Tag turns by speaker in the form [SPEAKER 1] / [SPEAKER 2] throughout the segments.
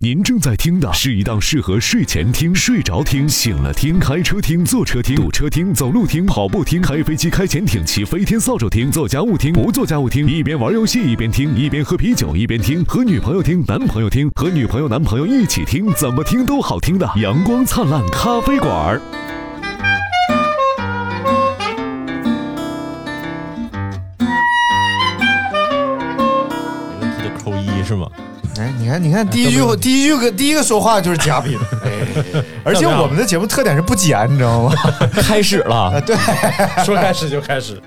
[SPEAKER 1] 您正在听的是一档适合睡前听、睡着听、醒了听、开车听、坐车听、堵车听、走路听、跑步听、开飞机、开潜艇、骑飞天扫帚听、做家务听、不做家务听，一边玩游戏一边听，一边喝啤酒一边听，和女朋友听、男朋友听，和女朋友、男朋友一起听，怎么听都好听的阳光灿烂咖啡馆儿。
[SPEAKER 2] 有问题就扣一是吗？
[SPEAKER 3] 哎，你看，你看，第一句我第一句个第一个说话就是嘉宾，哎而且我们的节目特点是不剪，你知 道吗？
[SPEAKER 2] 开始了，
[SPEAKER 3] 对，
[SPEAKER 4] 说开始就开始，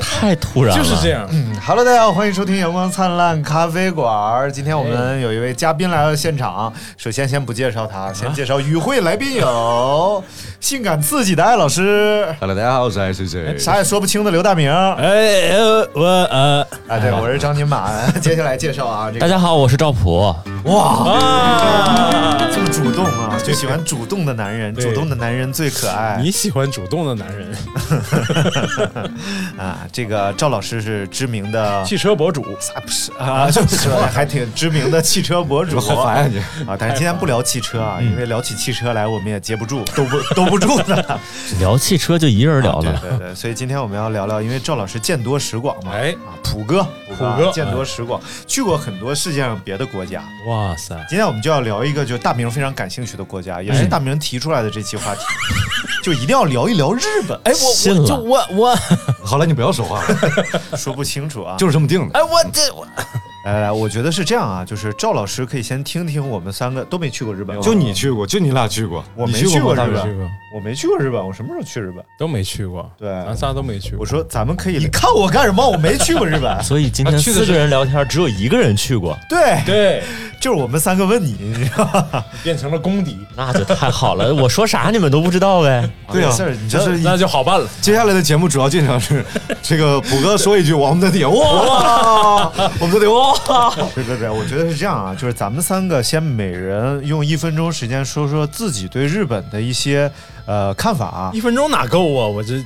[SPEAKER 2] 太突然
[SPEAKER 4] 就
[SPEAKER 2] 了，
[SPEAKER 4] 是这。样。
[SPEAKER 3] 嗯，Hello，大家好，欢迎收听阳光灿烂咖啡馆。今天我们有一位嘉宾来到现场，首先先不介绍他，先介绍与会来宾 有性感刺激的艾老师，哎
[SPEAKER 5] Hello，大家好，我是艾谁谁。
[SPEAKER 3] 啥也说不清的刘大明，啊，
[SPEAKER 2] 哎，呃我呃，
[SPEAKER 3] 对，我是张金 满。接下来介绍啊，这
[SPEAKER 2] 大
[SPEAKER 3] 个
[SPEAKER 2] 家好，我是赵普。
[SPEAKER 4] 啊，
[SPEAKER 3] 这么主动啊，就喜欢主动的男人，主动的男人最可爱。
[SPEAKER 4] 你喜欢主动的男人，
[SPEAKER 3] 啊，这个赵老师是知名的
[SPEAKER 4] 汽车博主，
[SPEAKER 3] 啊，不是啊， 就是还挺知名的汽车博 主，
[SPEAKER 5] 好烦呀
[SPEAKER 3] 啊！但是今天不聊汽车啊，
[SPEAKER 2] 嗯
[SPEAKER 3] 因为聊起汽车来，我们也接不 住，兜不兜不住呢。
[SPEAKER 2] 聊汽车就一个人聊
[SPEAKER 3] 对
[SPEAKER 2] 了，
[SPEAKER 3] 对对，所以今天我们要聊聊，因为赵老师见多识广嘛，
[SPEAKER 4] 哎
[SPEAKER 3] 啊，普哥，
[SPEAKER 4] 普
[SPEAKER 2] 哎
[SPEAKER 4] 哥
[SPEAKER 3] 见多识广，去过很多世界上别的国家。
[SPEAKER 2] 哇塞，
[SPEAKER 3] 今天我们就要聊一个就大明非常感兴趣的国家，也
[SPEAKER 2] 哎
[SPEAKER 3] 是大明提出来的这期 话题，就一定要聊一聊日本。
[SPEAKER 2] 哎，我我就我我，
[SPEAKER 5] 好了，你不要说话了，
[SPEAKER 3] 说不清楚啊，
[SPEAKER 5] 就是这么定的。
[SPEAKER 2] 哎我这我。
[SPEAKER 3] 来来来，我觉得是这样啊，就是赵老师可以先听听我们三个都没去过日本，
[SPEAKER 5] 就你去过，就你俩去过，
[SPEAKER 3] 我
[SPEAKER 5] 你
[SPEAKER 3] 没去过
[SPEAKER 5] 过吗
[SPEAKER 3] 日
[SPEAKER 5] 大
[SPEAKER 3] 本
[SPEAKER 5] 明
[SPEAKER 4] 去过，
[SPEAKER 3] 我没去过日本，我什么时候去日本？
[SPEAKER 4] 都没去过，
[SPEAKER 3] 对
[SPEAKER 4] 咱仨都没去过。
[SPEAKER 3] 我说咱们可以，你看我干什么？我没去过日本
[SPEAKER 2] 所以今天
[SPEAKER 4] 啊去的
[SPEAKER 2] 四
[SPEAKER 4] 是
[SPEAKER 2] 个人聊天，只有一个人去过，
[SPEAKER 3] 对，
[SPEAKER 4] 对，
[SPEAKER 3] 就是我们三个问你，你知道吗？
[SPEAKER 4] 变成了公敌，
[SPEAKER 2] 那就太好了。 我说啥你们都不知道呗？
[SPEAKER 5] 对呀
[SPEAKER 3] 没事儿你这
[SPEAKER 5] 就是
[SPEAKER 4] 那就好办了。
[SPEAKER 5] 接下来的节目主要进场是这个普哥说一句，我们的底下哇， 我们的底下哇，
[SPEAKER 3] 别别别，我觉得是这样啊，就是咱们三个先每人用一分钟时间说说自己对日本的一些呃看法、啊。
[SPEAKER 4] 一分钟哪够啊？我这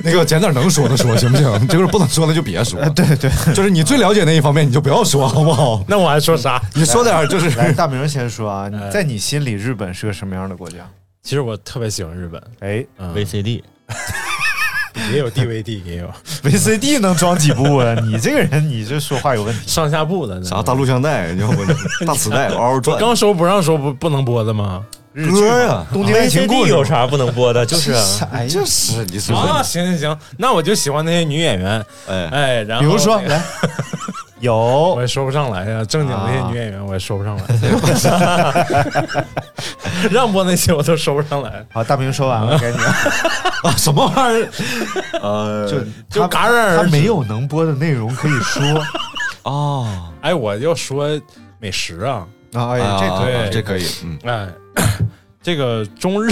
[SPEAKER 5] 那个捡点能说的说行不行？ 就是不能说的就别说。
[SPEAKER 3] 呃对对，
[SPEAKER 5] 就是你最了解那一方面，你就不要说，好不好？
[SPEAKER 4] 那我还说啥？
[SPEAKER 5] 你说点儿就是
[SPEAKER 3] 来大明先说啊，
[SPEAKER 4] 哎
[SPEAKER 3] 你在你心里日本是个什么样的国家？
[SPEAKER 4] 其实我特别喜欢日本，
[SPEAKER 3] 哎
[SPEAKER 4] 嗯
[SPEAKER 5] 啊
[SPEAKER 2] ，VCD
[SPEAKER 4] 也有 DVD，也有
[SPEAKER 3] ，VCD 能装几部啊？你这个人，你这说话有问题。
[SPEAKER 4] 上下部的。
[SPEAKER 5] 啥大录像带，哎要不大磁带嗷 嗷转。
[SPEAKER 4] 刚说不让说不不能播的吗？
[SPEAKER 3] 日剧
[SPEAKER 5] 歌
[SPEAKER 3] 嘛
[SPEAKER 5] 呀
[SPEAKER 3] 东京爱情故
[SPEAKER 2] VCD
[SPEAKER 3] 事
[SPEAKER 2] 有啥不能播 的？就是啊
[SPEAKER 3] 嘛？哎呀，
[SPEAKER 5] 就是你说
[SPEAKER 4] 啊，行行行，那我就喜欢那些女演员，
[SPEAKER 5] 哎，
[SPEAKER 4] 哎，然后
[SPEAKER 3] 比如说来，有
[SPEAKER 4] 我也说不上来呀、正经那些女演员我也说不上来，让播那些我都说不上来，
[SPEAKER 3] 好，大明说完
[SPEAKER 4] 嗯
[SPEAKER 3] 了，该你了。
[SPEAKER 5] 啊什么玩意儿？呃，
[SPEAKER 3] 就
[SPEAKER 4] 就
[SPEAKER 3] 他
[SPEAKER 4] 戛然而
[SPEAKER 3] 他
[SPEAKER 4] 止
[SPEAKER 3] 没有能播的内容可以 说
[SPEAKER 5] 哦，
[SPEAKER 4] 哎，我要说美食啊，
[SPEAKER 3] 啊，哎呀，
[SPEAKER 5] 啊
[SPEAKER 3] 这
[SPEAKER 4] 对
[SPEAKER 5] 这可以，嗯，
[SPEAKER 4] 哎， 这个中日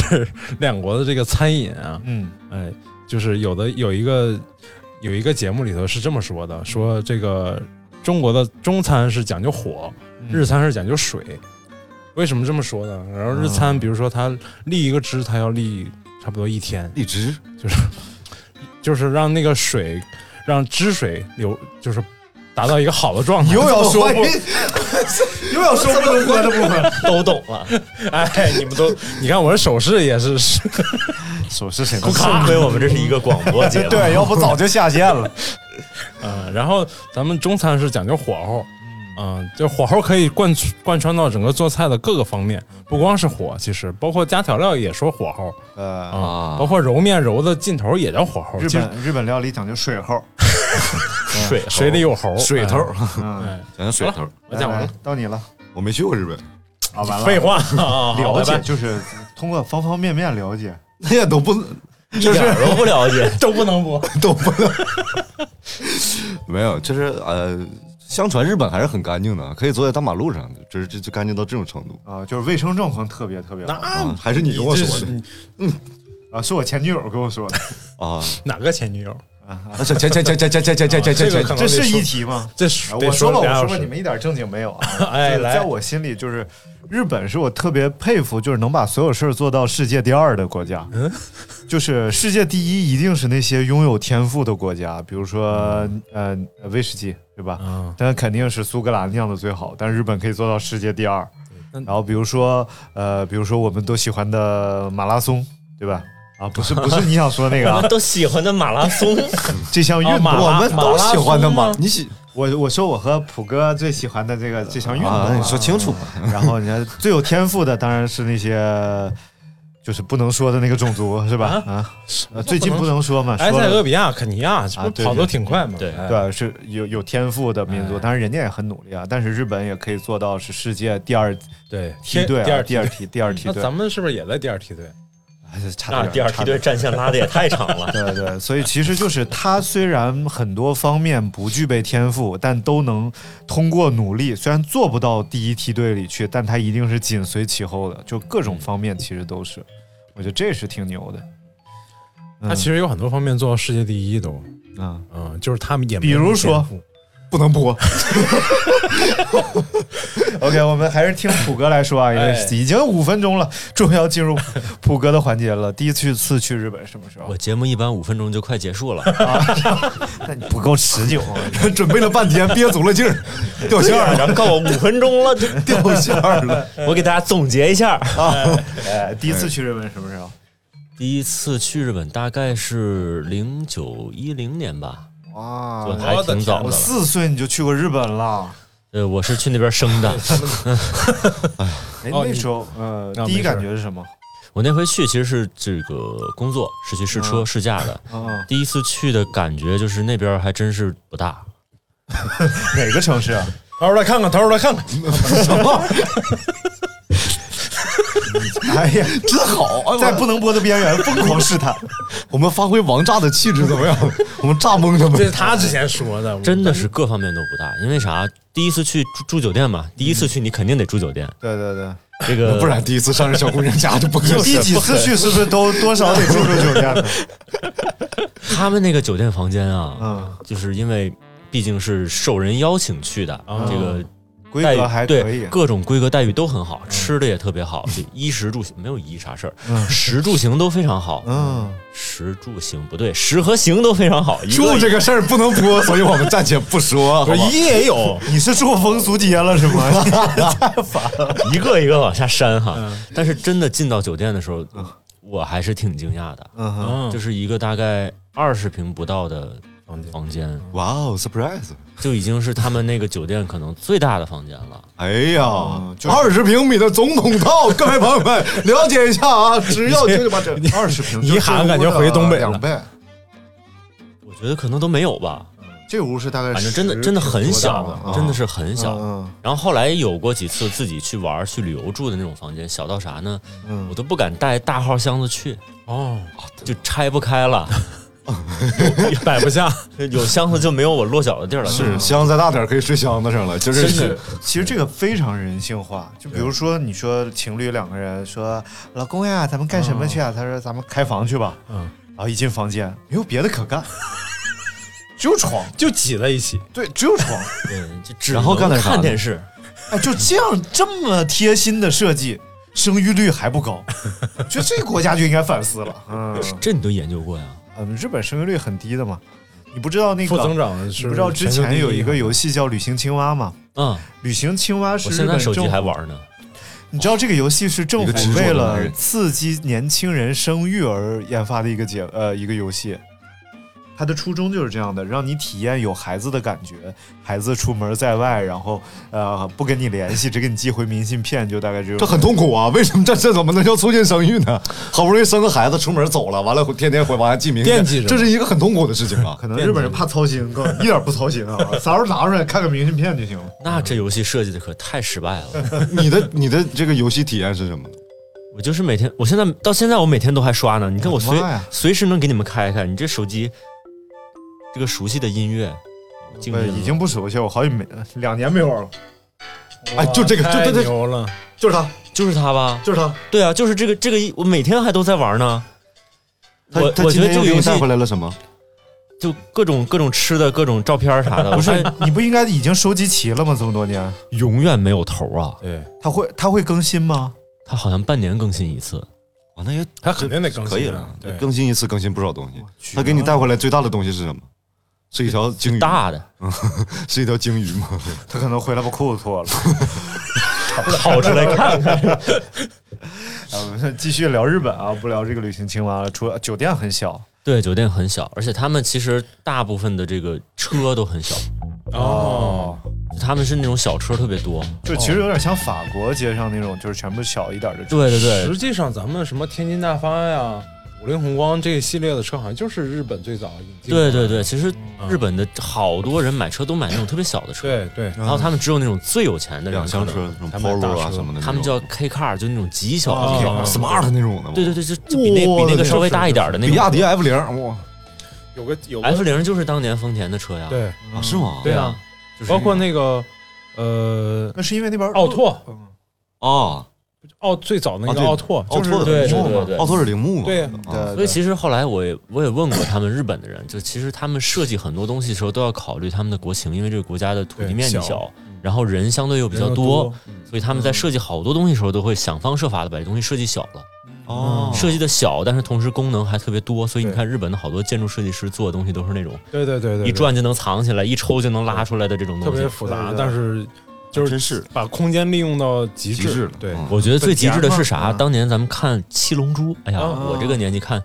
[SPEAKER 4] 两国的这个餐饮啊，
[SPEAKER 3] 嗯
[SPEAKER 4] 哎，就是有的有一个有一个节目里头是这么说的，说这个中国的中餐是讲究火，
[SPEAKER 3] 嗯
[SPEAKER 4] 日餐是讲究水。为什么这么说呢？然后日
[SPEAKER 3] 啊
[SPEAKER 4] 餐，比如说它立一个汁，它要立差不多一天，
[SPEAKER 5] 荔枝
[SPEAKER 4] 就是让那个水，让汁水流，就是达到一个好的 状态。
[SPEAKER 3] 又要说 不
[SPEAKER 5] 又要说不能播的部 分，
[SPEAKER 2] 都懂了，
[SPEAKER 4] 哎，你们都，你看我这手势也是，是
[SPEAKER 3] 手是谁？
[SPEAKER 2] 幸亏 我们这是一个广 播节目。
[SPEAKER 3] 对，要不早就下线了。
[SPEAKER 4] 嗯，然后咱们中餐是讲究火候，嗯，就火候可以贯贯穿到整个做菜的各个方面，不光是火，其实包括加调料也说火候
[SPEAKER 3] 呃，
[SPEAKER 4] 啊，包括揉面揉的尽头也叫火候，
[SPEAKER 3] 日
[SPEAKER 4] 其实
[SPEAKER 3] 本日本料理讲究水候，
[SPEAKER 2] 水
[SPEAKER 4] 水里有猴，
[SPEAKER 5] 水头
[SPEAKER 4] 哎
[SPEAKER 5] 儿，
[SPEAKER 3] 嗯，
[SPEAKER 4] 哎，
[SPEAKER 5] 咱水头儿，
[SPEAKER 4] 我讲完
[SPEAKER 3] 来
[SPEAKER 4] 了
[SPEAKER 3] 来，到你了，
[SPEAKER 5] 我没去过日本，
[SPEAKER 3] 啊，完了，
[SPEAKER 4] 废话，啊
[SPEAKER 3] 了解，
[SPEAKER 4] 拜拜
[SPEAKER 3] 就是通过方方面面了解。
[SPEAKER 5] 那也哎都不
[SPEAKER 2] 一点儿都不了解。
[SPEAKER 4] 都不能播，
[SPEAKER 5] 都不能， 没有，就是呃，相传日本还是很干净的，可以走在大马路上，这这就干净到这种程度
[SPEAKER 3] 啊，就是卫生状况特别特别好
[SPEAKER 5] 啊，还是你跟我
[SPEAKER 4] 这
[SPEAKER 5] 说
[SPEAKER 4] 是
[SPEAKER 5] 的
[SPEAKER 4] 你
[SPEAKER 3] 啊，是我前女友跟我说的，
[SPEAKER 5] 啊？
[SPEAKER 4] 哪个前女友？
[SPEAKER 5] 那前前前前前前前前前前
[SPEAKER 4] 这个
[SPEAKER 5] 前
[SPEAKER 4] 可能
[SPEAKER 3] 这
[SPEAKER 4] 得
[SPEAKER 3] 是
[SPEAKER 4] 说
[SPEAKER 3] 一题吗？
[SPEAKER 4] 这
[SPEAKER 3] 啊
[SPEAKER 4] 是
[SPEAKER 3] 我
[SPEAKER 4] 得
[SPEAKER 3] 说了，
[SPEAKER 4] 俩
[SPEAKER 3] 我
[SPEAKER 4] 小
[SPEAKER 3] 说
[SPEAKER 4] 时
[SPEAKER 3] 了，你们一点正经没有啊！
[SPEAKER 4] 哎
[SPEAKER 3] 就是
[SPEAKER 4] 来
[SPEAKER 3] 在我心里就是，日本是我特别佩服，就是能把所有事儿做到世界第二的国家。嗯，就是世界第一一定是那些拥有天赋的国家，比如说呃威士忌，对吧？
[SPEAKER 4] 啊，
[SPEAKER 3] 但肯定是苏格兰酿的最好，但日本可以做到世界第二。然后比如说呃，比如说我们都喜欢的马拉松，对吧？啊，不是不是你想说那个
[SPEAKER 2] 我
[SPEAKER 3] 啊
[SPEAKER 4] 哦
[SPEAKER 2] 们，都喜欢的马拉松，
[SPEAKER 3] 这项运
[SPEAKER 2] 哦马
[SPEAKER 3] 动，
[SPEAKER 5] 我们都喜欢的
[SPEAKER 2] 马
[SPEAKER 5] 嘛
[SPEAKER 2] 拉松吗，
[SPEAKER 5] 你喜
[SPEAKER 3] 我我说我和普哥最喜欢的这个这项运动
[SPEAKER 5] 啊，
[SPEAKER 3] 啊，
[SPEAKER 5] 你说清楚嘛。
[SPEAKER 3] 然后你看最有天赋的当然是那些，就是不能说的那个种族是吧？啊，呃最近不能说嘛，
[SPEAKER 4] 埃
[SPEAKER 3] 说
[SPEAKER 4] 塞
[SPEAKER 3] 了
[SPEAKER 4] 俄比亚、肯尼亚，这
[SPEAKER 3] 啊
[SPEAKER 4] 不
[SPEAKER 3] 对
[SPEAKER 4] 跑
[SPEAKER 3] 对
[SPEAKER 4] 得挺快嘛？
[SPEAKER 2] 对
[SPEAKER 4] 哎
[SPEAKER 3] 对，是有有天赋的民族，
[SPEAKER 4] 哎
[SPEAKER 3] 当然人家也很努力啊。但是日本也可以做到是世界第二
[SPEAKER 4] 对，
[SPEAKER 3] 梯队啊，
[SPEAKER 4] 第二
[SPEAKER 3] 第二梯第二梯
[SPEAKER 4] 那
[SPEAKER 3] 队，
[SPEAKER 4] 咱们是不是也在第二梯队？
[SPEAKER 3] 哎这差
[SPEAKER 2] 那
[SPEAKER 3] 点
[SPEAKER 2] 第二梯队。战线拉的也太长了。
[SPEAKER 3] 差点对对，所以其实就是他虽然很多方面不具备天赋，但都能通过努力，虽然做不到第一梯队里去，但他一定是紧随其后的，就各种方面其实都是，我觉得这是挺牛的。嗯
[SPEAKER 4] 他其实有很多方面做到世界第一都，
[SPEAKER 3] 啊，
[SPEAKER 4] 嗯，就是他们也没
[SPEAKER 3] 比如
[SPEAKER 4] 有
[SPEAKER 3] 说
[SPEAKER 4] 天赋
[SPEAKER 3] 不能播。OK，我们还是听普哥来说啊，因为
[SPEAKER 4] 哎
[SPEAKER 3] 已经五分钟了，终于要进入普哥的环节了。第一次次去日本什么时候
[SPEAKER 2] 我？ 节目一般五分钟就快结束了，
[SPEAKER 3] 那你不够持久，啊
[SPEAKER 5] 准备了半天，憋足了劲儿，掉线儿了，
[SPEAKER 2] 然后五分钟了，就
[SPEAKER 5] 掉线儿了。
[SPEAKER 2] 我给大家总结一下。
[SPEAKER 3] 哎，第一次去日本什么时候？
[SPEAKER 2] 第一次去日本大概是零九一零年吧，
[SPEAKER 3] 哇
[SPEAKER 2] 就，还挺早啊的
[SPEAKER 3] 我
[SPEAKER 2] 了。
[SPEAKER 3] 四岁你就去过日本了。
[SPEAKER 2] 呃，我是去那边生 的。
[SPEAKER 3] 哎，
[SPEAKER 4] 哦
[SPEAKER 3] 那
[SPEAKER 4] 你
[SPEAKER 3] 时候，呃，
[SPEAKER 4] 啊
[SPEAKER 3] 第一
[SPEAKER 4] 没事
[SPEAKER 3] 感觉是什么？
[SPEAKER 2] 我那回去其实是这个工作，是去试车试驾的。
[SPEAKER 3] 啊，
[SPEAKER 2] 第一次去的感觉就是那边还真是不大，
[SPEAKER 3] 哪个城市啊？
[SPEAKER 4] 掏出来看看，掏出来看 看，
[SPEAKER 3] 哎呀，
[SPEAKER 5] 真好，哎
[SPEAKER 3] 在
[SPEAKER 5] 我
[SPEAKER 3] 不能播的边缘疯狂试探。
[SPEAKER 5] 我们发挥王炸的气质怎么样？ 我们炸懵他
[SPEAKER 4] 这
[SPEAKER 5] 们
[SPEAKER 4] 是。他之前说的，
[SPEAKER 2] 真的是各方面都不大。因为啥？第一次去住住酒店嘛，第一次去你肯定得住酒店。
[SPEAKER 3] 对对对，
[SPEAKER 2] 这个
[SPEAKER 5] 不然第一次上人小姑娘家就不合
[SPEAKER 3] 你 第
[SPEAKER 5] 适。
[SPEAKER 3] 几次去是不是都多少得住住酒店呢？
[SPEAKER 2] 他们那个酒店房间啊，
[SPEAKER 3] 嗯，
[SPEAKER 2] 就是因为毕竟是受人邀请去的，
[SPEAKER 4] 啊
[SPEAKER 2] 这个
[SPEAKER 3] 规
[SPEAKER 2] 待遇
[SPEAKER 3] 格还可以
[SPEAKER 2] 对，。各种规格待遇都很好，吃的也特别好，这衣食住行没有衣啥事儿，
[SPEAKER 3] 嗯
[SPEAKER 2] 食住行都非常好。
[SPEAKER 3] 嗯，
[SPEAKER 2] 食住行不对，食和行都非 常好。一
[SPEAKER 5] 住
[SPEAKER 2] 个
[SPEAKER 5] 这个事儿不能播，所以我们暂且不说，好
[SPEAKER 4] 不
[SPEAKER 5] 吧
[SPEAKER 4] 是？一也有，
[SPEAKER 3] 你是住风俗街了是 吗？
[SPEAKER 2] 一个一个往下删哈。
[SPEAKER 4] 嗯
[SPEAKER 2] 但是真的进到酒店的时候，我还是挺惊讶的，
[SPEAKER 3] 嗯哼，
[SPEAKER 4] 嗯，
[SPEAKER 2] 就是一个大概二十平不到的房间，
[SPEAKER 5] 哇哦，surprise！
[SPEAKER 2] 就已经是他们那个酒店可能最大的房间了。
[SPEAKER 5] 哎呀，二十平米的总统套，各位朋友们了解一下啊！只要九九八折，
[SPEAKER 3] 二十平，
[SPEAKER 4] 你一喊感觉回东北了
[SPEAKER 5] 两，倍，
[SPEAKER 2] 我觉得可能都没有吧，
[SPEAKER 5] 这屋是大概
[SPEAKER 2] 反正真的真的很小，
[SPEAKER 5] 啊
[SPEAKER 2] 真的是很
[SPEAKER 3] 小，
[SPEAKER 2] 小。
[SPEAKER 3] 嗯
[SPEAKER 2] 然后后来有过几次自己去玩儿、去旅游住的那种房间，小到啥呢？我
[SPEAKER 3] 嗯，
[SPEAKER 2] 都不敢带大号箱子去，
[SPEAKER 4] 哦，
[SPEAKER 2] 就拆不开 了，
[SPEAKER 4] 嗯摆不下，
[SPEAKER 2] 有箱子就没有我落脚的地儿了。
[SPEAKER 5] 是箱子再大点儿可以睡箱子上了，就是
[SPEAKER 2] 嗯真的
[SPEAKER 3] 其实这个非常人性化。就比如说，你说情侣两个人说：“老公呀，咱们干什么去啊？”他说：“咱们开房去吧。”
[SPEAKER 4] 嗯，
[SPEAKER 3] 然后一进房间，没有别的可干，只有床，
[SPEAKER 4] 就挤在一起，
[SPEAKER 3] 对，只有床。
[SPEAKER 2] 嗯，就只
[SPEAKER 5] 然后干
[SPEAKER 2] 能
[SPEAKER 5] 点啥
[SPEAKER 2] 看
[SPEAKER 5] 呢
[SPEAKER 2] 电视，
[SPEAKER 3] 哎，就这样这么贴心的设计，生育率还不高，我觉得这个国家就应该反思了。嗯，
[SPEAKER 2] 这你都研究过呀？
[SPEAKER 3] 嗯，日本生育率很低的嘛，你不知道那
[SPEAKER 4] 负增
[SPEAKER 3] 个，
[SPEAKER 4] 长
[SPEAKER 3] 你
[SPEAKER 4] 是
[SPEAKER 3] 不知道之前有一
[SPEAKER 4] 啊
[SPEAKER 3] 个游戏叫《旅行青蛙》吗？
[SPEAKER 2] 嗯，
[SPEAKER 3] 旅行青蛙是
[SPEAKER 2] 我
[SPEAKER 3] 日
[SPEAKER 2] 现在
[SPEAKER 3] 本
[SPEAKER 2] 手
[SPEAKER 3] 政
[SPEAKER 2] 机
[SPEAKER 3] 府
[SPEAKER 2] 还玩
[SPEAKER 5] 嗯
[SPEAKER 2] 呢。
[SPEAKER 3] 你知道这个游戏是政
[SPEAKER 5] 一个执
[SPEAKER 3] 府
[SPEAKER 5] 着的
[SPEAKER 3] 为
[SPEAKER 5] 男
[SPEAKER 3] 了
[SPEAKER 5] 人
[SPEAKER 3] 刺激年轻人生育而研发的一个解呃一个游戏，它的初衷就是这样的，让你体验有孩子的感觉，孩子出门在外，然后呃不跟你联系，只给你寄回明信片，就大概这种。
[SPEAKER 5] 这很痛苦啊！为什么这这怎么能叫促进生育呢？好不容易生个孩子，出门走了，完了天天回往家寄明信片
[SPEAKER 4] 惦记着
[SPEAKER 5] 这是一个很痛苦的事情啊！
[SPEAKER 3] 可能日本人怕操心， 哥一点不操心啊，啥时候拿出来看个明信片就行了。
[SPEAKER 2] 那这游戏设计的可太失败了。
[SPEAKER 5] 你的你的这个游戏体验是什么？
[SPEAKER 2] 我就是每天，我现在到现在我每天都还刷呢。你看我随
[SPEAKER 3] 妈呀
[SPEAKER 2] 随时能给你们开一开，你这手机这个熟悉的音乐，静
[SPEAKER 3] 不是
[SPEAKER 2] 音了
[SPEAKER 3] 已经不熟悉，我好久没两年没玩了，
[SPEAKER 5] 哎，就这个，就
[SPEAKER 4] 太
[SPEAKER 5] 对对，
[SPEAKER 4] 牛了，
[SPEAKER 3] 就是他，
[SPEAKER 2] 就是它吧？
[SPEAKER 3] 就是他，
[SPEAKER 2] 对啊，就是这个这个，我每天还都在玩呢。
[SPEAKER 5] 他
[SPEAKER 2] 我
[SPEAKER 5] 他
[SPEAKER 2] 我
[SPEAKER 5] 今
[SPEAKER 2] 觉得
[SPEAKER 5] 天
[SPEAKER 2] 这
[SPEAKER 5] 又给
[SPEAKER 2] 个游
[SPEAKER 5] 你
[SPEAKER 2] 戏
[SPEAKER 5] 带回来了什么？
[SPEAKER 2] 就各种各种吃的、各种照片啥的，
[SPEAKER 3] 不
[SPEAKER 2] 我
[SPEAKER 3] 是
[SPEAKER 2] 是
[SPEAKER 3] 你不应该已经收集齐了吗？这么多年，
[SPEAKER 2] 永远没有头啊！
[SPEAKER 4] 对，
[SPEAKER 3] 他会他会更新吗？
[SPEAKER 2] 它好像半年更新一次，
[SPEAKER 5] 啊，那也
[SPEAKER 4] 他肯定得更新啊
[SPEAKER 5] 可以了
[SPEAKER 4] 对，
[SPEAKER 5] 更新一次更新不少东西。
[SPEAKER 3] 去
[SPEAKER 5] 他给你带回来最大的东西是什么？是一条
[SPEAKER 2] 嗯
[SPEAKER 5] 鲸鱼，
[SPEAKER 2] 大的
[SPEAKER 5] 是一条鲸鱼吗？
[SPEAKER 3] 他可能回来把裤子脱了。
[SPEAKER 2] 跑出来看看。
[SPEAKER 3] 啊，我们继续聊日本啊，不聊这个旅行青蛙了。除了酒店很小，
[SPEAKER 2] 对，酒店很小，而且他们其实大部分的这个车都很小，
[SPEAKER 4] 哦，
[SPEAKER 2] 他们是那种小车特别多。
[SPEAKER 3] 就其实有点像法国街上那种，就是全部小一点的。
[SPEAKER 2] 对对对，
[SPEAKER 4] 实际上咱们什么天津大发呀、五菱宏光这一系列的车，好像就是日本最早引进
[SPEAKER 2] 对
[SPEAKER 4] 的。
[SPEAKER 2] 对对，其实
[SPEAKER 4] 嗯
[SPEAKER 2] 日本的好多人买车都买那种特别小的车，
[SPEAKER 4] 对对，
[SPEAKER 2] 然后他们只有那种最有钱的人，
[SPEAKER 5] 两厢车，什么
[SPEAKER 4] 他们大
[SPEAKER 5] Polo 啊
[SPEAKER 4] 车
[SPEAKER 5] 什么的那种，
[SPEAKER 2] 他们叫 K car，就那种极小的
[SPEAKER 4] 啊
[SPEAKER 2] 那种。
[SPEAKER 5] Smart 那种的吗，
[SPEAKER 2] 对对对，就就比那
[SPEAKER 5] 哇
[SPEAKER 2] 比那个稍微大一点的那
[SPEAKER 5] 比亚
[SPEAKER 2] 种。
[SPEAKER 5] 迪 F 零，哇，
[SPEAKER 4] 有个有个
[SPEAKER 2] F 零就是当年丰田的车呀。
[SPEAKER 4] 对，
[SPEAKER 5] 啊是吗？
[SPEAKER 4] 对
[SPEAKER 2] 啊，就是
[SPEAKER 4] 包括那个呃
[SPEAKER 3] 那是因为那边
[SPEAKER 4] 奥拓，
[SPEAKER 3] 嗯
[SPEAKER 5] 哦，
[SPEAKER 4] 奥最早那
[SPEAKER 5] 啊
[SPEAKER 4] 个
[SPEAKER 5] 对
[SPEAKER 4] 奥拓，
[SPEAKER 5] 奥
[SPEAKER 4] 就是
[SPEAKER 5] 拓的
[SPEAKER 2] 对
[SPEAKER 5] 铃木
[SPEAKER 2] 对
[SPEAKER 5] 嘛
[SPEAKER 2] 对对
[SPEAKER 5] 奥拓是铃木嘛，
[SPEAKER 4] 对
[SPEAKER 5] 啊
[SPEAKER 2] 所以其实后来我也我也问过他们日本的人，就其实他们设计很多东西的时候都要考虑他们的国情，因为这个国家的土地
[SPEAKER 4] 对
[SPEAKER 2] 面积
[SPEAKER 4] 小嗯
[SPEAKER 2] 小，然后人相对又比较
[SPEAKER 4] 人
[SPEAKER 2] 多
[SPEAKER 4] 多，，嗯
[SPEAKER 2] 所以他们在设计好多东西的时候都会想方设法的把这东西设计小了，嗯
[SPEAKER 5] 哦，
[SPEAKER 2] 设计的小，但是同时功能还特别多。所以你
[SPEAKER 4] 对
[SPEAKER 2] 看日本的好多建筑设计师做的东西都是那种
[SPEAKER 4] 对对对对，
[SPEAKER 2] 一
[SPEAKER 4] 对
[SPEAKER 2] 转就能藏起来，一抽就能拉出来的这种
[SPEAKER 4] 特
[SPEAKER 2] 东
[SPEAKER 4] 别
[SPEAKER 2] 西。
[SPEAKER 4] 复杂
[SPEAKER 3] 对对，对
[SPEAKER 4] 但是就是
[SPEAKER 5] 真是
[SPEAKER 4] 把空间利用到极
[SPEAKER 5] 极致
[SPEAKER 4] 致
[SPEAKER 5] 了，，
[SPEAKER 4] 对，
[SPEAKER 5] 嗯
[SPEAKER 2] 我觉得最极致的
[SPEAKER 3] 本
[SPEAKER 2] 是
[SPEAKER 3] 田
[SPEAKER 2] 啥？
[SPEAKER 3] 嘛
[SPEAKER 2] 当年咱们看《七龙珠》，哎呀，
[SPEAKER 4] 啊
[SPEAKER 2] 我这个年纪看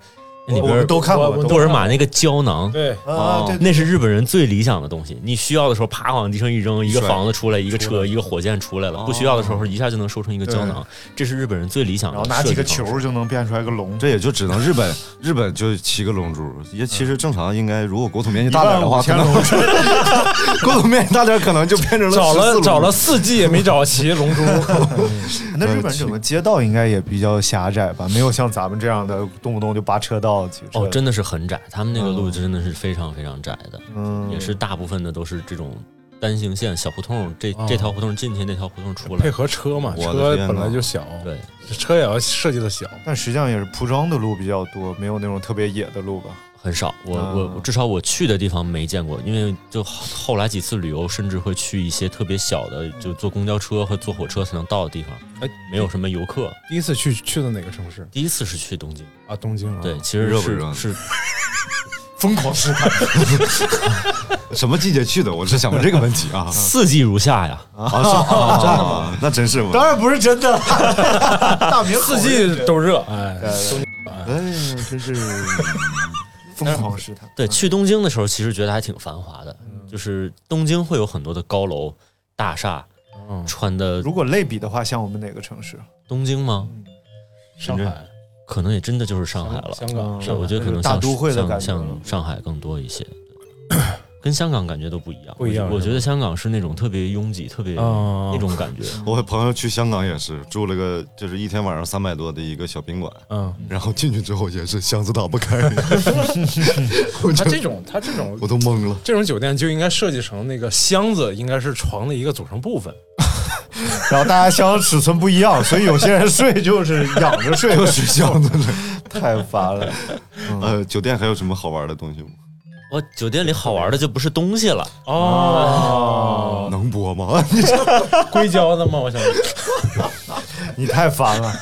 [SPEAKER 2] 那里
[SPEAKER 3] 嗯哦我们
[SPEAKER 2] 边
[SPEAKER 3] 都看过
[SPEAKER 4] 我我
[SPEAKER 3] 都
[SPEAKER 2] 多尔玛那个胶囊，
[SPEAKER 4] 对，
[SPEAKER 3] 啊，对，
[SPEAKER 2] 那是日本人最理想的东西。你需要的时候，啪往地上一扔，一个
[SPEAKER 5] 甩
[SPEAKER 2] 房子出来，一个车，一个火箭出来
[SPEAKER 3] 哦
[SPEAKER 2] 了；不需要的时候，一下就能收成一个胶囊。这是日本人最理想
[SPEAKER 3] 然
[SPEAKER 2] 的。
[SPEAKER 3] 后拿几个球，就能变出来个龙。
[SPEAKER 5] 这也就只能日本，日本就七个龙珠，也其实正常应该，如果国土面积大点的话，
[SPEAKER 3] 一
[SPEAKER 5] 可
[SPEAKER 3] 万五
[SPEAKER 5] 能 国土面积大点可能就变成了
[SPEAKER 4] 找
[SPEAKER 5] 14
[SPEAKER 4] 了
[SPEAKER 5] 龙
[SPEAKER 4] 找了四季也没找齐龙珠，
[SPEAKER 3] 那日本整个街道应该也比较狭窄吧？没有像咱们这样的动不动就扒车道几车。
[SPEAKER 2] 哦，真的是很窄，他们那个路真的是非常非常窄的，
[SPEAKER 3] 嗯，
[SPEAKER 2] 也是大部分的都是这种单行线小胡同，这
[SPEAKER 4] 哦
[SPEAKER 2] 这条胡同进去，那条胡同出
[SPEAKER 4] 配
[SPEAKER 2] 来。
[SPEAKER 4] 合车嘛，
[SPEAKER 5] 我的
[SPEAKER 4] 车
[SPEAKER 5] 天呐
[SPEAKER 4] 本来就小，
[SPEAKER 2] 对，
[SPEAKER 4] 车也要设计的小，
[SPEAKER 3] 但实际上也是铺装的路比较多，没有那种特别野的路吧？
[SPEAKER 2] 很少，我
[SPEAKER 3] 啊
[SPEAKER 2] 我至少我去的地方没见过，因为就后后来几次旅游，甚至会去一些特别小的，就坐公交车和坐火车才能到的地方，
[SPEAKER 4] 哎，
[SPEAKER 2] 没有什么游客。
[SPEAKER 4] 第一次去去的哪个城市
[SPEAKER 2] 第一次是去东京，
[SPEAKER 4] 啊？东京啊，
[SPEAKER 2] 对，其实
[SPEAKER 5] 热不
[SPEAKER 2] 是
[SPEAKER 5] 热
[SPEAKER 2] 是。
[SPEAKER 3] 疯狂舒坦
[SPEAKER 5] 什么季节去的？我是想问这个问题啊
[SPEAKER 2] 四季如夏呀，
[SPEAKER 5] 啊，是啊真的吗？那真是我。
[SPEAKER 3] 当然不是真的，大明
[SPEAKER 4] 四季都热，哎，
[SPEAKER 3] 哎，真是疯狂试探。
[SPEAKER 2] 对，去东京的时候其实觉得还挺繁华的，就是东京会有很多的高楼大厦，
[SPEAKER 4] 嗯
[SPEAKER 2] 穿的
[SPEAKER 3] 如果类比的话，像我们哪个城市？
[SPEAKER 2] 东京吗？
[SPEAKER 4] 上海、
[SPEAKER 2] 可能也真的就是上海了。
[SPEAKER 4] 香港，
[SPEAKER 3] 嗯
[SPEAKER 2] 哦对，我觉得可能
[SPEAKER 3] 大
[SPEAKER 2] 像
[SPEAKER 3] 都会的
[SPEAKER 2] 像
[SPEAKER 3] 感觉了
[SPEAKER 2] 像上海更多一些，对跟香港感觉都不一样。
[SPEAKER 4] 不一样
[SPEAKER 2] 我觉我
[SPEAKER 4] 是吧
[SPEAKER 2] 觉得香港是那种特别拥挤、特别
[SPEAKER 4] 啊
[SPEAKER 2] 那种感觉。
[SPEAKER 5] 我朋友去香港也是住了个，就是一天晚上三百多的一个小宾馆，
[SPEAKER 4] 嗯，
[SPEAKER 5] 然后进去之后也是箱子打不开，我
[SPEAKER 4] 他
[SPEAKER 5] 就
[SPEAKER 4] 啊这种他这种
[SPEAKER 5] 我都懵了。
[SPEAKER 4] 这种酒店就应该设计成那个箱子应该是床的一个组成部分，
[SPEAKER 3] 然后大家箱尺寸不一样，所以有些人睡就是仰着睡，
[SPEAKER 5] 就是箱子了。
[SPEAKER 3] 太烦了。
[SPEAKER 5] 呃，酒店还有什么好玩的东西吗？
[SPEAKER 2] 我酒店里好玩的就不是东西了，
[SPEAKER 4] 哦，
[SPEAKER 5] 能播吗？
[SPEAKER 4] 啊硅胶的吗？我想问，
[SPEAKER 3] 你太烦了，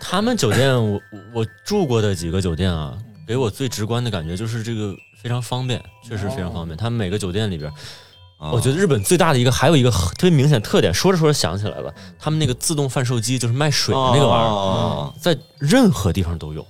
[SPEAKER 2] 他们酒店我我我住过的几个酒店啊，给我最直观的感觉就是这个非常方便，确实非常方便。他们每个酒店里边，我觉
[SPEAKER 5] 得
[SPEAKER 2] 得日本最大的一个还有一个很特别明显特点，说着说着想起来了，他们那个自动贩售机就是卖水的那个玩意儿，
[SPEAKER 5] 儿，
[SPEAKER 2] 在任何地方都有。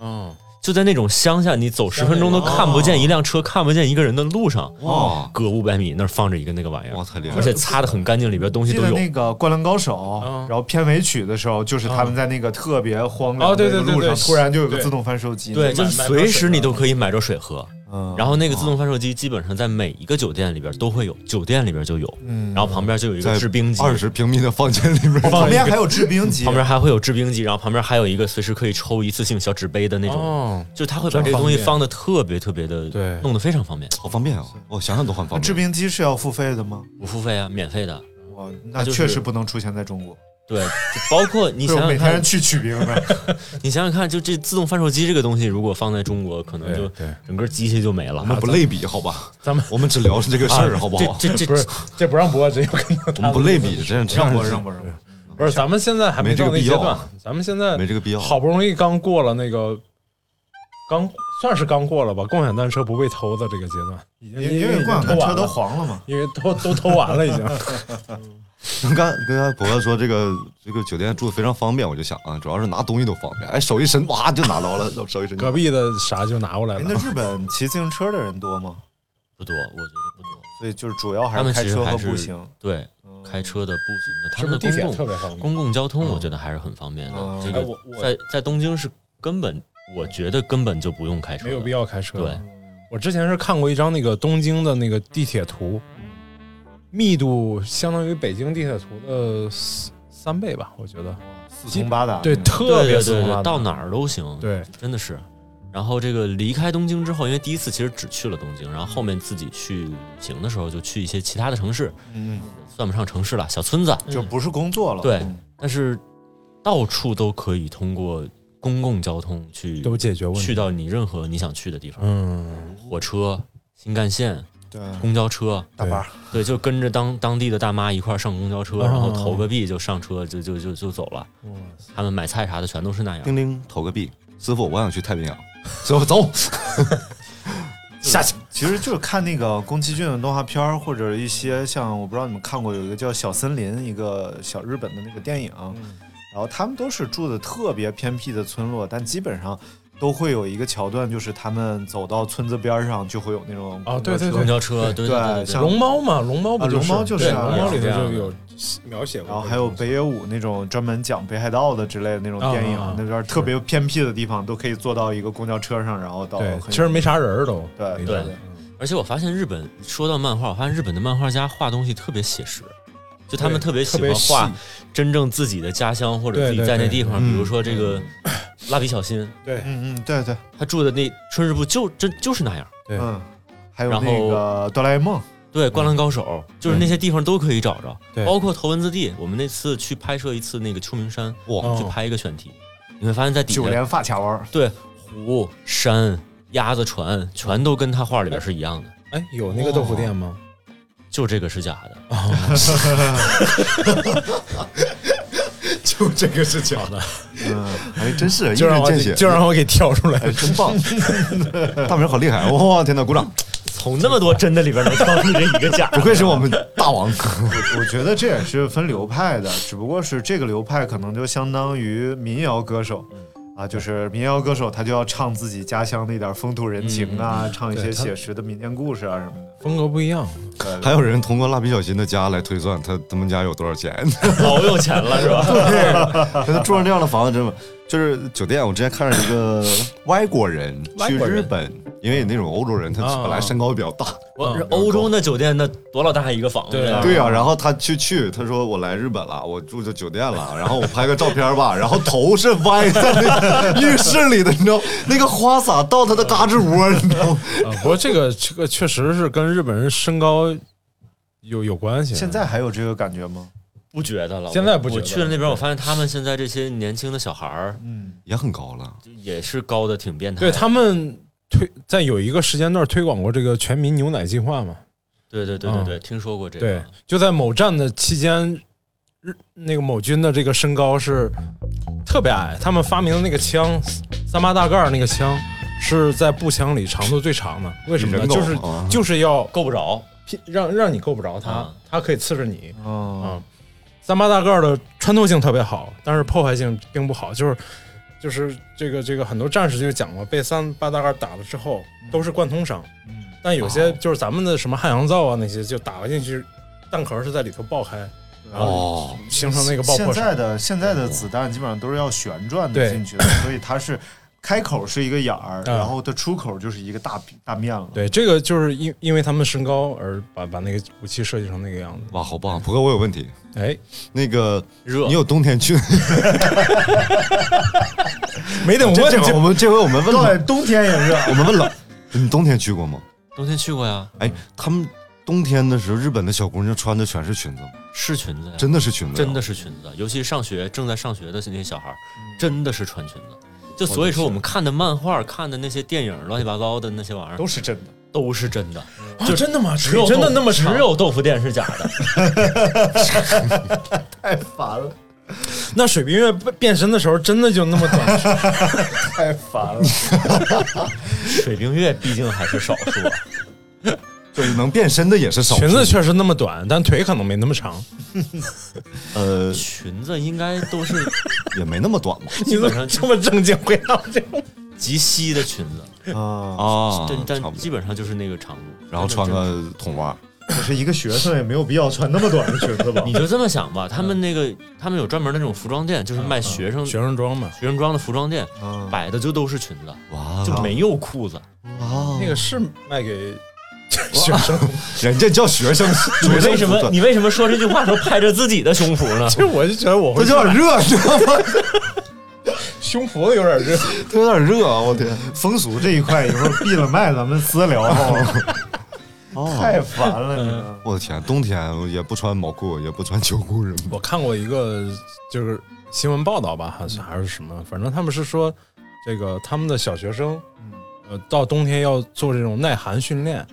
[SPEAKER 4] 嗯，
[SPEAKER 2] 就在那种乡下，你走十分钟都看不见一辆车，看不见一个人的路上，
[SPEAKER 5] 哇
[SPEAKER 2] 隔五百米那儿放着一个那个玩意
[SPEAKER 5] 哇，
[SPEAKER 2] 儿，
[SPEAKER 5] 太厉害
[SPEAKER 2] 而
[SPEAKER 5] 了！
[SPEAKER 2] 且擦的很干净，里边 东西
[SPEAKER 3] 记
[SPEAKER 2] 都
[SPEAKER 3] 得
[SPEAKER 2] 有。
[SPEAKER 3] 那个《灌篮高手》
[SPEAKER 4] 嗯
[SPEAKER 3] 然后片尾曲的时候，就是他们在那个特别荒凉
[SPEAKER 4] 哦
[SPEAKER 3] 的
[SPEAKER 4] 对
[SPEAKER 3] 那个
[SPEAKER 4] 对对
[SPEAKER 3] 路上，
[SPEAKER 4] 对
[SPEAKER 3] 突然就有个
[SPEAKER 4] 对
[SPEAKER 3] 自动贩售机。
[SPEAKER 2] 对，就是
[SPEAKER 4] 买
[SPEAKER 2] 随时你都可以买着水喝。
[SPEAKER 3] 嗯，
[SPEAKER 2] 然后那个自动贩售机基本上在每一个酒店里边都会有，酒店里边就有。
[SPEAKER 3] 嗯
[SPEAKER 2] 然后旁边就有一
[SPEAKER 5] 在
[SPEAKER 2] 个制冰机，
[SPEAKER 5] 二十平米的房间里面，
[SPEAKER 3] 旁边还有制冰机，
[SPEAKER 2] 旁边还会有制冰机，然后旁边还有一个随时可以抽一次性小纸杯的那种，
[SPEAKER 4] 哦，
[SPEAKER 2] 就他会把这个东
[SPEAKER 4] 真方
[SPEAKER 2] 西
[SPEAKER 4] 便
[SPEAKER 2] 放的特别特别的，
[SPEAKER 4] 对
[SPEAKER 2] 弄得非常方便，
[SPEAKER 5] 好方便啊！我想想都很方
[SPEAKER 3] 制
[SPEAKER 5] 便。
[SPEAKER 3] 冰机是要付费的吗？
[SPEAKER 2] 不付费啊，免费的。
[SPEAKER 3] 哇，那
[SPEAKER 2] 就是
[SPEAKER 3] 确实不能出现在中国。
[SPEAKER 2] 对，就包括你
[SPEAKER 3] 你
[SPEAKER 2] 想想
[SPEAKER 3] 每天
[SPEAKER 2] 看
[SPEAKER 3] 人，去取冰 呗，
[SPEAKER 2] 你想想看，就这自动贩售机这个东西，如果放在中国，可能
[SPEAKER 4] 对
[SPEAKER 2] 就
[SPEAKER 4] 对
[SPEAKER 2] 整个机器就没了。
[SPEAKER 5] 我们不类比好吧？
[SPEAKER 4] 咱们
[SPEAKER 5] 我们只聊这个事儿好不好？
[SPEAKER 2] 啊这这
[SPEAKER 4] 不是
[SPEAKER 2] 这，
[SPEAKER 4] 这不让播，这有可能
[SPEAKER 5] 我们不类比，这样这样
[SPEAKER 3] 让播让播让播。
[SPEAKER 4] 不是，咱们现在还没到那阶
[SPEAKER 5] 没这个必要
[SPEAKER 4] 段
[SPEAKER 5] 啊，
[SPEAKER 4] 咱们现在
[SPEAKER 5] 没这个必要。
[SPEAKER 4] 好不容易刚过了那个，刚算是刚过了吧，共享单车不被偷的这个阶段，已经
[SPEAKER 3] 因因为共享单车都
[SPEAKER 4] 黄，
[SPEAKER 3] 黄了嘛。
[SPEAKER 4] 因为都都偷完了已经。
[SPEAKER 5] 刚刚才博哥说这个这个酒店住的非常方便，我就想啊，主要是拿东西都方便，哎，手一伸哇就拿到了，手一伸
[SPEAKER 4] 隔壁的啥就拿过来
[SPEAKER 3] 哎，
[SPEAKER 4] 了
[SPEAKER 3] 那。日本骑自行车的人多吗？
[SPEAKER 2] 不多，我觉得不多。
[SPEAKER 3] 所以就是主要还
[SPEAKER 2] 他
[SPEAKER 3] 是
[SPEAKER 2] 们
[SPEAKER 3] 开
[SPEAKER 2] 其实
[SPEAKER 3] 车和
[SPEAKER 2] 还是
[SPEAKER 3] 步行。
[SPEAKER 2] 对，
[SPEAKER 3] 嗯
[SPEAKER 2] 开车的、步行的，他
[SPEAKER 4] 是不
[SPEAKER 2] 们
[SPEAKER 4] 是地
[SPEAKER 2] 的
[SPEAKER 4] 铁
[SPEAKER 2] 公
[SPEAKER 4] 特
[SPEAKER 2] 共
[SPEAKER 4] 别方便？
[SPEAKER 2] 公共交通，我觉得还是很方便
[SPEAKER 3] 嗯
[SPEAKER 2] 的。这
[SPEAKER 4] 哎，
[SPEAKER 2] 个
[SPEAKER 4] 我我
[SPEAKER 2] 在在东京是根本，我觉得根本就不用开车，
[SPEAKER 4] 没有必。要开车。
[SPEAKER 2] 对，
[SPEAKER 4] 我之前是看过一张那个东京的那个地铁图，密度相当于北京地铁图的三三倍吧，我觉得。
[SPEAKER 3] 四通八达。
[SPEAKER 4] 对，
[SPEAKER 3] 嗯
[SPEAKER 4] 特
[SPEAKER 2] 对
[SPEAKER 4] 别
[SPEAKER 2] 对
[SPEAKER 4] 松啊
[SPEAKER 2] 对
[SPEAKER 4] 散
[SPEAKER 2] 对，到哪儿都行。
[SPEAKER 4] 对，
[SPEAKER 2] 真的是。然后这个离开东京之后，因为第一次其实只去了东京，然后后面自己去旅行的时候就去一些其他的城市，
[SPEAKER 3] 嗯，
[SPEAKER 2] 算不上城市了，小村子。
[SPEAKER 3] 嗯就不是工作了。
[SPEAKER 2] 对
[SPEAKER 3] 嗯
[SPEAKER 2] 但是到处都可以通过公共交通去
[SPEAKER 4] 都解决问
[SPEAKER 2] 去
[SPEAKER 4] 题。
[SPEAKER 2] 到你任何你想去的地方，
[SPEAKER 4] 嗯，
[SPEAKER 2] 火车、新干线、
[SPEAKER 3] 对，
[SPEAKER 2] 公交车，
[SPEAKER 3] 大巴。
[SPEAKER 2] 对，就跟着当当地的大妈一块儿上公交车，
[SPEAKER 4] 啊
[SPEAKER 2] 然后投个币就上车，就就就就走了。
[SPEAKER 4] 哇塞
[SPEAKER 2] 他们买菜啥的全都是那样。
[SPEAKER 5] 叮铃投个币，师傅我想去太平洋，走走，下去。
[SPEAKER 3] 其实就是看那个宫崎骏的动画片儿，或者一些像我不知道你们看过有一个叫《小森林》，一个小日本的那个电影，
[SPEAKER 2] 嗯
[SPEAKER 3] 然后他们都是住的特别偏僻的村落，但基本上都会有一个桥段，就是他们走到村子边儿上就会有那种
[SPEAKER 4] 哦对对
[SPEAKER 3] 公交车
[SPEAKER 2] 公交车，对
[SPEAKER 3] 对
[SPEAKER 2] 对
[SPEAKER 3] 像
[SPEAKER 4] 龙猫嘛，龙猫不
[SPEAKER 3] 啊龙猫就是
[SPEAKER 4] 对
[SPEAKER 3] 啊
[SPEAKER 4] 龙猫里头
[SPEAKER 3] 这样
[SPEAKER 4] 就
[SPEAKER 3] 的
[SPEAKER 4] 有描写过这个东西，
[SPEAKER 3] 然后还有北野武那种专门讲北海道的之类的那种电影，
[SPEAKER 4] 啊啊啊
[SPEAKER 3] 那边特别偏僻的地方都可以坐到一个公交车上，然后到
[SPEAKER 4] 对
[SPEAKER 3] 很，
[SPEAKER 4] 其实没啥人儿都
[SPEAKER 3] 对
[SPEAKER 4] 没啥
[SPEAKER 2] 对
[SPEAKER 4] 人
[SPEAKER 2] 而且我发现日本说到漫画，我发现日本的漫画家画东西特别写实，就他们特别喜
[SPEAKER 4] 特别
[SPEAKER 2] 欢
[SPEAKER 4] 细
[SPEAKER 2] 画真正自己的家乡或者
[SPEAKER 4] 对
[SPEAKER 2] 自己
[SPEAKER 4] 对
[SPEAKER 2] 在那
[SPEAKER 4] 对
[SPEAKER 2] 地方，
[SPEAKER 5] 嗯
[SPEAKER 2] 比如说这个蜡笔小新，
[SPEAKER 4] 对
[SPEAKER 3] 嗯嗯对对
[SPEAKER 2] 他住的那春日部就真就是那样。
[SPEAKER 4] 对
[SPEAKER 3] 嗯，还有
[SPEAKER 2] 然后
[SPEAKER 3] 那个哆啦 A 梦，
[SPEAKER 2] 对，《灌篮高手》就是那些地方都可以找着，
[SPEAKER 4] 嗯对
[SPEAKER 2] 包括头文字 D。我们那次去拍摄一次那个秋名山，
[SPEAKER 4] 哦
[SPEAKER 2] 哇，去拍一个选题，你会发现在底
[SPEAKER 3] 九
[SPEAKER 2] 下
[SPEAKER 3] 连发卡 弯儿，
[SPEAKER 2] 对湖、山、鸭子船全都跟他画里边是一样的，
[SPEAKER 4] 哎，有那个豆腐店吗？
[SPEAKER 2] 就这个是假 的。
[SPEAKER 4] 就这个是假的，
[SPEAKER 3] 嗯，
[SPEAKER 5] 哎，真是一
[SPEAKER 4] 就让
[SPEAKER 5] 针
[SPEAKER 4] 我
[SPEAKER 5] 见
[SPEAKER 4] 给
[SPEAKER 5] 血，
[SPEAKER 4] 就让我给挑出来。
[SPEAKER 5] 哎，真棒！ 大明好厉害，啊哇，天哪，鼓掌！
[SPEAKER 2] 从那么多真的里边能挑出这一个 假
[SPEAKER 4] 哎
[SPEAKER 5] 不愧是我们大王。
[SPEAKER 3] 我我觉得这也是分流派的，只不过是这个流派可能就相当于民谣歌手。
[SPEAKER 4] 嗯
[SPEAKER 3] 啊，就是民谣歌手，他就要唱自己家乡那点风土人情啊，唱一
[SPEAKER 4] 嗯
[SPEAKER 3] 些
[SPEAKER 4] 对他
[SPEAKER 3] 写实的民间故事啊什么的。
[SPEAKER 4] 风格不一样，
[SPEAKER 5] 还有人通过蜡笔小新的家来推算他他们家有多少钱。
[SPEAKER 2] 老有钱了是吧？
[SPEAKER 5] 他住上这样的房子，真的就是酒店。我之前看着一个 外国人
[SPEAKER 4] 外
[SPEAKER 5] 去
[SPEAKER 4] 国人
[SPEAKER 5] 日本，因为那种欧洲人，他
[SPEAKER 4] 啊
[SPEAKER 5] 本来身高比较大，
[SPEAKER 2] 我欧洲那酒店那多老大一个房
[SPEAKER 4] 嗯
[SPEAKER 2] 子
[SPEAKER 4] 对啊
[SPEAKER 2] 呀，
[SPEAKER 5] 对呀、然后他去去，他说我来日本了，我住这酒店了，然后我拍个照片吧，然后头是歪在那个浴室里的，你知道那个花洒到他的胳肢窝，你知道吗？
[SPEAKER 4] 啊，不过这个这个确实是跟日本人身高有有关系。
[SPEAKER 3] 现在还有这个感觉吗？
[SPEAKER 2] 不觉得了。
[SPEAKER 4] 现在不
[SPEAKER 2] 我
[SPEAKER 4] 觉得
[SPEAKER 2] 我去了那边，我发现他们现在这些年轻的小孩儿
[SPEAKER 3] 嗯，
[SPEAKER 5] 也很高了，
[SPEAKER 2] 也是高的挺变态
[SPEAKER 4] 对
[SPEAKER 2] 的。
[SPEAKER 4] 他们推在有一个时间段推广过这个全民牛奶计划嘛？
[SPEAKER 2] 对对对对对，啊听说过这
[SPEAKER 4] 嗯对
[SPEAKER 2] 个。，
[SPEAKER 4] 就在某战的期间，日那个某军的这个身高是特别矮，他们发明的那个枪三八大盖儿那个枪是在步枪里长度最长的，为什么呢？
[SPEAKER 5] 人狗
[SPEAKER 4] 就是
[SPEAKER 5] 啊
[SPEAKER 4] 就是要
[SPEAKER 2] 够不着，
[SPEAKER 4] 拼让让你够不着他
[SPEAKER 2] 啊，
[SPEAKER 4] 他可以刺着你。
[SPEAKER 3] 哦，
[SPEAKER 4] 啊，三八大盖儿的穿透性特别好，但是破坏性并不好，就是就是这个这个很多战士就讲过，被三八大盖儿打了之后都是贯通伤，
[SPEAKER 3] 嗯
[SPEAKER 4] 但有些就是咱们的什么汉阳造啊那些，就打了进去，弹壳是在里头爆开，然后
[SPEAKER 5] 哦，
[SPEAKER 4] 形成那个爆
[SPEAKER 3] 啊现
[SPEAKER 4] 破伤。
[SPEAKER 3] 在的现在的子弹基本上都是要旋转的
[SPEAKER 4] 对
[SPEAKER 3] 进去的，所以它是开口是一个眼儿，
[SPEAKER 4] 嗯
[SPEAKER 3] 然后它出口就是一个大大面了。
[SPEAKER 4] 对，这个就是因因为他们身高而把把那个武器设计成那个样子。
[SPEAKER 5] 哇，好棒！不过我有问题，
[SPEAKER 4] 哎，
[SPEAKER 5] 那个
[SPEAKER 2] 热
[SPEAKER 5] 你有冬天去？
[SPEAKER 4] 没等问
[SPEAKER 5] 这回我
[SPEAKER 4] 就
[SPEAKER 5] 们这回我们问
[SPEAKER 3] 对
[SPEAKER 5] 了，，
[SPEAKER 3] 冬天也热。
[SPEAKER 5] 我们问了，你冬天去过吗？
[SPEAKER 2] 冬天去过呀，
[SPEAKER 5] 哎，他们冬天的时候，日本的小姑娘穿的全是裙子吗？
[SPEAKER 2] 是裙子呀，
[SPEAKER 5] 真的是裙子，
[SPEAKER 2] 真的。是裙子，尤其上学正在上学的那些小孩儿，真的是穿裙子。就所以说，我们看的漫画、看的那些电影、乱七八糟的那些玩意儿
[SPEAKER 3] 都是真的，
[SPEAKER 2] 都是真的，
[SPEAKER 4] 啊，真的吗？
[SPEAKER 2] 只有
[SPEAKER 4] 真的
[SPEAKER 2] 豆
[SPEAKER 4] 那么长
[SPEAKER 2] 只？有豆腐店是假的。
[SPEAKER 3] 太烦了。
[SPEAKER 6] 那水冰月变身的时候真的就那么短，太烦了。
[SPEAKER 2] 水冰月毕竟还是少数啊，
[SPEAKER 5] 就是能变身的也是少数。
[SPEAKER 4] 裙子确实那么短，但腿可能没那么 长。
[SPEAKER 5] 呃
[SPEAKER 2] 裙子应该都是
[SPEAKER 5] 也没那么短嘛。
[SPEAKER 6] 你怎么这么正经回答我这种？
[SPEAKER 2] 及膝的裙子，
[SPEAKER 3] 啊，
[SPEAKER 5] 啊
[SPEAKER 2] 但
[SPEAKER 5] 差
[SPEAKER 2] 但
[SPEAKER 5] 不
[SPEAKER 2] 基
[SPEAKER 5] 多。
[SPEAKER 2] 本上就是那个长度。
[SPEAKER 5] 然后穿个筒袜，
[SPEAKER 3] 可是一个学生也没有必要穿那么短的裙子吧？
[SPEAKER 2] 你就这么想吧，他们那个他们有专门的那种服装店，就是卖学生
[SPEAKER 4] 学
[SPEAKER 2] 学
[SPEAKER 4] 生装嘛，
[SPEAKER 2] 生装的服装店，
[SPEAKER 3] 啊
[SPEAKER 2] 摆的就都是裙子，
[SPEAKER 5] 哇
[SPEAKER 2] 就没有裤子。
[SPEAKER 5] 啊
[SPEAKER 4] 那个是卖 给学生。
[SPEAKER 5] 人家叫学生，
[SPEAKER 2] 你
[SPEAKER 5] 学
[SPEAKER 2] 为
[SPEAKER 5] 生
[SPEAKER 2] 什
[SPEAKER 5] 服
[SPEAKER 2] 么
[SPEAKER 5] 装
[SPEAKER 2] 你为什么说这句话时候拍着自己的胸脯呢？
[SPEAKER 4] 这我就觉得我
[SPEAKER 5] 他
[SPEAKER 4] 会
[SPEAKER 5] 有点热，你知道吗？
[SPEAKER 4] 胸脯有点热。
[SPEAKER 5] 他有点热，啊我天！
[SPEAKER 3] 风俗这一块，一会儿闭了麦咱们私聊，
[SPEAKER 5] 哦
[SPEAKER 3] 太烦了你们。
[SPEAKER 5] 我的天，冬天也不穿毛裤，也不穿秋裤什么 的。
[SPEAKER 4] 我看过一个就是新闻报道吧，还是还是什么，反正他们是说这个他们的小学生，呃，到冬天要做这种耐寒训练，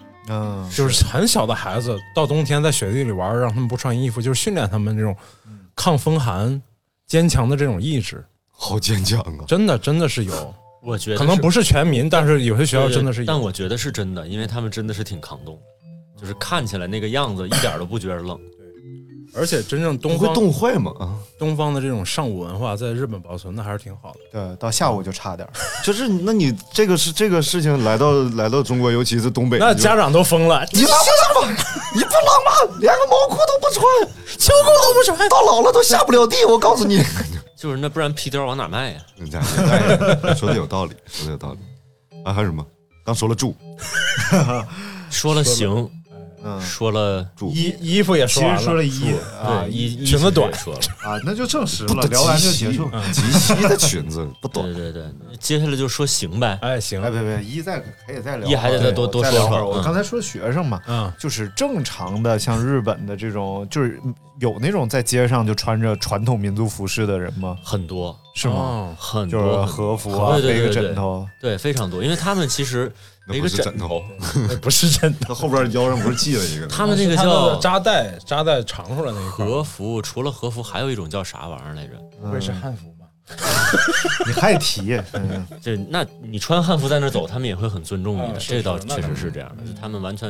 [SPEAKER 3] 嗯，
[SPEAKER 4] 就是很小的孩子到冬天在雪地里玩，让他们不穿衣服，就是训练他们这种抗风寒、坚强的这种意志。
[SPEAKER 5] 好坚强啊！
[SPEAKER 4] 真的，真的是有，
[SPEAKER 2] 我觉得
[SPEAKER 4] 可能
[SPEAKER 2] 是
[SPEAKER 4] 不是全民，但是有些学校
[SPEAKER 2] 对对
[SPEAKER 4] 真的是有。
[SPEAKER 2] 但我觉得是真的，因为他们真的是挺抗冻的，就是看起来那个样子一点都不觉得冷。
[SPEAKER 4] 而且真正
[SPEAKER 5] 不
[SPEAKER 4] 东
[SPEAKER 5] 会
[SPEAKER 4] 方
[SPEAKER 5] 冻坏吗？啊，
[SPEAKER 4] 东方的这种尚武文化在日本保存的还是挺好的。
[SPEAKER 3] 对，到下午就差点儿。
[SPEAKER 5] 就是那你这个是这个事情来到来到中国，尤其是东北，
[SPEAKER 4] 那
[SPEAKER 5] 你就
[SPEAKER 4] 家长都疯 了，
[SPEAKER 5] 你浪不浪漫？你不浪漫，连个毛裤都不穿，秋裤都不穿，到老了都下不了地。我告诉你，
[SPEAKER 2] 就是那不然皮貂往哪卖呀？
[SPEAKER 5] 人家哎说的有道理，说的有道理。啊，还有什么？刚说了住，
[SPEAKER 2] 说了行，
[SPEAKER 3] 嗯，
[SPEAKER 2] 说了
[SPEAKER 6] 衣衣服也
[SPEAKER 3] 其
[SPEAKER 6] 说完
[SPEAKER 3] 实
[SPEAKER 6] 了，
[SPEAKER 3] 说了一啊
[SPEAKER 2] 对衣
[SPEAKER 4] 裙子短
[SPEAKER 2] 也说了，
[SPEAKER 3] 啊，那就证实
[SPEAKER 5] 不
[SPEAKER 3] 了，聊完就结束。
[SPEAKER 5] 及膝的裙子不短
[SPEAKER 2] 对，对对，接下来就说行呗。
[SPEAKER 4] 哎，行
[SPEAKER 3] 哎，，别别，一再可以再聊会儿，
[SPEAKER 2] 一还得再多
[SPEAKER 3] 对
[SPEAKER 2] 多
[SPEAKER 3] 再
[SPEAKER 2] 说
[SPEAKER 3] 聊会儿。
[SPEAKER 2] 说
[SPEAKER 3] 我
[SPEAKER 2] 嗯
[SPEAKER 3] 刚才说学生嘛，
[SPEAKER 4] 嗯，
[SPEAKER 3] 就是正常的，像日本的这种，就是有那种在街上就穿着传统民族服饰的人吗？
[SPEAKER 2] 很多
[SPEAKER 3] 是吗？
[SPEAKER 4] 哦？
[SPEAKER 2] 很
[SPEAKER 3] 就
[SPEAKER 2] 多
[SPEAKER 3] 是
[SPEAKER 2] 很
[SPEAKER 3] 和服啊，
[SPEAKER 2] 对对
[SPEAKER 3] 背
[SPEAKER 2] 对
[SPEAKER 3] 个
[SPEAKER 2] 对
[SPEAKER 3] 枕头，
[SPEAKER 2] 对非常多，因为他们其实
[SPEAKER 5] 那
[SPEAKER 2] 没
[SPEAKER 5] 不
[SPEAKER 2] 个
[SPEAKER 5] 是 枕头，
[SPEAKER 4] 那哎不是真的，
[SPEAKER 5] 他后边腰上不是系了一个？
[SPEAKER 2] 他们那个
[SPEAKER 4] 是它的
[SPEAKER 2] 叫
[SPEAKER 4] 扎带，扎带长出来那一块儿，嗯
[SPEAKER 2] 和服，除了和服还有一种叫啥玩意儿来着？
[SPEAKER 4] 不会是汉服吧？
[SPEAKER 3] 嗯你还提？ 嗯，
[SPEAKER 2] 这那你穿汉服在那儿走，他们也会很尊重你的，
[SPEAKER 4] 啊是
[SPEAKER 2] 这倒
[SPEAKER 4] 是那
[SPEAKER 2] 确实
[SPEAKER 4] 当
[SPEAKER 2] 是这样的。就他们完全，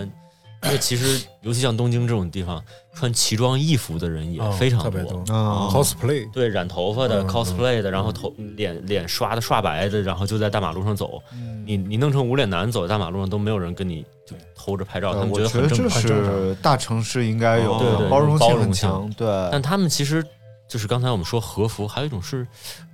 [SPEAKER 2] 因为其实尤其像东京这种地方，穿奇装异服的人也
[SPEAKER 4] 啊
[SPEAKER 2] 非常
[SPEAKER 4] 特别多嗯
[SPEAKER 3] 啊，
[SPEAKER 4] ，cosplay
[SPEAKER 2] 对，染头发的、cosplay 的，然后头脸脸刷的刷白的，然后就在大马路上走。
[SPEAKER 4] 嗯
[SPEAKER 3] 嗯
[SPEAKER 2] 你你弄成无脸男走在大马路上都没有人跟你就偷着拍照，他
[SPEAKER 3] 呃
[SPEAKER 2] 们
[SPEAKER 3] 我
[SPEAKER 2] 得
[SPEAKER 3] 觉
[SPEAKER 2] 很
[SPEAKER 3] 得
[SPEAKER 2] 正
[SPEAKER 3] 这
[SPEAKER 2] 常。哦
[SPEAKER 3] 是大城市应该有
[SPEAKER 5] 对
[SPEAKER 3] 的
[SPEAKER 5] 对
[SPEAKER 3] 包容
[SPEAKER 2] 包
[SPEAKER 3] 性
[SPEAKER 2] 容
[SPEAKER 3] 很
[SPEAKER 2] 性
[SPEAKER 3] 强，对，
[SPEAKER 2] 但他们其实就是刚才我们说和服，还有一种是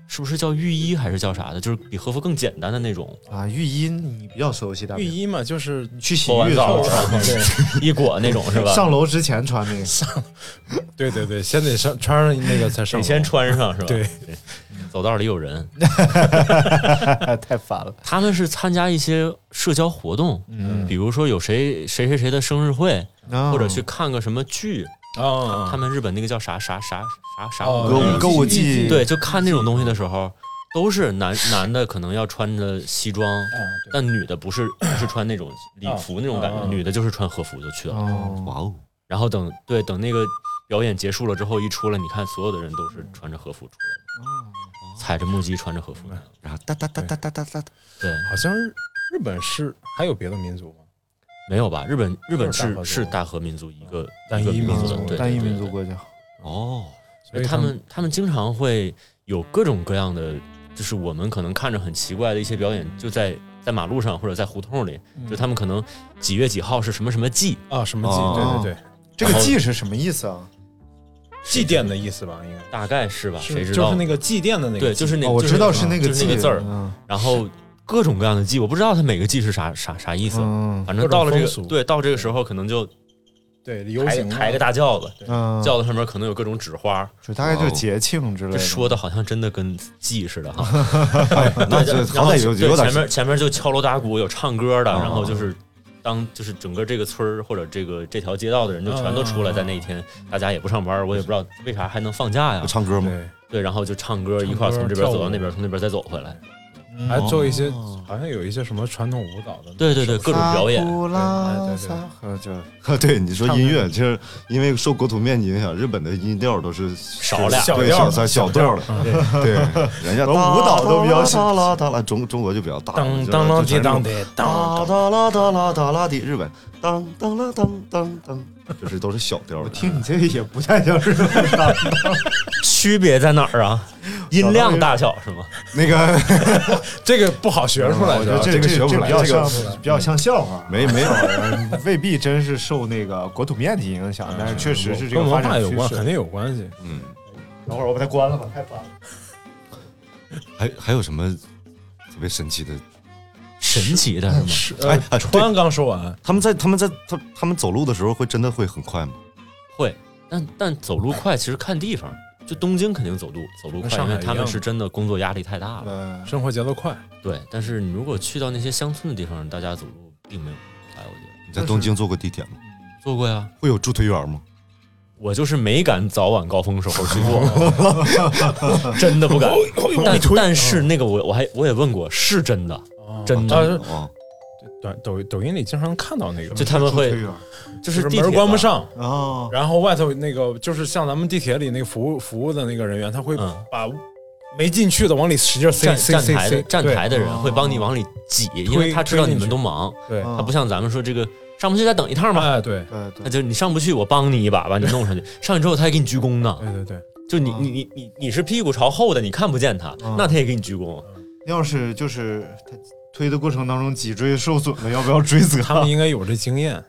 [SPEAKER 2] 是不是叫浴衣还是叫啥的？就是比和服更简单的那种，
[SPEAKER 3] 啊，浴衣你比较熟悉，大
[SPEAKER 4] 浴
[SPEAKER 3] 明
[SPEAKER 4] 衣嘛，就是
[SPEAKER 3] 去洗
[SPEAKER 2] 搓完
[SPEAKER 3] 浴的时
[SPEAKER 2] 澡
[SPEAKER 3] 候穿
[SPEAKER 2] 穿一裹那种是 吧？
[SPEAKER 3] 上楼之前穿那个，
[SPEAKER 4] 对对对，先得上穿上那个才上
[SPEAKER 2] 得
[SPEAKER 4] 楼，
[SPEAKER 2] 先穿上是吧？
[SPEAKER 4] 对，
[SPEAKER 2] 走道里有人，
[SPEAKER 3] 太烦了。
[SPEAKER 2] 他们是参加一些社交活动，
[SPEAKER 3] 嗯
[SPEAKER 2] 比如说有谁谁谁谁的生日会，
[SPEAKER 4] 嗯
[SPEAKER 3] 啊
[SPEAKER 2] 或者去看个什么剧，
[SPEAKER 4] 啊，
[SPEAKER 2] 他们日本那个叫啥啥啥啥啥
[SPEAKER 4] 哦
[SPEAKER 3] 歌舞
[SPEAKER 4] 嗯
[SPEAKER 3] 歌舞伎，
[SPEAKER 2] 对，就看那种东西的时候，都是男男的可能要穿着西装，
[SPEAKER 4] 啊对
[SPEAKER 3] 嗯
[SPEAKER 2] 但女的不是不是穿那种礼服那种感
[SPEAKER 4] 啊
[SPEAKER 2] 觉
[SPEAKER 4] 啊，啊
[SPEAKER 2] 女的就是穿和服就去了。
[SPEAKER 3] 哦，
[SPEAKER 5] 哇哦，
[SPEAKER 2] 然后等对等那个表演结束了之后，一出来，你看所有的人都是穿着和服出来的，踩着木屐穿着和服的。
[SPEAKER 5] 然后哒哒哒哒哒哒哒，
[SPEAKER 2] 对，
[SPEAKER 4] 好像日日本是还有别的民族吗？
[SPEAKER 2] 没有吧？日本日
[SPEAKER 4] 就
[SPEAKER 2] 本
[SPEAKER 4] 是大
[SPEAKER 2] 是
[SPEAKER 4] 和
[SPEAKER 2] 是
[SPEAKER 4] 族
[SPEAKER 2] 大和民族一个
[SPEAKER 4] 单
[SPEAKER 2] 一个
[SPEAKER 4] 一民
[SPEAKER 2] 族
[SPEAKER 4] 族
[SPEAKER 2] 的，对
[SPEAKER 3] 单一民。
[SPEAKER 2] 对
[SPEAKER 3] 族
[SPEAKER 2] 对
[SPEAKER 3] 国家，
[SPEAKER 5] 哦，
[SPEAKER 4] 所以
[SPEAKER 2] 他们他们经常会有各种各样的，就是我们可能看着很奇怪的一些表演，就在在马路上或者在胡同里，
[SPEAKER 4] 嗯
[SPEAKER 2] 就他们可能几月几号是什么什么季，
[SPEAKER 4] 啊什么
[SPEAKER 5] 哦
[SPEAKER 4] 祭？对对对，
[SPEAKER 3] 这个
[SPEAKER 2] 然后
[SPEAKER 3] 祭是什么意思啊？
[SPEAKER 4] 祭奠的意思吧，应该
[SPEAKER 2] 大概是吧？谁
[SPEAKER 4] 是
[SPEAKER 2] 知
[SPEAKER 4] 就
[SPEAKER 2] 道
[SPEAKER 4] 是
[SPEAKER 2] 呢？
[SPEAKER 4] 那个祭奠的那个祭，
[SPEAKER 2] 对，就是那
[SPEAKER 3] 哦我
[SPEAKER 2] 就是
[SPEAKER 3] 知道是那
[SPEAKER 2] 个
[SPEAKER 3] 个
[SPEAKER 2] 就是那
[SPEAKER 3] 祭
[SPEAKER 2] 个字儿，
[SPEAKER 3] 嗯
[SPEAKER 2] 然后各种各样的季，我不知道它每个季是啥啥啥意思。
[SPEAKER 3] 嗯
[SPEAKER 2] 反正到了这
[SPEAKER 4] 各种风
[SPEAKER 2] 个
[SPEAKER 4] 俗
[SPEAKER 2] 对，到这个时候可能就
[SPEAKER 4] 对游
[SPEAKER 2] 抬
[SPEAKER 4] 行啊
[SPEAKER 2] 抬个大轿子，
[SPEAKER 3] 嗯，
[SPEAKER 2] 轿子上面可能有各种纸花，
[SPEAKER 3] 就大概就是节庆之类
[SPEAKER 2] 这
[SPEAKER 3] 的。
[SPEAKER 2] 说的好像真的跟季似的哈。
[SPEAKER 5] 那这
[SPEAKER 2] 然
[SPEAKER 5] 好
[SPEAKER 2] 后
[SPEAKER 5] 歹有
[SPEAKER 2] 对
[SPEAKER 5] 有点
[SPEAKER 2] 前面前面就敲锣打鼓，有唱歌的，然后就是当就是整个这个村儿或者这个这条街道的人就全都出来，在那一天大家也不上班，我也不知道为啥还能放假呀
[SPEAKER 5] 嗯有？唱歌吗？
[SPEAKER 4] 对
[SPEAKER 2] 对，然后就唱歌，
[SPEAKER 4] 歌
[SPEAKER 2] 一块儿从这边
[SPEAKER 4] 跳舞
[SPEAKER 2] 走到那边，从那边再走回来，
[SPEAKER 4] 还做一些好像有一些什么传统舞蹈的，
[SPEAKER 2] 对对对，各种表演。
[SPEAKER 3] 布
[SPEAKER 4] 对
[SPEAKER 3] 拉
[SPEAKER 4] 对对
[SPEAKER 3] 萨呃就
[SPEAKER 5] 啊， 对你说音乐，其实因为受国土面积影响，日本的音调都是
[SPEAKER 2] 少
[SPEAKER 5] 对
[SPEAKER 2] 俩
[SPEAKER 6] 小调
[SPEAKER 5] 小
[SPEAKER 6] 儿
[SPEAKER 5] 小小调儿的，对，人家
[SPEAKER 3] 然后舞蹈都比较小
[SPEAKER 5] 哒啦哒啦，中中国就比较大，
[SPEAKER 6] 当当啷
[SPEAKER 5] 就
[SPEAKER 6] 滴
[SPEAKER 5] 是
[SPEAKER 6] 当的
[SPEAKER 5] 哒
[SPEAKER 6] 当，
[SPEAKER 5] 哒啦哒啦哒啦的日本，当当啦当当当，就是都是小调
[SPEAKER 3] 我
[SPEAKER 5] 的。
[SPEAKER 3] 听你这个也不太像是
[SPEAKER 2] 区别在哪儿啊？音量大小是吗？
[SPEAKER 5] 那个
[SPEAKER 4] 这个不好学出来，
[SPEAKER 5] 我
[SPEAKER 4] 知
[SPEAKER 5] 觉
[SPEAKER 4] 道
[SPEAKER 5] 得
[SPEAKER 4] 吧
[SPEAKER 5] 这个学
[SPEAKER 3] 这
[SPEAKER 5] 不
[SPEAKER 3] 比
[SPEAKER 5] 来
[SPEAKER 3] 较
[SPEAKER 5] 这个
[SPEAKER 3] 像比较像笑话，
[SPEAKER 5] 没没有，
[SPEAKER 3] 呃未必真是受那个国土面积影响，但是确实是这
[SPEAKER 4] 跟
[SPEAKER 3] 个发
[SPEAKER 4] 文化
[SPEAKER 3] 展
[SPEAKER 4] 有
[SPEAKER 3] 趋
[SPEAKER 4] 关，
[SPEAKER 3] 势
[SPEAKER 4] 肯。定有关系。
[SPEAKER 5] 嗯，
[SPEAKER 3] 等会儿我把它关了吧，太烦了。
[SPEAKER 5] 还还有什么特别神奇的？
[SPEAKER 2] 神奇的是吗？
[SPEAKER 4] 是呃，
[SPEAKER 5] 哎
[SPEAKER 4] 川刚说完，
[SPEAKER 5] 他们在他们在他他们走路的时候会真的会很快吗？
[SPEAKER 2] 会，但但走路快其实看地方。就东京肯定走路走路
[SPEAKER 4] 跟
[SPEAKER 2] 快，
[SPEAKER 4] 上
[SPEAKER 2] 因
[SPEAKER 4] 海
[SPEAKER 2] 为他
[SPEAKER 4] 一样
[SPEAKER 2] 们是真的工作压力太大了。
[SPEAKER 3] 嗯，
[SPEAKER 4] 生活节奏快，
[SPEAKER 2] 对，但是你如果去到那些乡村的地方，大家走路并没有快，我觉得。
[SPEAKER 5] 你在东京坐过地铁吗？
[SPEAKER 2] 坐过呀，
[SPEAKER 5] 会有助推员吗？
[SPEAKER 2] 我就是没敢早晚高峰时候 去做， 真的不敢。但但是那个我我还我也问过，是真的，真
[SPEAKER 4] 啊
[SPEAKER 2] 的，
[SPEAKER 4] 是
[SPEAKER 5] 啊，
[SPEAKER 4] 短抖抖音里经常看到那个，
[SPEAKER 2] 就他们
[SPEAKER 3] 助推
[SPEAKER 2] 会
[SPEAKER 3] 员
[SPEAKER 2] 就是地
[SPEAKER 4] 门
[SPEAKER 2] 铁
[SPEAKER 4] 关不
[SPEAKER 2] 吧，
[SPEAKER 4] 上，
[SPEAKER 3] 哦，
[SPEAKER 4] 然后外头那个就是像咱们地铁里那个服务服务的那个人员，他会
[SPEAKER 2] 嗯
[SPEAKER 4] 把没进去的往里使劲塞
[SPEAKER 2] 站
[SPEAKER 4] 塞
[SPEAKER 2] 站
[SPEAKER 4] 塞
[SPEAKER 2] 台
[SPEAKER 4] 塞
[SPEAKER 2] 的，站
[SPEAKER 4] 对哦
[SPEAKER 2] 台的人会帮你往里挤，因为他知道你们都忙，
[SPEAKER 4] 对，
[SPEAKER 2] 他啊不像咱们说这个上不去再等一趟吧，
[SPEAKER 4] 哎对
[SPEAKER 3] 对
[SPEAKER 2] 那
[SPEAKER 3] 哦呃对，
[SPEAKER 2] 就你上不去我帮你一把，把你弄上去，上去之后他还给你鞠躬呢，
[SPEAKER 4] 对对对，
[SPEAKER 2] 就你你你你你是屁股朝后的，你看不见他，
[SPEAKER 4] 嗯
[SPEAKER 2] 那他也给你鞠躬，啊
[SPEAKER 3] 要是就是他推的过程当中脊椎受损了，要不要追责？
[SPEAKER 4] 他们应该有这经验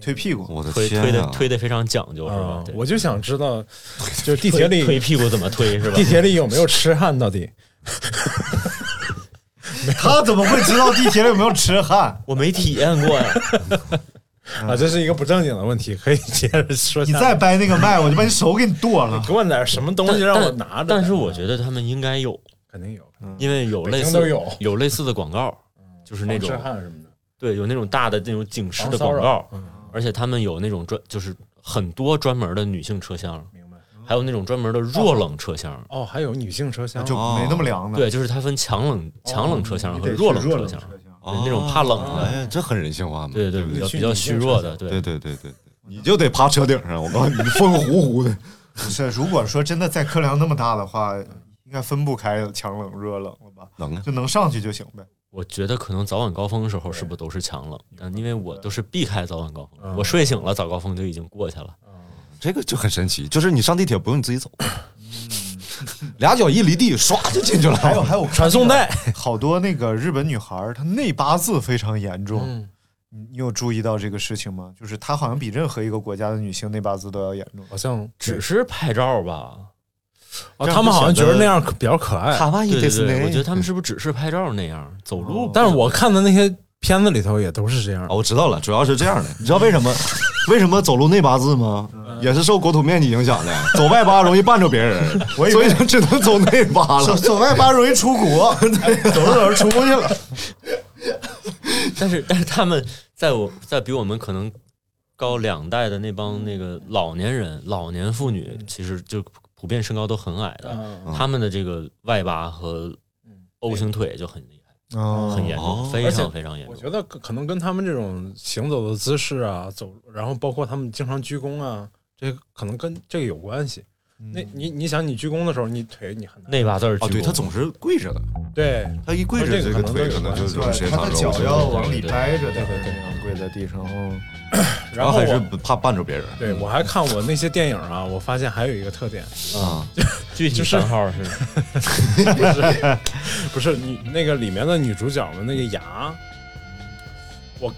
[SPEAKER 3] 推屁股，
[SPEAKER 5] 我的
[SPEAKER 2] 推
[SPEAKER 5] 天
[SPEAKER 2] 推的
[SPEAKER 5] 啊！
[SPEAKER 2] 推的非常讲究是吧
[SPEAKER 4] 啊？
[SPEAKER 2] 对，
[SPEAKER 4] 我就想知道，就是地铁
[SPEAKER 2] 推推
[SPEAKER 4] 里
[SPEAKER 2] 屁股怎么推是吧
[SPEAKER 4] 地？铁里有没有痴汉到底？
[SPEAKER 3] 他怎么会知道地铁里有没有痴 汉？
[SPEAKER 2] 我没体验过呀。
[SPEAKER 4] 啊，这是一个不正经的问题，可以接着说
[SPEAKER 3] 你
[SPEAKER 4] 下去。
[SPEAKER 3] 再掰那个麦，我就把你手给你剁 了。
[SPEAKER 4] 给我点什么 东西让我拿着？
[SPEAKER 2] 但是我觉得他们应该有，
[SPEAKER 4] 肯定有，
[SPEAKER 2] 因为有类
[SPEAKER 4] 北京
[SPEAKER 2] 似
[SPEAKER 4] 都有嗯
[SPEAKER 2] 类似的广告，就是那种
[SPEAKER 4] 痴汉什么的，
[SPEAKER 2] 对有那种大的那种警示
[SPEAKER 4] 防
[SPEAKER 2] 的
[SPEAKER 4] 骚
[SPEAKER 2] 广
[SPEAKER 4] 扰
[SPEAKER 2] 告，
[SPEAKER 4] 嗯
[SPEAKER 2] 而且他们有那种专就是很多专门的女性车厢，
[SPEAKER 4] 明白。嗯
[SPEAKER 2] 还有那种专门的弱冷车厢。
[SPEAKER 4] 哦，还有女性车厢，啊
[SPEAKER 2] 啊
[SPEAKER 3] 就没那么凉的，哦
[SPEAKER 2] 对，就是它分强冷强冷车厢
[SPEAKER 3] 你
[SPEAKER 2] 和
[SPEAKER 3] 得
[SPEAKER 2] 弱
[SPEAKER 3] 去
[SPEAKER 2] 冷
[SPEAKER 3] 弱
[SPEAKER 2] 车
[SPEAKER 3] 冷
[SPEAKER 2] 厢，
[SPEAKER 3] 车厢。
[SPEAKER 2] 对那种怕冷
[SPEAKER 5] 哦
[SPEAKER 2] 的，
[SPEAKER 5] 哎，这很人性化嘛。
[SPEAKER 2] 对对，比较
[SPEAKER 4] 去
[SPEAKER 2] 比较
[SPEAKER 4] 女
[SPEAKER 2] 虚
[SPEAKER 4] 性车
[SPEAKER 2] 弱
[SPEAKER 4] 厢
[SPEAKER 2] 的，
[SPEAKER 5] 对
[SPEAKER 2] 对，
[SPEAKER 5] 对对对对，你就得爬车顶上，我告诉你，风呼呼的。
[SPEAKER 3] 不是，如果说真的在客量那么大的话，应该分不开强冷热冷了吧？
[SPEAKER 5] 能啊，
[SPEAKER 3] 就能上去就行呗。
[SPEAKER 2] 我觉得可能早晚高峰时候是不是都是强冷？但因为我都是避开早晚高峰，
[SPEAKER 4] 嗯
[SPEAKER 2] 我睡醒了早高峰就已经过去了。
[SPEAKER 5] 这个就很神奇，就是你上地铁不用你自己走， 俩脚一离地，唰就进去了。
[SPEAKER 3] 还有还有，
[SPEAKER 4] 传送带，
[SPEAKER 3] 好多那个日本女孩儿，她内八字非常严重。你你有注意到这个事情吗？就是她好像比任何一个国家的女性内八字都要严重。
[SPEAKER 4] 好像
[SPEAKER 2] 只是拍照吧，
[SPEAKER 4] 哦，他们好像觉得那样可比较可爱，
[SPEAKER 5] 哇
[SPEAKER 2] 对对对，我觉得他们是不是只是拍照那样走路？
[SPEAKER 4] 但是我看的那些片子里头也都是这样
[SPEAKER 5] 哦，。我知道了，主要是这样的，你知道为什么？为什么走路内八字吗？也是受国土面积影响的，走外八容易绊着别人，
[SPEAKER 3] 我以
[SPEAKER 5] 所
[SPEAKER 3] 为
[SPEAKER 5] 以就只能走内八
[SPEAKER 3] 走
[SPEAKER 5] 了。
[SPEAKER 3] 走外八容易出国，走着走着出去了。
[SPEAKER 2] 但是但是他们在我在比我们可能高两代的那帮那个老年人、老年妇女，其实就普遍身高都很矮的，
[SPEAKER 4] 嗯
[SPEAKER 5] 嗯
[SPEAKER 2] 他们的这个外八和 O 型腿就很厉害，很严
[SPEAKER 5] 哦
[SPEAKER 2] 重，非常非常严
[SPEAKER 4] 我
[SPEAKER 2] 重。
[SPEAKER 4] 觉得可可能跟他们这种行走的姿势啊，走，然后包括他们经常鞠躬啊，这个可能跟这个有关系。
[SPEAKER 3] 嗯
[SPEAKER 4] 那
[SPEAKER 5] 嗯
[SPEAKER 4] 你你想，你鞠躬的时候，你腿你很难
[SPEAKER 2] 那八字儿
[SPEAKER 5] 哦，
[SPEAKER 2] 鞠
[SPEAKER 5] 对，
[SPEAKER 2] 躬
[SPEAKER 5] 他总是跪着的，
[SPEAKER 4] 对，
[SPEAKER 5] 他一跪着，
[SPEAKER 4] 哦这
[SPEAKER 5] 这
[SPEAKER 4] 个
[SPEAKER 5] 个
[SPEAKER 4] 可能
[SPEAKER 5] 腿
[SPEAKER 4] 都有
[SPEAKER 5] 可能
[SPEAKER 4] 关
[SPEAKER 5] 就
[SPEAKER 4] 系
[SPEAKER 5] 就谁
[SPEAKER 3] 她
[SPEAKER 5] 躺
[SPEAKER 3] 的
[SPEAKER 5] 着
[SPEAKER 3] 脚要
[SPEAKER 5] 我
[SPEAKER 3] 往里掰着的，
[SPEAKER 4] 对对
[SPEAKER 3] 那样跪在地上。嗯
[SPEAKER 5] 然
[SPEAKER 4] 然
[SPEAKER 5] 后
[SPEAKER 4] 后
[SPEAKER 5] 还是
[SPEAKER 4] 我
[SPEAKER 5] 不怕绊着别人
[SPEAKER 4] 对我还看我那些电影啊，我发现还有一个特点，
[SPEAKER 5] 啊。
[SPEAKER 2] 具体
[SPEAKER 4] 就是
[SPEAKER 2] 番号是
[SPEAKER 4] 不是不是你那个里面的女主角们那个牙，我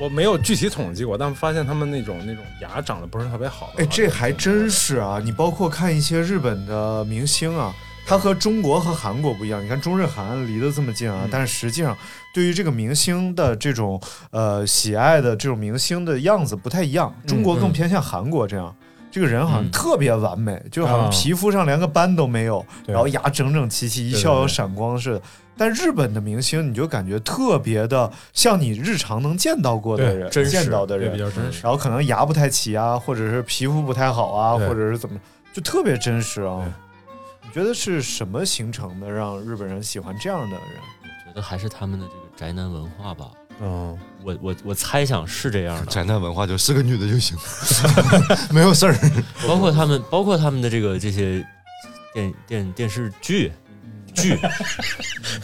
[SPEAKER 4] 我没有具体统计过，但发现他们那种那种牙长得不是特别好的。
[SPEAKER 3] 哎，这还真是啊！你包括看一些日本的明星啊，他和中国和韩国不一样。你看中日韩离得这么近啊，
[SPEAKER 4] 嗯
[SPEAKER 3] 但是实际上对于这个明星的这种呃喜爱的这种明星的样子不太一样，中
[SPEAKER 4] 嗯
[SPEAKER 3] 国更偏向韩国这样。这个人好像
[SPEAKER 2] 嗯
[SPEAKER 3] 特别完美，就好
[SPEAKER 4] 啊
[SPEAKER 3] 像皮肤上连个斑都没有，
[SPEAKER 4] 对
[SPEAKER 3] 然后牙整整齐齐，一
[SPEAKER 4] 对对
[SPEAKER 3] 笑有
[SPEAKER 4] 对
[SPEAKER 3] 闪光似的。但日本的明星，你就感觉特别的像你日常能见到过的
[SPEAKER 4] 对
[SPEAKER 3] 人，
[SPEAKER 2] 真实
[SPEAKER 3] 见到的
[SPEAKER 4] 对
[SPEAKER 3] 人
[SPEAKER 4] 比，较真实。
[SPEAKER 3] 然后可能牙不太齐啊，或者是皮肤不太好啊，
[SPEAKER 4] 对
[SPEAKER 3] 或者是怎么，就特别真实啊。你觉得是什么形成的让日本人喜欢这样的人？
[SPEAKER 2] 觉得还是他们的这个宅男文化吧。
[SPEAKER 4] 嗯，
[SPEAKER 2] 我我我猜想是这样的，
[SPEAKER 5] 宅男文化就是个女的就行， 没有事儿。
[SPEAKER 2] 包括他们，包括他们的这个这些电电电视剧 剧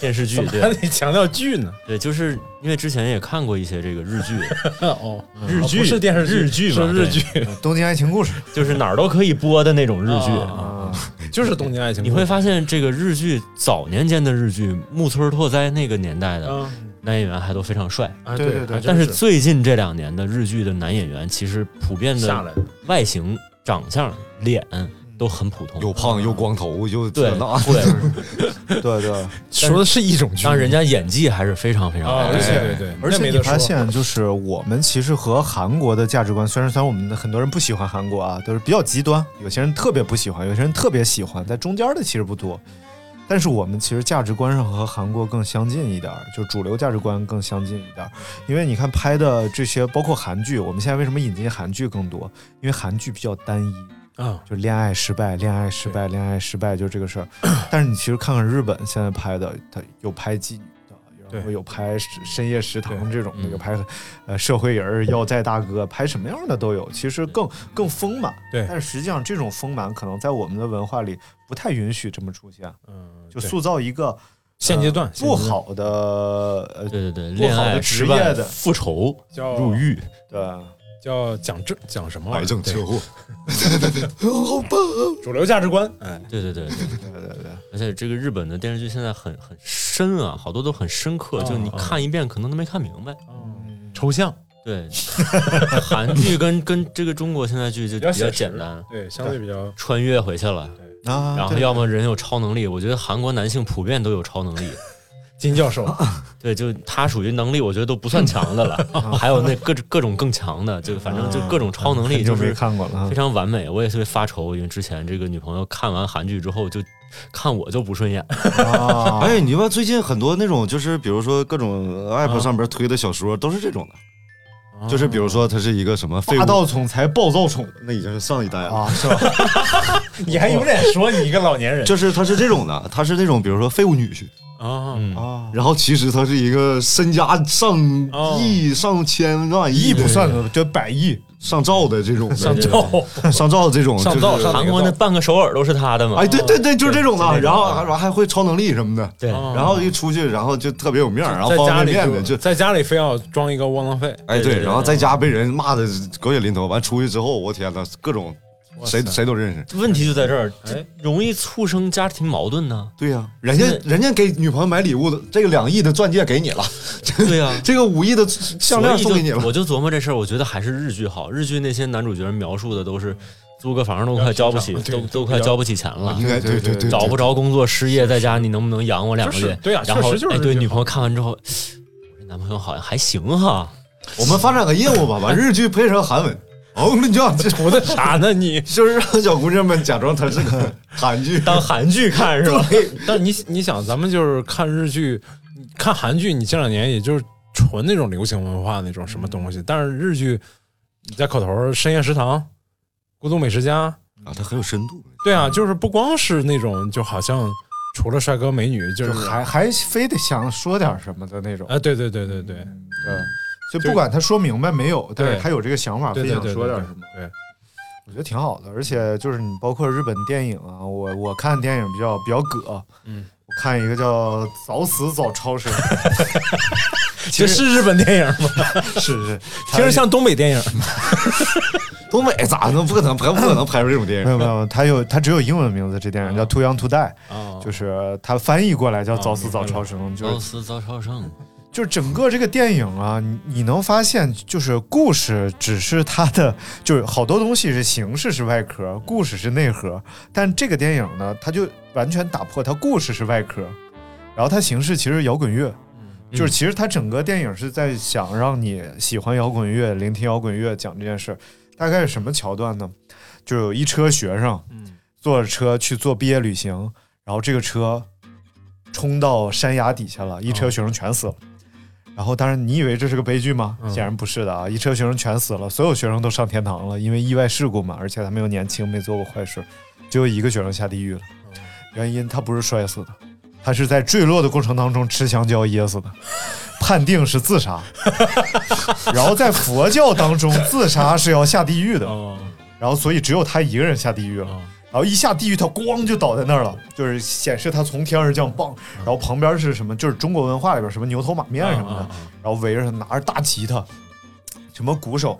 [SPEAKER 2] 电视
[SPEAKER 4] 嗯
[SPEAKER 2] 剧，
[SPEAKER 4] 怎么
[SPEAKER 3] 嗯
[SPEAKER 4] 还
[SPEAKER 2] 对
[SPEAKER 4] 得强调剧 呢？
[SPEAKER 2] 对，就是因为之前也看过一些这个日剧，
[SPEAKER 4] 哦，
[SPEAKER 2] 日剧
[SPEAKER 4] 不是电视剧，
[SPEAKER 2] 日剧嘛
[SPEAKER 4] 是日
[SPEAKER 2] 对
[SPEAKER 4] 剧，
[SPEAKER 3] 《呃东京爱情故事
[SPEAKER 2] 就是哪儿都可以播的那种日剧。
[SPEAKER 4] 啊，就是《东京爱情故
[SPEAKER 2] 你
[SPEAKER 4] 事》。
[SPEAKER 2] 会发现，这个日剧早年间的日剧，木村拓哉那个年代的
[SPEAKER 4] 嗯，
[SPEAKER 2] 男演员还都非常帅，
[SPEAKER 4] 啊，
[SPEAKER 3] 对对
[SPEAKER 4] 对
[SPEAKER 3] 对
[SPEAKER 4] 还真
[SPEAKER 2] 但是最近这两年的日剧的男演员，其实普遍
[SPEAKER 4] 下
[SPEAKER 2] 的
[SPEAKER 4] 来
[SPEAKER 2] 外形、长相、脸都很普通，
[SPEAKER 5] 又胖又光头又
[SPEAKER 2] 对
[SPEAKER 5] 这那，
[SPEAKER 2] 对，》，
[SPEAKER 3] 嗯对对，
[SPEAKER 4] 说的是 一种剧，
[SPEAKER 2] 让人家演技还是非常非常
[SPEAKER 4] 啊，
[SPEAKER 2] 好
[SPEAKER 4] 而
[SPEAKER 2] 的。
[SPEAKER 4] 且对对，
[SPEAKER 3] 而
[SPEAKER 4] 那
[SPEAKER 3] 且
[SPEAKER 4] 没
[SPEAKER 3] 你
[SPEAKER 4] 得
[SPEAKER 3] 发
[SPEAKER 4] 说，
[SPEAKER 3] 现，就是我们其实和韩国的价值观，虽然虽然我们的很多人不喜欢韩国啊，都是比较极端，有些人特别不喜欢，有些人特别喜欢，在中间的其实不多。但是我们其实价值观上和韩国更相近一点儿，就主流价值观更相近一点儿。因为你看拍的这些，包括韩剧，我们现在为什么引进韩剧更多？因为韩剧比较单一，
[SPEAKER 4] 啊，
[SPEAKER 3] 就恋爱失败，恋爱失败，恋爱失败，就这个事儿。 但是你其实看看日本现在拍的，它有拍妓女的，然后
[SPEAKER 4] 对
[SPEAKER 3] 有拍深夜食堂这种的，
[SPEAKER 2] 嗯
[SPEAKER 3] 有拍呃社会人儿、要债大哥，拍什么样的都有。其实更更丰满，
[SPEAKER 4] 对
[SPEAKER 3] 但是实际上这种丰满可能在我们的文化里不太允许这么出现，
[SPEAKER 4] 嗯，
[SPEAKER 3] 就
[SPEAKER 4] 对
[SPEAKER 3] 塑造一个
[SPEAKER 4] 现阶段
[SPEAKER 3] 不，好的呃
[SPEAKER 2] 对对对，
[SPEAKER 3] 做
[SPEAKER 2] 恋
[SPEAKER 3] 好
[SPEAKER 2] 爱
[SPEAKER 3] 的
[SPEAKER 2] 失
[SPEAKER 3] 职
[SPEAKER 2] 败
[SPEAKER 3] 业的
[SPEAKER 2] 复仇
[SPEAKER 4] 现阶段叫
[SPEAKER 5] 入狱
[SPEAKER 3] 对。
[SPEAKER 4] 叫讲政讲什么玩意
[SPEAKER 5] 癌
[SPEAKER 4] 儿？
[SPEAKER 5] 症
[SPEAKER 4] 对
[SPEAKER 5] 车祸。
[SPEAKER 4] 主流价值观，哎，
[SPEAKER 2] 对对对，对
[SPEAKER 3] 对对对，
[SPEAKER 2] 而且这个日本的电视剧现在很很深啊，好多都很深刻，
[SPEAKER 4] 啊
[SPEAKER 2] 就你看一遍可能都没看明白。
[SPEAKER 4] 抽象，
[SPEAKER 2] 对， 韩剧跟跟这个中国现代剧就
[SPEAKER 4] 比较
[SPEAKER 2] 比较
[SPEAKER 4] 写实
[SPEAKER 2] 简单，
[SPEAKER 4] 对，相对比较
[SPEAKER 2] 穿越回去了，
[SPEAKER 3] 啊，
[SPEAKER 2] 然后
[SPEAKER 3] 对
[SPEAKER 2] 要么人有超能力，我觉得韩国男性普遍都有超能力。
[SPEAKER 4] 金教授，
[SPEAKER 2] 对，就他属于能力，我觉得都不算强的了，还有那各种各种更强的，就反正就各种超能力，
[SPEAKER 3] 很久
[SPEAKER 2] 就
[SPEAKER 3] 没
[SPEAKER 2] 是
[SPEAKER 3] 看过了啊
[SPEAKER 2] 非，常完美。我也特别发愁，因为之前这个女朋友看完韩剧之后，就看我就不顺眼。
[SPEAKER 3] 啊
[SPEAKER 5] 哎，你说最近很多那种就是比如说各种呃 app 上边推的小说都是这种的，就是
[SPEAKER 4] 啊
[SPEAKER 5] 比如说它是一个什么废物
[SPEAKER 3] 霸，道总裁暴躁宠
[SPEAKER 5] 那已经是上一代了。
[SPEAKER 3] 啊，是吧？
[SPEAKER 4] 你还有脸说你一个老年人
[SPEAKER 5] 就是它是这种的，它是那种比如说废物女婿，
[SPEAKER 4] 啊？
[SPEAKER 2] 嗯，
[SPEAKER 3] 啊，
[SPEAKER 5] 然后其实他是一个身家上
[SPEAKER 4] 哦
[SPEAKER 5] 亿、上千万
[SPEAKER 3] 亿
[SPEAKER 5] 亿、
[SPEAKER 3] 不算的，就百亿。
[SPEAKER 5] 上兆的这种的，
[SPEAKER 4] 上照
[SPEAKER 5] 上兆这种，
[SPEAKER 4] 上兆
[SPEAKER 5] 就是
[SPEAKER 4] 上
[SPEAKER 2] 韩国那半个首尔都是他的嘛。
[SPEAKER 5] 哎，对对对，就是这种
[SPEAKER 2] 对
[SPEAKER 5] 的，
[SPEAKER 2] 那种
[SPEAKER 5] 然后还还会超能力什么的，
[SPEAKER 2] 对，
[SPEAKER 4] 哦
[SPEAKER 5] 然后一出去，然后就特别有面儿，然后
[SPEAKER 4] 在
[SPEAKER 5] 方
[SPEAKER 4] 家
[SPEAKER 5] 方
[SPEAKER 4] 里
[SPEAKER 5] 面面的就，
[SPEAKER 4] 在家里非要装一个窝囊废，
[SPEAKER 5] 哎
[SPEAKER 2] 对
[SPEAKER 5] 对，
[SPEAKER 2] 对
[SPEAKER 5] 然后在家被人骂的狗血淋头，完出去之后，我天呐，各种
[SPEAKER 4] 哇塞
[SPEAKER 5] 谁谁都认识，
[SPEAKER 2] 问题就在这儿，这
[SPEAKER 4] 哎
[SPEAKER 2] 容易促生家庭矛盾 呢。
[SPEAKER 5] 对呀、人家
[SPEAKER 2] 现在
[SPEAKER 5] 人家给女朋友买礼物的这个两亿的钻戒给你了，
[SPEAKER 2] 对呀、
[SPEAKER 5] 这个五亿的项链送给你了
[SPEAKER 2] 所以就，我就琢磨这事儿，我觉得还是日剧好。日剧那些男主角描述的都是租个房都快交不起，
[SPEAKER 4] 比较
[SPEAKER 2] 都
[SPEAKER 4] 平常对
[SPEAKER 2] 都快交不起钱了
[SPEAKER 5] 应。该对对对，
[SPEAKER 2] 找不着工作，失业在家，你能不能养我两个
[SPEAKER 4] 就
[SPEAKER 2] 月
[SPEAKER 4] 是？对啊
[SPEAKER 2] 然后
[SPEAKER 4] 确实就是
[SPEAKER 2] 哎，
[SPEAKER 4] 这
[SPEAKER 2] 对
[SPEAKER 4] 句
[SPEAKER 2] 女
[SPEAKER 4] 话
[SPEAKER 2] 朋友看完之后，我这男朋友好像还行哈，
[SPEAKER 5] 我们发展个业务吧，把日剧配上韩文。哦，你讲这
[SPEAKER 4] 图的啥呢你？
[SPEAKER 5] 就是让小姑娘们假装她是个韩剧，
[SPEAKER 2] 当韩剧看是吧？
[SPEAKER 4] 但你你想，咱们就是看日剧、看韩剧，你这两年也就是纯那种流行文化那种什么东西，但是日剧，你在口头儿深夜食堂、孤独美食家，
[SPEAKER 5] 啊，她很有深度。
[SPEAKER 4] 对啊，就是不光是那种，就好像除了帅哥美女，就
[SPEAKER 3] 就是还还非得想说点什么的那种。
[SPEAKER 4] 啊，对对对对对
[SPEAKER 3] 对，所以不管他说明白没有，但是
[SPEAKER 4] 对
[SPEAKER 3] 他有这个想法，
[SPEAKER 4] 对
[SPEAKER 3] 非
[SPEAKER 4] 对
[SPEAKER 3] 想
[SPEAKER 4] 对
[SPEAKER 3] 说
[SPEAKER 4] 对
[SPEAKER 3] 点什么，
[SPEAKER 4] 对，
[SPEAKER 3] 我觉得挺好的。而且就是你包括日本电影啊，我我看电影比较比较葛，
[SPEAKER 4] 嗯，
[SPEAKER 3] 我看一个叫《早死早超生》，
[SPEAKER 4] 这是日本电影吗？
[SPEAKER 3] 是是，
[SPEAKER 4] 听着像东北电影，
[SPEAKER 5] 东北咋能不可能拍不可能拍出这种电
[SPEAKER 3] 没有
[SPEAKER 2] 嗯
[SPEAKER 5] 影？
[SPEAKER 3] 没有，他有他只有英文名字，这电
[SPEAKER 4] 嗯
[SPEAKER 3] 影叫《Too Young to Die》，
[SPEAKER 4] 啊
[SPEAKER 3] 就是他翻译过来叫《
[SPEAKER 4] 啊
[SPEAKER 3] 早死早
[SPEAKER 4] 明白
[SPEAKER 3] 超
[SPEAKER 4] 了
[SPEAKER 3] 生》，就是
[SPEAKER 2] 朝思早 朝生，
[SPEAKER 3] 就是整个这个电影啊，你你能发现，就是故事只是它的， 就是好多东西是形式是外壳，故事是内核。但这个电影呢，它就完全打破它故事是外壳，然后它形式其实是摇滚乐，就是其实它整个电影是在想让你喜欢摇滚乐、聆听摇滚乐，讲这件事。大概是什么桥段呢？就有一车学生
[SPEAKER 4] 嗯
[SPEAKER 3] 坐着车去做毕业旅行，然后这个车冲到山崖底下了，一车学生全死了。然后，当然，你以为这是个悲剧吗？
[SPEAKER 4] 嗯
[SPEAKER 3] 显然不是的啊！一车学生全死了，所有学生都上天堂了，因为意外事故嘛，而且他们又年轻，没做过坏事，只有一个学生下地狱了。原因他不是摔死的，他是在坠落的过程当中吃香蕉噎死的，判定是自杀。然后在佛教当中，自杀是要下地狱的，
[SPEAKER 4] 哦，
[SPEAKER 3] 然后所以只有他一个人下地狱了。然后一下地狱，他咣就倒在那儿了，就是显示他从天而降，棒。然后旁边是什么？就是中国文化里边什么牛头马面什么
[SPEAKER 4] 嗯
[SPEAKER 3] 的，然后围着他，拿着大吉他，什么鼓手，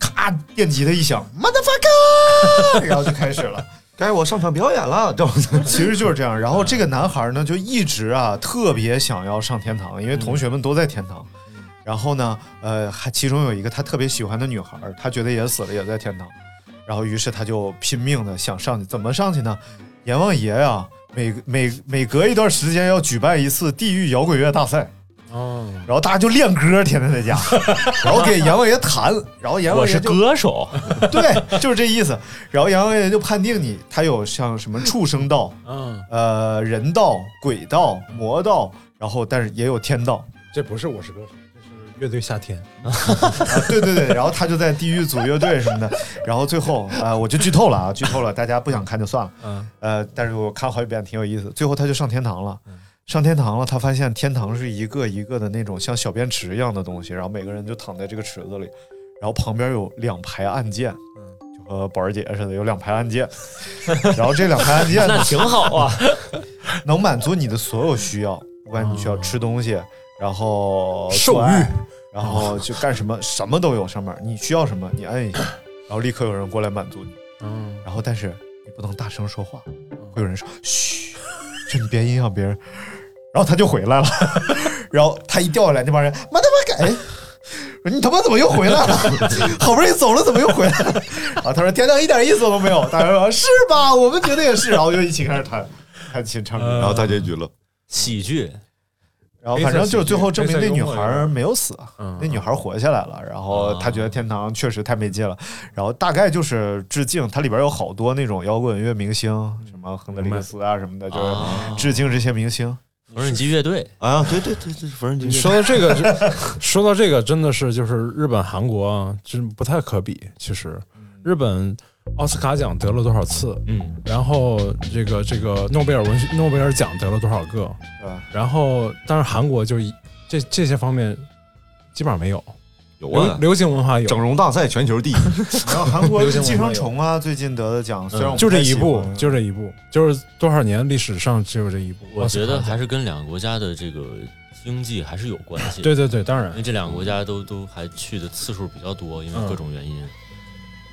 [SPEAKER 3] 咔，电吉他一响，motherfucker，然后 就开始了。
[SPEAKER 5] 该我上场表演了，这
[SPEAKER 3] 其实就是这样。然后这个男孩呢，就一直啊特别想要上天堂，因为同学们都在天堂。然后呢，呃，还其中有一个他特别喜欢的女孩，他觉得也死了，也在天堂。然后于是他就拼命的想上去，怎么上去呢？阎王爷呀、每每每隔一段时间要举办一次地狱摇滚乐大赛。
[SPEAKER 4] 哦，
[SPEAKER 3] 然后大家就练歌，天天在 家，然后给阎王爷弹，然后阎王
[SPEAKER 2] 我
[SPEAKER 3] 爷
[SPEAKER 2] 是
[SPEAKER 3] 就
[SPEAKER 2] 歌手，
[SPEAKER 3] 对，就是这意思。然后阎王爷就判定你，他有像什么畜生道，
[SPEAKER 4] 嗯，
[SPEAKER 3] 呃，人道、鬼道、魔道，然后但是也有天道。
[SPEAKER 4] 这不是我是歌手，这是乐队夏天。
[SPEAKER 3] 啊对对对，然后他就在地狱组乐队什么的，然后最后啊、呃我就剧透了啊，剧透了，大家不想看就算了。
[SPEAKER 4] 嗯，
[SPEAKER 3] 呃，但是我看好几遍挺有意思。最后他就上天堂了，上天堂了，他发现天堂是一个一个的那种像小便池一样的东西，然后每个人就躺在这个池子里，然后旁边有两排按键，就和宝儿姐似的有两排按键， 然后这两排按键呢
[SPEAKER 2] 那挺 好啊。
[SPEAKER 3] 能满足你的所有需要，不管你需要吃东西，然后做
[SPEAKER 4] 兽欲
[SPEAKER 3] 爱，然后去干什么，什么都有。上面你需要什么，你摁一下，然后立刻有人过来满足你。
[SPEAKER 4] 嗯，
[SPEAKER 3] 然后但是你不能大声说话，会有人说嘘，就你别影响别人。 然后他就回来了， 然后他一掉下来，那帮人妈他妈改。说你他妈怎么又回来了？好不容易走了，怎么又回来了？然后他说：“天堂一点意思都没有。”大家说：“是吧？我们觉得也是。”然后就一起开始弹弹琴唱歌。
[SPEAKER 5] 然后大结局了。
[SPEAKER 2] 喜剧，
[SPEAKER 3] 然后反正就是最后证明那女孩儿没有死啊，
[SPEAKER 4] 嗯
[SPEAKER 3] 那女孩儿活下来了。然后
[SPEAKER 4] 啊
[SPEAKER 3] 她觉得天堂确实太没劲了。然后大概就是致敬，它里边有好多那种摇滚乐明星，什么亨德里克斯啊什么的，就是
[SPEAKER 2] 啊
[SPEAKER 3] 致敬这些明星。
[SPEAKER 2] 缝纫机乐队，
[SPEAKER 5] 啊，对对对对，反正就
[SPEAKER 4] 你
[SPEAKER 5] 是
[SPEAKER 4] 说到这个， 这说到这个，真的是就是日本、韩国啊，真不太可比。其实，日本奥斯卡奖得了多少次？
[SPEAKER 2] 嗯，
[SPEAKER 4] 然后这个这个诺贝尔文学诺贝尔奖得了多少个？
[SPEAKER 3] 啊，
[SPEAKER 4] 然后但是韩国就一这这些方面基本上没有，
[SPEAKER 5] 有
[SPEAKER 4] 流
[SPEAKER 5] 啊，
[SPEAKER 4] 流行文化有，
[SPEAKER 5] 整容大赛全球第一，
[SPEAKER 3] 然后韩国
[SPEAKER 4] 流行
[SPEAKER 3] 《
[SPEAKER 4] 文化
[SPEAKER 3] 寄生虫》啊，最近得的奖，虽然我
[SPEAKER 4] 就这一
[SPEAKER 3] 部
[SPEAKER 4] 部，，就这一部，就是多少年历史上只有这一部。
[SPEAKER 2] 我觉
[SPEAKER 4] 奥
[SPEAKER 2] 得
[SPEAKER 4] 斯卡
[SPEAKER 2] 还是跟两个国家的这个经济还是有关系。
[SPEAKER 4] 对对对，当
[SPEAKER 2] 因
[SPEAKER 4] 然
[SPEAKER 2] 为这两个国家都都还去的次数比较多，因为
[SPEAKER 4] 嗯
[SPEAKER 2] 各种原因。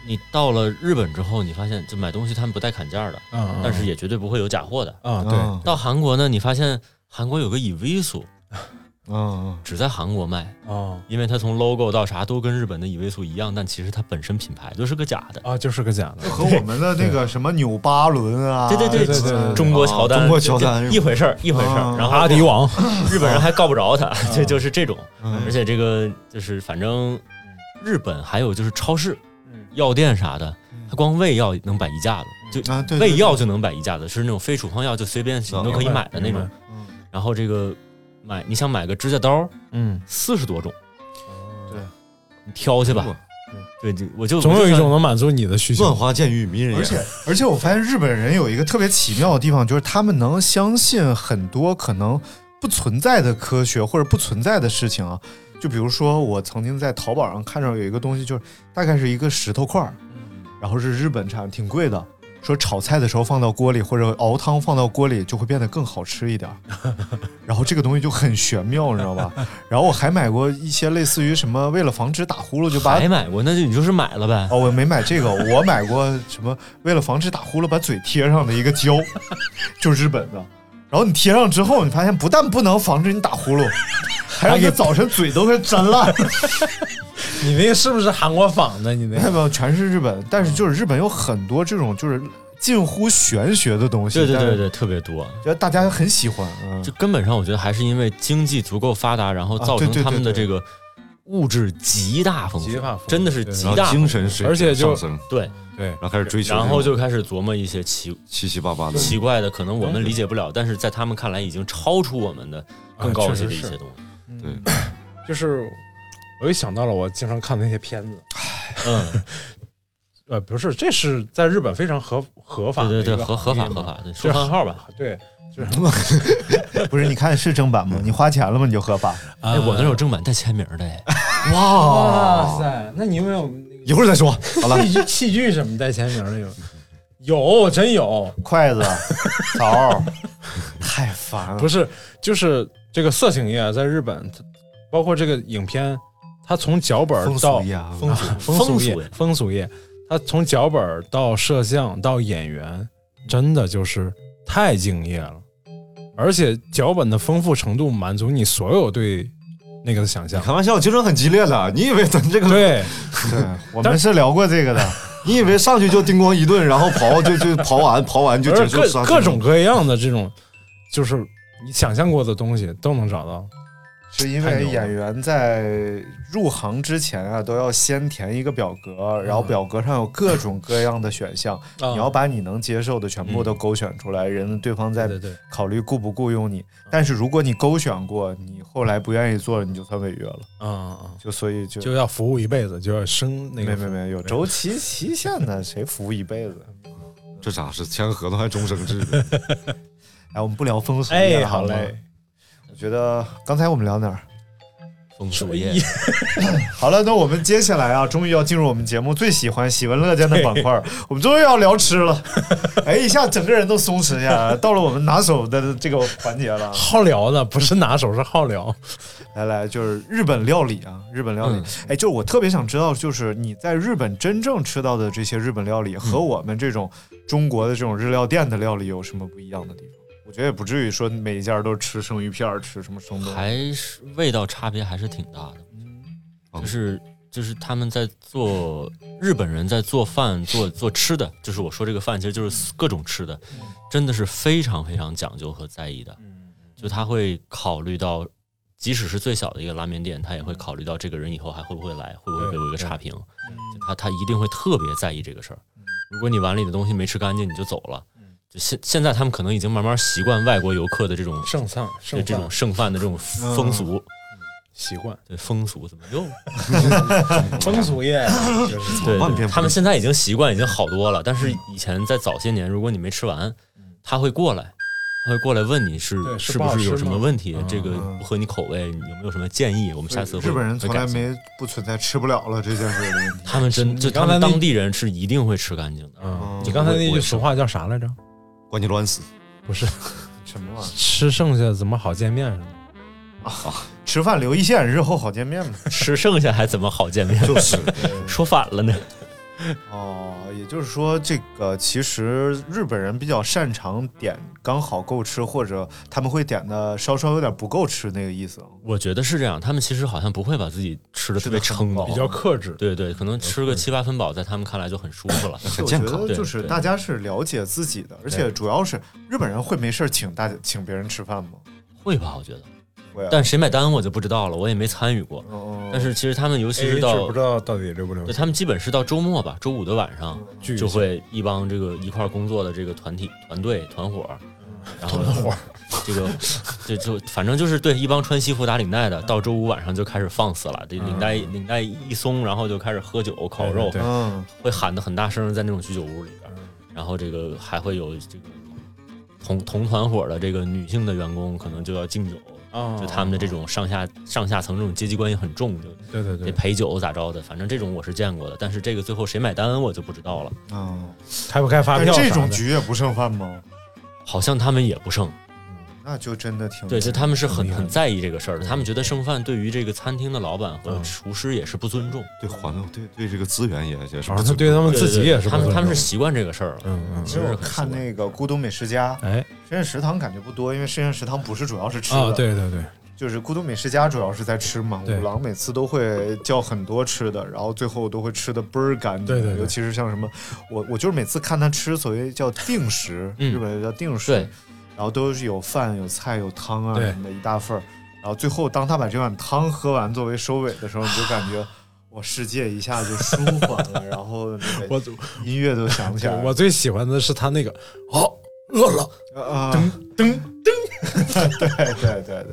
[SPEAKER 2] 你到了日本之后，你发现就买东西他们不带砍价的，
[SPEAKER 4] 啊，
[SPEAKER 2] 嗯但是也绝对不会有假货的。
[SPEAKER 4] 啊，对，
[SPEAKER 3] 嗯
[SPEAKER 2] 到韩国呢，你发现韩国有个 Evisu
[SPEAKER 5] 啊
[SPEAKER 3] 嗯，
[SPEAKER 2] 只在韩国卖，
[SPEAKER 4] 啊
[SPEAKER 2] 因为它从 logo 到啥都跟日本的 Evisu 一样，但其实它本身品牌就是个假的。
[SPEAKER 4] 啊，就是个假的
[SPEAKER 3] 嗯，和我们的那个什么纽巴伦啊，
[SPEAKER 2] 对对 对
[SPEAKER 4] 对对对
[SPEAKER 3] 嗯
[SPEAKER 4] 对
[SPEAKER 2] 中国乔丹，
[SPEAKER 5] 中国乔丹
[SPEAKER 2] 就就一回事儿，一回事儿。
[SPEAKER 3] 嗯
[SPEAKER 2] 然后
[SPEAKER 4] 阿迪王，
[SPEAKER 2] 日本人还告不着他，这啊就是这种。
[SPEAKER 3] 嗯
[SPEAKER 2] 而且这个就是反正日本还有就是超市、药店啥的，它光胃药能摆一架子，就
[SPEAKER 3] 啊，对，对
[SPEAKER 2] 胃药就能摆一架子，是那种非处方药，就随便你都可以买的那
[SPEAKER 4] 明
[SPEAKER 2] 种
[SPEAKER 4] 白。
[SPEAKER 2] 然后这个买你想买个指甲刀，
[SPEAKER 4] 嗯，
[SPEAKER 2] 四十多种，
[SPEAKER 3] 对，
[SPEAKER 2] 你挑去吧
[SPEAKER 5] 嗯。
[SPEAKER 2] 对，就我就
[SPEAKER 4] 总有一种
[SPEAKER 2] 我
[SPEAKER 4] 能满足你的需
[SPEAKER 5] 乱
[SPEAKER 4] 求。
[SPEAKER 5] 花渐欲迷人
[SPEAKER 3] 而
[SPEAKER 5] 眼。
[SPEAKER 3] 且而且我发现日本人有一个特别奇妙的地方，就是他们能相信很多可能不存在的科学或者不存在的事情啊。就比如说，我曾经在淘宝上看到有一个东西，就是大概是一个石头块儿，然后是日本产，挺贵的。说炒菜的时候放到锅里，或者熬汤放到锅里，就会变得更好吃一点儿。然后这个东西就很玄妙，你知道吧？然后我还买过一些类似于什么，为了防止打呼噜，就把
[SPEAKER 2] 还买过，那就你就是买了呗。
[SPEAKER 3] 哦，我没买这个，我买过什么？为了防止打呼噜，把嘴贴上的一个胶， 就是日本的。然后你贴上之后，你发现不但不能防止你打呼噜，还让你早晨嘴都快粘烂。
[SPEAKER 4] 你那个是不是韩国仿的？你那
[SPEAKER 3] 没有
[SPEAKER 4] 个
[SPEAKER 3] 没有，全是日本，但是就是日本有很多这种就是近乎玄学的东西，
[SPEAKER 2] 对对对，对，特别多。
[SPEAKER 3] 觉得大家很喜欢。嗯
[SPEAKER 2] 就，根本上，我觉得还是因为经济足够发达，然后
[SPEAKER 3] 啊
[SPEAKER 2] 造
[SPEAKER 3] 对
[SPEAKER 2] 成
[SPEAKER 3] 对对
[SPEAKER 2] 他们的
[SPEAKER 3] 对
[SPEAKER 2] 这个物质极大丰富，
[SPEAKER 4] 极大丰富
[SPEAKER 2] 真的是
[SPEAKER 4] 对
[SPEAKER 2] 极
[SPEAKER 5] 然
[SPEAKER 2] 大
[SPEAKER 5] 后
[SPEAKER 2] 丰
[SPEAKER 5] 精
[SPEAKER 2] 富
[SPEAKER 5] 神水
[SPEAKER 4] 而且就
[SPEAKER 5] 上升，
[SPEAKER 2] 对，
[SPEAKER 4] 对
[SPEAKER 5] 然后开始追求这种
[SPEAKER 2] 然后就开始琢磨一些奇
[SPEAKER 5] 七七八八的。
[SPEAKER 2] 奇怪的，可能我们理解不了，但是在他们看来已经超出我们的更高级
[SPEAKER 4] 啊确
[SPEAKER 2] 的一
[SPEAKER 4] 实
[SPEAKER 2] 些
[SPEAKER 4] 是
[SPEAKER 2] 东西。
[SPEAKER 5] 对，
[SPEAKER 3] 嗯
[SPEAKER 4] 就是我又想到了我经常看的那些片子，
[SPEAKER 2] 嗯，
[SPEAKER 4] 呃，不是，这是在日本非常合合法的
[SPEAKER 2] 对对
[SPEAKER 4] 一个
[SPEAKER 2] 对，合合法
[SPEAKER 4] 行业嘛
[SPEAKER 2] 合法，对，
[SPEAKER 4] 这
[SPEAKER 2] 说番号吧。
[SPEAKER 4] 对，
[SPEAKER 3] 不是，你看是正版吗？你花钱了吗？你就合法。
[SPEAKER 2] 哎，我那有正版带签名的，哎，
[SPEAKER 6] 哇塞，那你有没有那
[SPEAKER 5] 一会儿再说。好 了
[SPEAKER 6] 个，戏剧器具什么带签名的有？有，真有。
[SPEAKER 3] 筷子、勺儿，太烦了
[SPEAKER 4] 不。是，就是这个色情业在日本，它包括这个影片，它从脚本
[SPEAKER 3] 风
[SPEAKER 4] 到
[SPEAKER 5] 哎
[SPEAKER 3] 俗呀，
[SPEAKER 4] 风俗
[SPEAKER 2] 风
[SPEAKER 4] 风
[SPEAKER 2] 俗
[SPEAKER 4] 俗
[SPEAKER 2] 业
[SPEAKER 4] 业风俗业，它从脚本到摄像到演员，真的就是太敬业了，而且脚本的丰富程度满足你所有对那个的想
[SPEAKER 5] 你
[SPEAKER 4] 象。
[SPEAKER 5] 开玩笑，竞争很激烈的。你以为咱这 个，
[SPEAKER 4] 对，
[SPEAKER 3] 对，我们是聊过这个的。
[SPEAKER 5] 你以为上去就叮咣一顿，然后刨就就刨完，刨完就
[SPEAKER 4] 而
[SPEAKER 5] 结
[SPEAKER 4] 且
[SPEAKER 5] 束杀
[SPEAKER 4] 各
[SPEAKER 5] 青
[SPEAKER 4] 各种各样的这种，就是你想象过的东西都能找到。
[SPEAKER 3] 是因
[SPEAKER 4] 太牛
[SPEAKER 3] 为
[SPEAKER 4] 了
[SPEAKER 3] 演员在入行之前啊，都要先填一个表格，
[SPEAKER 4] 嗯
[SPEAKER 3] 然后表格上有各种各样的选项，你
[SPEAKER 4] 啊
[SPEAKER 3] 要把你能接受的全部都勾选出来，人对方
[SPEAKER 4] 对嗯
[SPEAKER 3] 再
[SPEAKER 4] 对嗯对，
[SPEAKER 3] 考虑雇不雇佣你。但是如果你勾选过，你后来不愿意做了，你就算违约了。
[SPEAKER 4] 嗯嗯，
[SPEAKER 3] 就所以就
[SPEAKER 4] 就要服务一辈子，就要生那
[SPEAKER 3] 没
[SPEAKER 4] 个
[SPEAKER 3] 没
[SPEAKER 4] 服务
[SPEAKER 3] 没有周期期限的，谁服务一辈子？
[SPEAKER 5] 这咋是签合同还终生制？
[SPEAKER 3] 哎，我们不聊风俗业
[SPEAKER 4] 哎，
[SPEAKER 3] 了
[SPEAKER 4] 好
[SPEAKER 3] 吗
[SPEAKER 4] 嘞，
[SPEAKER 3] 我觉得刚才我们聊哪儿？
[SPEAKER 2] 风俗业
[SPEAKER 4] 一
[SPEAKER 3] 好了，那我们接下来啊，终于要进入我们节目最喜欢喜闻乐见的板块儿，我们终于要聊吃了。哎，一下整个人都松弛下来了，到了我们拿手的这个环节了。
[SPEAKER 4] 好聊的，不是拿手，是好聊。
[SPEAKER 3] 来来，就是日本料理啊，日本料
[SPEAKER 2] 嗯
[SPEAKER 3] 理。哎，就是我特别想知道，就是你在日本真正吃到的这些日本料理，
[SPEAKER 2] 嗯
[SPEAKER 3] 和我们这种中国的这种日料店的料理有什么不一样的地方？我觉得也不至于说每一家都吃生鱼片儿，吃什么生东西。嗯
[SPEAKER 2] 还是味道差别还是挺大的，就是就是他们在做日本人在做饭做做吃的，就是我说这个饭其实就是各种吃的，
[SPEAKER 4] 嗯
[SPEAKER 2] 真的是非常非常讲究和在意的，
[SPEAKER 4] 嗯
[SPEAKER 2] 就他会考虑到。即使是最小的一个拉面店，他也会考虑到这个人以后还会不会来，会不会给我一个差评，就他他一定会特别在意这个事儿。如果你碗里的东西没吃干净，你就走了。就现现在他们可能已经慢慢习惯外国游客的这种
[SPEAKER 4] 剩饭，
[SPEAKER 2] 对
[SPEAKER 4] 剩
[SPEAKER 2] 这种
[SPEAKER 4] 饭
[SPEAKER 2] 剩饭的这种风俗，
[SPEAKER 4] 习惯，
[SPEAKER 2] 对风俗怎么又？
[SPEAKER 6] 风俗业，
[SPEAKER 2] 对
[SPEAKER 5] 万变不
[SPEAKER 2] 他们
[SPEAKER 5] 离
[SPEAKER 2] 现在已经习惯已经好多了，但是以前在早些年，如果你没吃完，他会过来，他会过来问你是
[SPEAKER 4] 对是
[SPEAKER 2] 是
[SPEAKER 4] 不好
[SPEAKER 2] 不是
[SPEAKER 4] 吃
[SPEAKER 2] 有什么
[SPEAKER 4] 吗
[SPEAKER 2] 问题，这个
[SPEAKER 3] 嗯
[SPEAKER 2] 不合你口味，你有没有什么建议？我们下次会
[SPEAKER 5] 日本人
[SPEAKER 2] 会
[SPEAKER 5] 从来
[SPEAKER 2] 改进
[SPEAKER 5] 没不存在吃不了了这件事的问题。
[SPEAKER 2] 他们真就他
[SPEAKER 4] 刚才
[SPEAKER 2] 们
[SPEAKER 4] 那
[SPEAKER 2] 当地人是一定会吃干净的。
[SPEAKER 4] 嗯，
[SPEAKER 5] 嗯
[SPEAKER 4] 你刚才那
[SPEAKER 2] 不会
[SPEAKER 4] 句俗话叫啥来着？
[SPEAKER 5] 管你乱死，
[SPEAKER 4] 不是
[SPEAKER 3] 什么玩意儿？
[SPEAKER 4] 吃剩下怎么好见面是吗？
[SPEAKER 3] 吃饭留一线，日后好见面 嘛。
[SPEAKER 2] 吃剩下还怎么好见面？
[SPEAKER 5] 就是
[SPEAKER 2] 说反了呢。
[SPEAKER 3] 哦，也就是说，这个其实日本人比较擅长点刚好够吃，或者他们会点的稍稍有点不够吃那个意思。
[SPEAKER 2] 我觉得是这样，他们其实好像不会把自己吃的特别撑饱
[SPEAKER 4] 比，较克制，
[SPEAKER 2] 对对，可能吃个七八分饱，在他们看来就很舒服了。
[SPEAKER 5] 很健康
[SPEAKER 3] 我觉得就是
[SPEAKER 2] 对对
[SPEAKER 3] 大家是了解自己的，而且主要是日本人会没事儿请大家请别人吃饭吗？
[SPEAKER 2] 会吧？我觉得，
[SPEAKER 3] 会啊。
[SPEAKER 2] 但谁买单我就不知道了，我也没参与过。
[SPEAKER 3] 嗯
[SPEAKER 2] 但是其实他们尤其是
[SPEAKER 4] A 制
[SPEAKER 2] 到
[SPEAKER 4] 哎不知，道到底留不留
[SPEAKER 2] 对，他们基本是到周末吧，周五的晚上
[SPEAKER 4] 聚一下
[SPEAKER 2] 就会一帮这个一块儿工作的这个团体、团队、团伙儿，然后 这个就就反正就是对一帮穿西服打领带的，到周五晚上就开始放肆了，这领带领带一松，然后就开始喝酒、烤肉，
[SPEAKER 4] 对对
[SPEAKER 3] 嗯，
[SPEAKER 2] 会喊得很大声，在那种居酒屋里边儿，然后这个还会有这个同同团伙的这个女性的员工可能就要敬酒。
[SPEAKER 4] 啊
[SPEAKER 2] 就他们的这种上下上下层这种阶级关系很重，就
[SPEAKER 4] 对哦对
[SPEAKER 2] 得
[SPEAKER 4] 对，
[SPEAKER 2] 陪酒咋着的，反正这种我是见过的。但是这个最后谁买单我就不知道了，
[SPEAKER 3] 嗯
[SPEAKER 4] 开不开发
[SPEAKER 3] 但
[SPEAKER 4] 票啥的
[SPEAKER 3] 这种局也不剩饭吗？
[SPEAKER 2] 好像他们也不剩。
[SPEAKER 3] 那就真的挺
[SPEAKER 2] 对，就他们是很
[SPEAKER 4] 厉害
[SPEAKER 2] 很在意这个事儿的，他们觉得剩饭对于这个餐厅的老板和
[SPEAKER 4] 嗯
[SPEAKER 2] 厨师也是不尊重，
[SPEAKER 5] 对环对对这个资源也也是
[SPEAKER 4] 反正对他们
[SPEAKER 2] 对
[SPEAKER 4] 自己也是不
[SPEAKER 2] 他们
[SPEAKER 4] 尊
[SPEAKER 2] 他们
[SPEAKER 4] 重
[SPEAKER 2] 是习惯这个事儿了。
[SPEAKER 4] 嗯嗯
[SPEAKER 3] 其
[SPEAKER 2] 其
[SPEAKER 3] 实
[SPEAKER 2] 实
[SPEAKER 3] 我
[SPEAKER 2] 很
[SPEAKER 3] 看
[SPEAKER 2] 习惯
[SPEAKER 3] 那个《咕咚美食家》，
[SPEAKER 4] 哎
[SPEAKER 3] 深夜食堂感觉不多，因为深夜食堂不是主要是吃
[SPEAKER 4] 啊
[SPEAKER 2] 哦
[SPEAKER 3] 的，
[SPEAKER 4] 对对对，
[SPEAKER 3] 就是孤独美食家主要是在吃嘛，
[SPEAKER 4] 对
[SPEAKER 3] 五郎每次都会叫很多吃的，然后最后都会吃的倍儿干净。
[SPEAKER 4] 对对对
[SPEAKER 3] 尤其是像什么，我我就是每次看他吃所谓叫定食，
[SPEAKER 2] 嗯
[SPEAKER 3] 日本人叫定食，
[SPEAKER 2] 对，
[SPEAKER 3] 然后都是有饭有菜有汤啊
[SPEAKER 4] 对
[SPEAKER 3] 什么的一大份儿，然后最后当他把这碗汤喝完作为收尾的时候，你就感 觉我世界一下就舒缓了，然后那个
[SPEAKER 4] 我
[SPEAKER 3] 音乐都响起来了，
[SPEAKER 4] 我最喜欢的是他那个好饿了
[SPEAKER 3] 啊，噔噔噔，对对对对。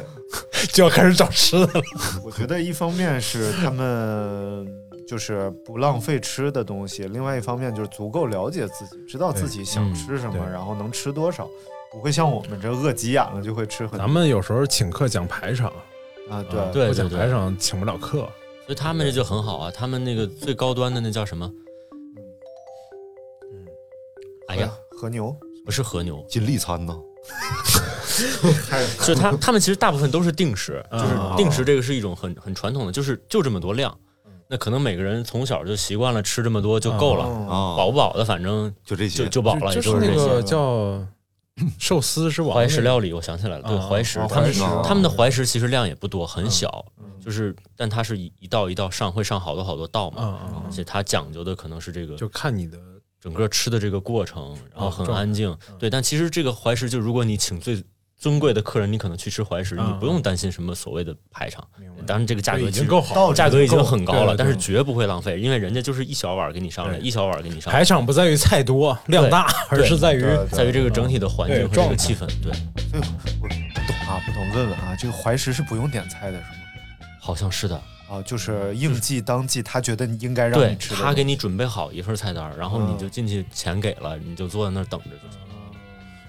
[SPEAKER 4] 就要开始找吃的了，
[SPEAKER 3] 我觉得一方面是他们就是不浪费吃的东西；另外一方面就是足够了解自己，知道自己想
[SPEAKER 4] 嗯
[SPEAKER 3] 吃什么，
[SPEAKER 4] 对
[SPEAKER 3] 然后能吃多少，不会像我们这饿急眼了就会吃很
[SPEAKER 4] 咱
[SPEAKER 3] 多
[SPEAKER 4] 们有时候请客讲排场，
[SPEAKER 3] 啊。对，
[SPEAKER 4] 啊
[SPEAKER 2] 嗯对
[SPEAKER 4] 不讲
[SPEAKER 2] 对对
[SPEAKER 4] 排场请不了客。
[SPEAKER 2] 所以他们这就很好啊，他们那个最高端的那叫什么？哎呀，
[SPEAKER 3] 和牛
[SPEAKER 2] 不是和牛，
[SPEAKER 5] 金利餐呢？
[SPEAKER 2] 所 以他他们其实大部分都是定时，
[SPEAKER 4] 嗯
[SPEAKER 2] 就是定时这个是一种很很传统的，就是就这么多量。那可能每个人从小就习惯了吃这么多就够了，
[SPEAKER 3] 嗯
[SPEAKER 5] 啊，
[SPEAKER 2] 饱不饱的反正
[SPEAKER 5] 就这
[SPEAKER 2] 就
[SPEAKER 5] 些，
[SPEAKER 2] 就饱了，也
[SPEAKER 4] 就
[SPEAKER 2] 就是是
[SPEAKER 4] 那
[SPEAKER 2] 这些。
[SPEAKER 4] 个叫寿司之王
[SPEAKER 2] 怀
[SPEAKER 4] 那
[SPEAKER 2] 石
[SPEAKER 4] 个，
[SPEAKER 2] 料理，我想起来了，对
[SPEAKER 4] 啊
[SPEAKER 2] 怀石
[SPEAKER 3] 啊，
[SPEAKER 2] 他们
[SPEAKER 3] 怀石
[SPEAKER 2] 他们的怀石其实量也不多，很小，
[SPEAKER 4] 嗯
[SPEAKER 2] 就是但它是一一道一道上，会上好多好多道嘛，
[SPEAKER 4] 啊啊，
[SPEAKER 2] 而且它讲究的可能是这个
[SPEAKER 4] 就看你的
[SPEAKER 2] 整个吃的这个过程，然后很
[SPEAKER 4] 状态
[SPEAKER 2] 安静。对，但其实这个怀石，就如果你请最尊贵的客人，你可能去吃怀石，
[SPEAKER 4] 嗯
[SPEAKER 2] 你不用担心什么所谓的排场
[SPEAKER 4] 明白。
[SPEAKER 2] 当然，这个价
[SPEAKER 4] 对
[SPEAKER 2] 格
[SPEAKER 4] 已
[SPEAKER 2] 其
[SPEAKER 4] 经
[SPEAKER 2] 实
[SPEAKER 4] 够好了，
[SPEAKER 2] 价格已经很高
[SPEAKER 4] 对
[SPEAKER 2] 了，
[SPEAKER 4] 对
[SPEAKER 2] 但是绝不会浪费，因为人家就是一小碗儿给你上来，
[SPEAKER 4] 对
[SPEAKER 2] 一小碗儿给你上来
[SPEAKER 4] 排，场不在于菜多量大，而
[SPEAKER 2] 对
[SPEAKER 4] 是在于
[SPEAKER 3] 对
[SPEAKER 2] 在于这个整体的环境
[SPEAKER 4] 对
[SPEAKER 2] 和这
[SPEAKER 4] 状
[SPEAKER 2] 个
[SPEAKER 4] 态
[SPEAKER 2] 气氛。对，
[SPEAKER 3] 我不懂啊，不懂问问啊，这个怀石是不用点菜的是吗？
[SPEAKER 2] 好像是的。
[SPEAKER 3] 啊，就是应季当季他觉得你应该让
[SPEAKER 2] 对
[SPEAKER 3] 你吃的，
[SPEAKER 2] 他给你准备好一份菜单儿，然后你
[SPEAKER 4] 嗯
[SPEAKER 2] 就进去，钱给了，你就坐在那儿等着就行。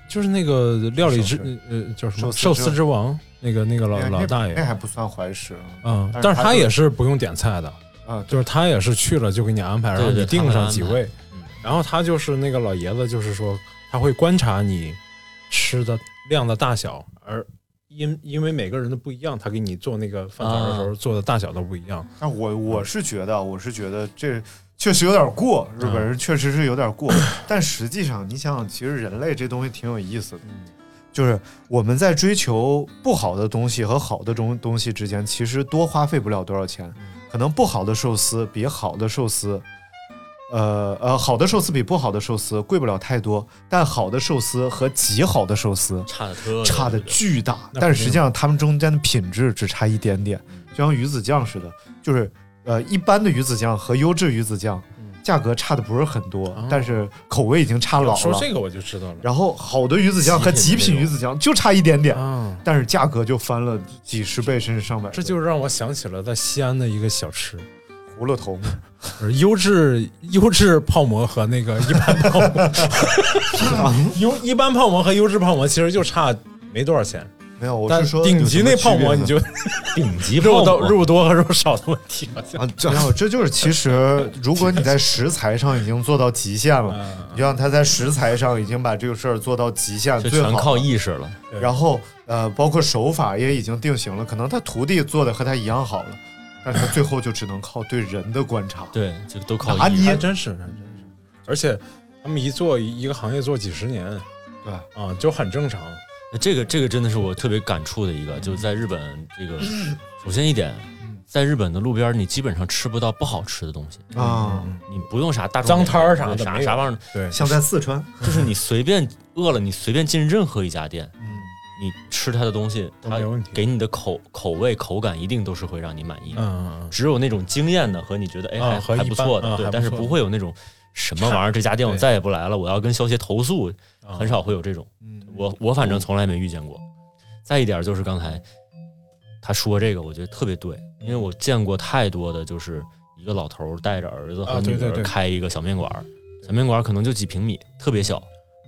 [SPEAKER 4] 就是那个料理之
[SPEAKER 3] 寿司
[SPEAKER 4] 呃叫什么寿
[SPEAKER 3] 寿司之
[SPEAKER 4] 司之王那个那个老
[SPEAKER 3] 那
[SPEAKER 4] 老大爷
[SPEAKER 3] 那，还不算怀石
[SPEAKER 4] 嗯，
[SPEAKER 3] 但是
[SPEAKER 4] 但是
[SPEAKER 3] 他
[SPEAKER 4] 他
[SPEAKER 3] 就
[SPEAKER 4] 也是不用点菜的，
[SPEAKER 3] 啊，
[SPEAKER 4] 就是他也是去了就给你安排，
[SPEAKER 2] 对
[SPEAKER 4] 然后
[SPEAKER 2] 对
[SPEAKER 4] 你
[SPEAKER 2] 他
[SPEAKER 4] 定
[SPEAKER 2] 会
[SPEAKER 4] 上
[SPEAKER 2] 安
[SPEAKER 4] 几
[SPEAKER 2] 排
[SPEAKER 4] 位
[SPEAKER 2] 嗯，
[SPEAKER 4] 然后他就是那个老爷子，就是说他会观察你吃的量的大小，而因因为每个人的不一样，他给你做那个饭团的时候做的大小都不一样，
[SPEAKER 3] 但我我是觉得，我是觉得这确实有点过，日本人确实是有点过。但实际上，你想想，其实人类这东西挺有意思的，就是我们在追求不好的东西和好的东东西之间，其实多花费不了多少钱。可能不好的寿司比好的寿司。呃呃，好的寿司比不好的寿司贵不了太多，但好的寿司和极好的寿司
[SPEAKER 2] 差的特别
[SPEAKER 3] 差的
[SPEAKER 2] 多
[SPEAKER 3] 巨大，
[SPEAKER 4] 那
[SPEAKER 3] 但
[SPEAKER 4] 肯嗯
[SPEAKER 3] 是实际上他们中间的品质只差一点点，就像鱼子酱似的，就是呃一般的鱼子酱和优质鱼子酱价格差的不是很多，
[SPEAKER 4] 嗯哦
[SPEAKER 3] 但是口味已经差老
[SPEAKER 4] 说
[SPEAKER 3] 了。
[SPEAKER 4] 这个我就知道了
[SPEAKER 3] 然后好的鱼子酱和极品鱼子酱就差一点点，
[SPEAKER 4] 啊。
[SPEAKER 3] 但是价格就翻了几十倍甚至上百倍。
[SPEAKER 4] 这就让我想起了在西安的一个小吃，
[SPEAKER 3] 葫芦头，
[SPEAKER 4] 就是优质优质泡馍和那个一般泡 馍，优一般泡馍和优质泡馍其实就差没多少钱，
[SPEAKER 3] 没有，我
[SPEAKER 4] 但
[SPEAKER 3] 是说
[SPEAKER 4] 顶级那泡馍你就
[SPEAKER 2] 顶级
[SPEAKER 4] 肉
[SPEAKER 2] 泡
[SPEAKER 4] 多
[SPEAKER 2] 馍
[SPEAKER 4] 肉多和肉少的问题好像。
[SPEAKER 5] 啊，这
[SPEAKER 3] 没有，这就是其实如果你在食材上已经做到极限 了，
[SPEAKER 4] 嗯
[SPEAKER 3] 你就像他在食材上已经把这个事儿做到极限，
[SPEAKER 2] 就
[SPEAKER 3] 最好
[SPEAKER 2] 全靠
[SPEAKER 3] 了
[SPEAKER 2] 意识了。
[SPEAKER 4] 对
[SPEAKER 3] 然后呃，包括手法也已经定型了，可能他徒弟做的和他一样好了，但是他最后就只能靠对人的观察。
[SPEAKER 2] 对，就都靠
[SPEAKER 3] 拿
[SPEAKER 2] 意
[SPEAKER 3] 捏
[SPEAKER 2] 识。
[SPEAKER 4] 还真是，还真是，而且他们一做一个行业做几十年，
[SPEAKER 3] 对
[SPEAKER 4] 啊，就很正常。
[SPEAKER 2] 这个这个真的是我特别感触的一个，就是在日本这个，
[SPEAKER 4] 嗯
[SPEAKER 2] 首先一点，在日本的路边儿你基本上吃不到不好吃的东西，
[SPEAKER 3] 啊，
[SPEAKER 2] 你不用啥大众
[SPEAKER 4] 脏
[SPEAKER 2] 点评
[SPEAKER 4] 摊儿啥的
[SPEAKER 2] 对啥
[SPEAKER 4] 没有
[SPEAKER 2] 啥玩意儿，
[SPEAKER 4] 嗯对，
[SPEAKER 3] 像在四川，
[SPEAKER 2] 就是你随便饿了，你随便进任何一家店，
[SPEAKER 3] 嗯，
[SPEAKER 2] 你吃它的东西，
[SPEAKER 4] 都
[SPEAKER 2] 它
[SPEAKER 4] 没问题
[SPEAKER 2] 给你的口口味口感一定都是会让你满意的。
[SPEAKER 4] 嗯，
[SPEAKER 2] 只有那种惊艳的和你觉得哎
[SPEAKER 4] 啊
[SPEAKER 2] 还
[SPEAKER 4] 和
[SPEAKER 2] 还
[SPEAKER 4] 一
[SPEAKER 2] 不
[SPEAKER 4] 般
[SPEAKER 2] 错
[SPEAKER 4] 啊
[SPEAKER 2] 的，
[SPEAKER 4] 还
[SPEAKER 2] 对，
[SPEAKER 4] 不
[SPEAKER 2] 但是
[SPEAKER 4] 错
[SPEAKER 2] 不
[SPEAKER 4] 的
[SPEAKER 2] 会有那种什么玩意儿这家店我
[SPEAKER 4] 对
[SPEAKER 2] 再也不来了，我要跟消协投诉，
[SPEAKER 4] 嗯
[SPEAKER 2] 很。少会有这种。我我反正从来没遇见过。再一点就是刚才他说这个，我觉得特别对，因
[SPEAKER 4] 嗯
[SPEAKER 2] 为我见过太多的就是一个老头儿带着儿子
[SPEAKER 4] 啊
[SPEAKER 2] 和
[SPEAKER 4] 对
[SPEAKER 2] 女
[SPEAKER 4] 对
[SPEAKER 2] 儿
[SPEAKER 4] 对
[SPEAKER 2] 开一个小面馆儿，小面馆儿可能就几平米，特别小。
[SPEAKER 4] 嗯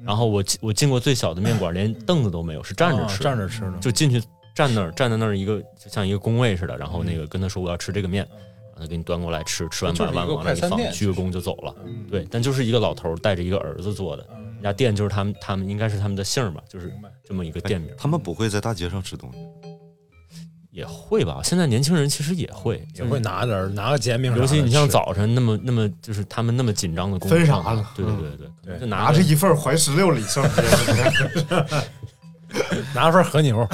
[SPEAKER 2] 然后我进我进过最小的面馆儿，连凳子都没有，是站着
[SPEAKER 4] 啊
[SPEAKER 2] 吃的，
[SPEAKER 4] 站着吃的，
[SPEAKER 2] 就进去站那儿，站在那儿一个就像一个工位似的，然后那个跟他说我要吃这个面，然后他给你端过来吃，吃完
[SPEAKER 4] 嗯就是
[SPEAKER 2] 把
[SPEAKER 4] 一
[SPEAKER 2] 碗
[SPEAKER 4] 个
[SPEAKER 2] 往那
[SPEAKER 4] 快
[SPEAKER 2] 里
[SPEAKER 4] 餐
[SPEAKER 2] 放
[SPEAKER 4] 店，
[SPEAKER 2] 鞠个躬就走了。
[SPEAKER 4] 嗯
[SPEAKER 2] 对，但就是一个老头儿带着一个儿子做的，人家店就是他们他们应该是他们的姓儿吧，就是
[SPEAKER 4] 明白
[SPEAKER 2] 这么一个店名儿，
[SPEAKER 5] 他们不会在大街上吃东西，
[SPEAKER 2] 也会吧？现在年轻人其实也会，
[SPEAKER 4] 也
[SPEAKER 2] 嗯
[SPEAKER 4] 会拿点儿拿个煎饼啥的
[SPEAKER 2] 尤
[SPEAKER 4] 吃，
[SPEAKER 2] 其你像早晨那么那么就是他们那么紧张的工作
[SPEAKER 3] 分啥
[SPEAKER 2] 状态
[SPEAKER 3] 了
[SPEAKER 2] 对对对对，可能
[SPEAKER 4] 嗯对
[SPEAKER 2] 就
[SPEAKER 3] 拿
[SPEAKER 2] 拿
[SPEAKER 3] 着
[SPEAKER 2] 着
[SPEAKER 3] 一份怀石榴礼上街，
[SPEAKER 4] 拿份和牛，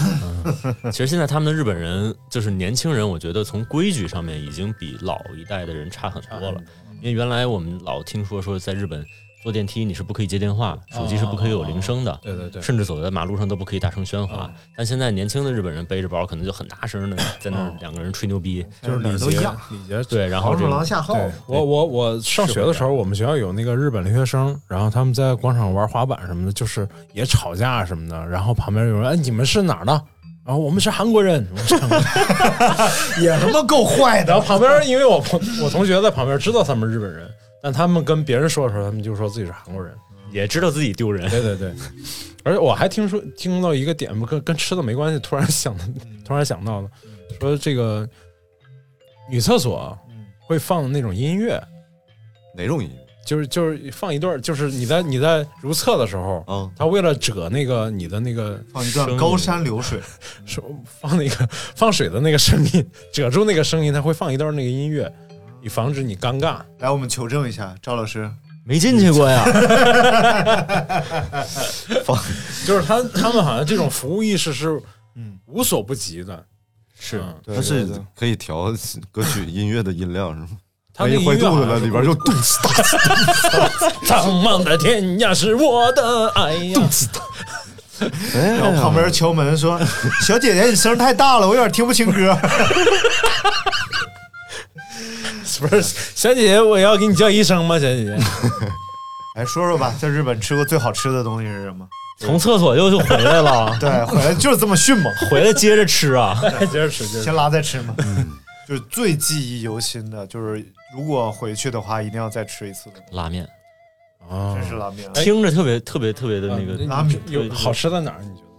[SPEAKER 2] 其实现在他们的日本人就是年轻人，我觉得从规矩上面已经比老一代的人差很多了。因为原来我们老听说说在日本坐电梯你是不可以接电话，手机是不可以有铃声的，
[SPEAKER 4] 对对对，
[SPEAKER 2] 甚至走在马路上都不可以大声喧哗
[SPEAKER 4] 啊。
[SPEAKER 2] 但现在年轻的日本人背着包，可能就很大声的在那儿
[SPEAKER 4] 啊
[SPEAKER 2] 两个人吹牛逼，
[SPEAKER 4] 就是
[SPEAKER 3] 哪
[SPEAKER 4] 礼
[SPEAKER 3] 儿
[SPEAKER 4] 节
[SPEAKER 3] 都一样。
[SPEAKER 4] 礼节
[SPEAKER 2] 对，然后
[SPEAKER 3] 黄
[SPEAKER 2] 这
[SPEAKER 3] 鼠
[SPEAKER 2] 个
[SPEAKER 3] 狼下耗
[SPEAKER 4] 对，哦我我我上学的时候，我们学校有那个日本留学生，然后他们在广场玩滑板什么的，就是也吵架什么的，然后旁边有人，哎，你们是哪儿的？
[SPEAKER 6] 然后我们是韩国人，我们是 韩国人也他妈够坏
[SPEAKER 4] 然
[SPEAKER 6] 的
[SPEAKER 4] 后。旁边，因为我朋我同学在旁边知道他们是日本人，但他们跟别人说的时候，他们就说自己是韩国人。
[SPEAKER 2] 也知道自己丢人。
[SPEAKER 4] 对对对，而且我还听说听到一个点，跟跟吃的没关系，突然想的，
[SPEAKER 3] 嗯
[SPEAKER 4] 突然想到了，说这个女厕所
[SPEAKER 3] 嗯
[SPEAKER 4] 会放那种音乐，
[SPEAKER 5] 哪种音乐
[SPEAKER 4] 就是就是放一段儿，就是你在你在如厕的时候，
[SPEAKER 5] 啊？
[SPEAKER 4] 他为了遮那个你的那个
[SPEAKER 5] 放一
[SPEAKER 2] 声
[SPEAKER 5] 段
[SPEAKER 2] 音
[SPEAKER 5] 高山流水，
[SPEAKER 4] 手放那个放水的那个声音， 遮住那个声音，他会放一段那个音乐，以防止你尴尬。
[SPEAKER 5] 来，我们求证一下，赵老师，
[SPEAKER 2] 没进去过 呀，
[SPEAKER 4] 就是他他们好像这种服务意识是
[SPEAKER 3] 嗯
[SPEAKER 4] 无所不及的，
[SPEAKER 2] 是
[SPEAKER 4] 嗯
[SPEAKER 5] 它是哎可以调歌曲音乐的音量是吗？
[SPEAKER 4] 他
[SPEAKER 5] 万一
[SPEAKER 4] 那
[SPEAKER 5] 坏肚子了，里边就
[SPEAKER 4] 就
[SPEAKER 5] 肚子大。
[SPEAKER 4] 苍茫的天涯是我的爱呀。
[SPEAKER 5] 然
[SPEAKER 3] 然后旁边敲门 说：“小姐姐，你声太大了，我有点听不清歌。
[SPEAKER 4] 不是小姐姐，我要给你叫医生吗？小 姐姐，”
[SPEAKER 3] 哎，说说吧，在日本吃过最好吃的东西是什么？
[SPEAKER 2] 从厕所又就回来了，
[SPEAKER 3] 对，回来就是这么迅猛，
[SPEAKER 2] 回来接着吃啊。
[SPEAKER 4] 接着吃，接着吃
[SPEAKER 3] 先拉再吃嘛。
[SPEAKER 5] 嗯
[SPEAKER 3] 就是最记忆犹新的，就是如果回去的话，一定要再吃一次的，
[SPEAKER 2] 拉面
[SPEAKER 4] 啊
[SPEAKER 3] 真是拉
[SPEAKER 5] 哦
[SPEAKER 3] 面。哎
[SPEAKER 2] 听着特别特别特别的那个，
[SPEAKER 3] 拉面
[SPEAKER 4] 有好吃在哪儿？你觉得？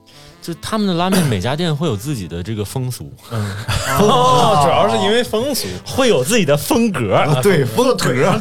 [SPEAKER 2] 就他们的拉面每家店会有自己的这个风俗，
[SPEAKER 4] 哦，主要是因为风俗，
[SPEAKER 2] 会有自己的风格。
[SPEAKER 5] 啊，对，风格啊，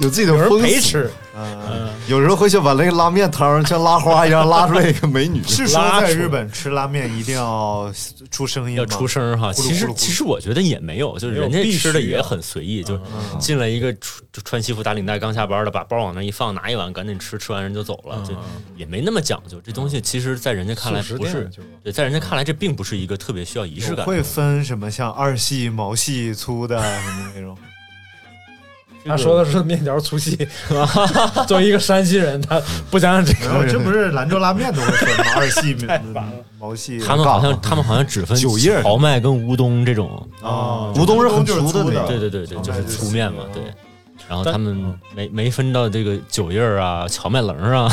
[SPEAKER 5] 有自己的
[SPEAKER 4] 有
[SPEAKER 5] 风
[SPEAKER 4] 人陪
[SPEAKER 5] 格。
[SPEAKER 4] 吃，
[SPEAKER 3] 嗯，
[SPEAKER 5] 有时候会像把那个拉面汤像拉花一样拉出来一个美女。
[SPEAKER 3] 是说在日本吃拉面一定要出声音吗？
[SPEAKER 2] 要出声儿哈，
[SPEAKER 3] 咕噜
[SPEAKER 2] 其
[SPEAKER 3] 咕噜咕
[SPEAKER 2] 实
[SPEAKER 3] 噜
[SPEAKER 2] 其实我觉得也没有，就是人
[SPEAKER 4] 没
[SPEAKER 2] 家
[SPEAKER 4] 有必须
[SPEAKER 2] 吃的
[SPEAKER 4] 啊
[SPEAKER 2] 也很随意，就是进来一个穿就穿西服打领带刚下班的，把包往那一放，拿一碗赶紧吃，吃完人就走了，就也没那么讲究。这东西其实，在人家看来
[SPEAKER 4] 素食
[SPEAKER 2] 不
[SPEAKER 4] 店
[SPEAKER 2] 是
[SPEAKER 4] 就，
[SPEAKER 2] 对，在人家看来这并不是一个特别需要仪式感的
[SPEAKER 3] 会分什么像二细、毛细、粗的什么 那种。
[SPEAKER 4] 他说的是面条粗 细。作为一个山西人，他不讲讲这
[SPEAKER 3] 没
[SPEAKER 4] 个。
[SPEAKER 3] 有，这 不是兰州拉面都会分吗？二细、毛细、
[SPEAKER 2] 他们好像他们好像只分
[SPEAKER 5] 酒叶儿
[SPEAKER 2] 荞麦跟乌冬这种，
[SPEAKER 3] 啊，
[SPEAKER 5] 乌哦冬是很粗的那个
[SPEAKER 2] 对对对
[SPEAKER 3] 荞
[SPEAKER 2] 对，
[SPEAKER 3] 麦
[SPEAKER 2] 就是
[SPEAKER 3] 就是
[SPEAKER 2] 粗面嘛
[SPEAKER 3] 哦，
[SPEAKER 2] 对。然后
[SPEAKER 4] 但
[SPEAKER 2] 他们没没分到这个酒叶儿啊、荞麦棱儿啊，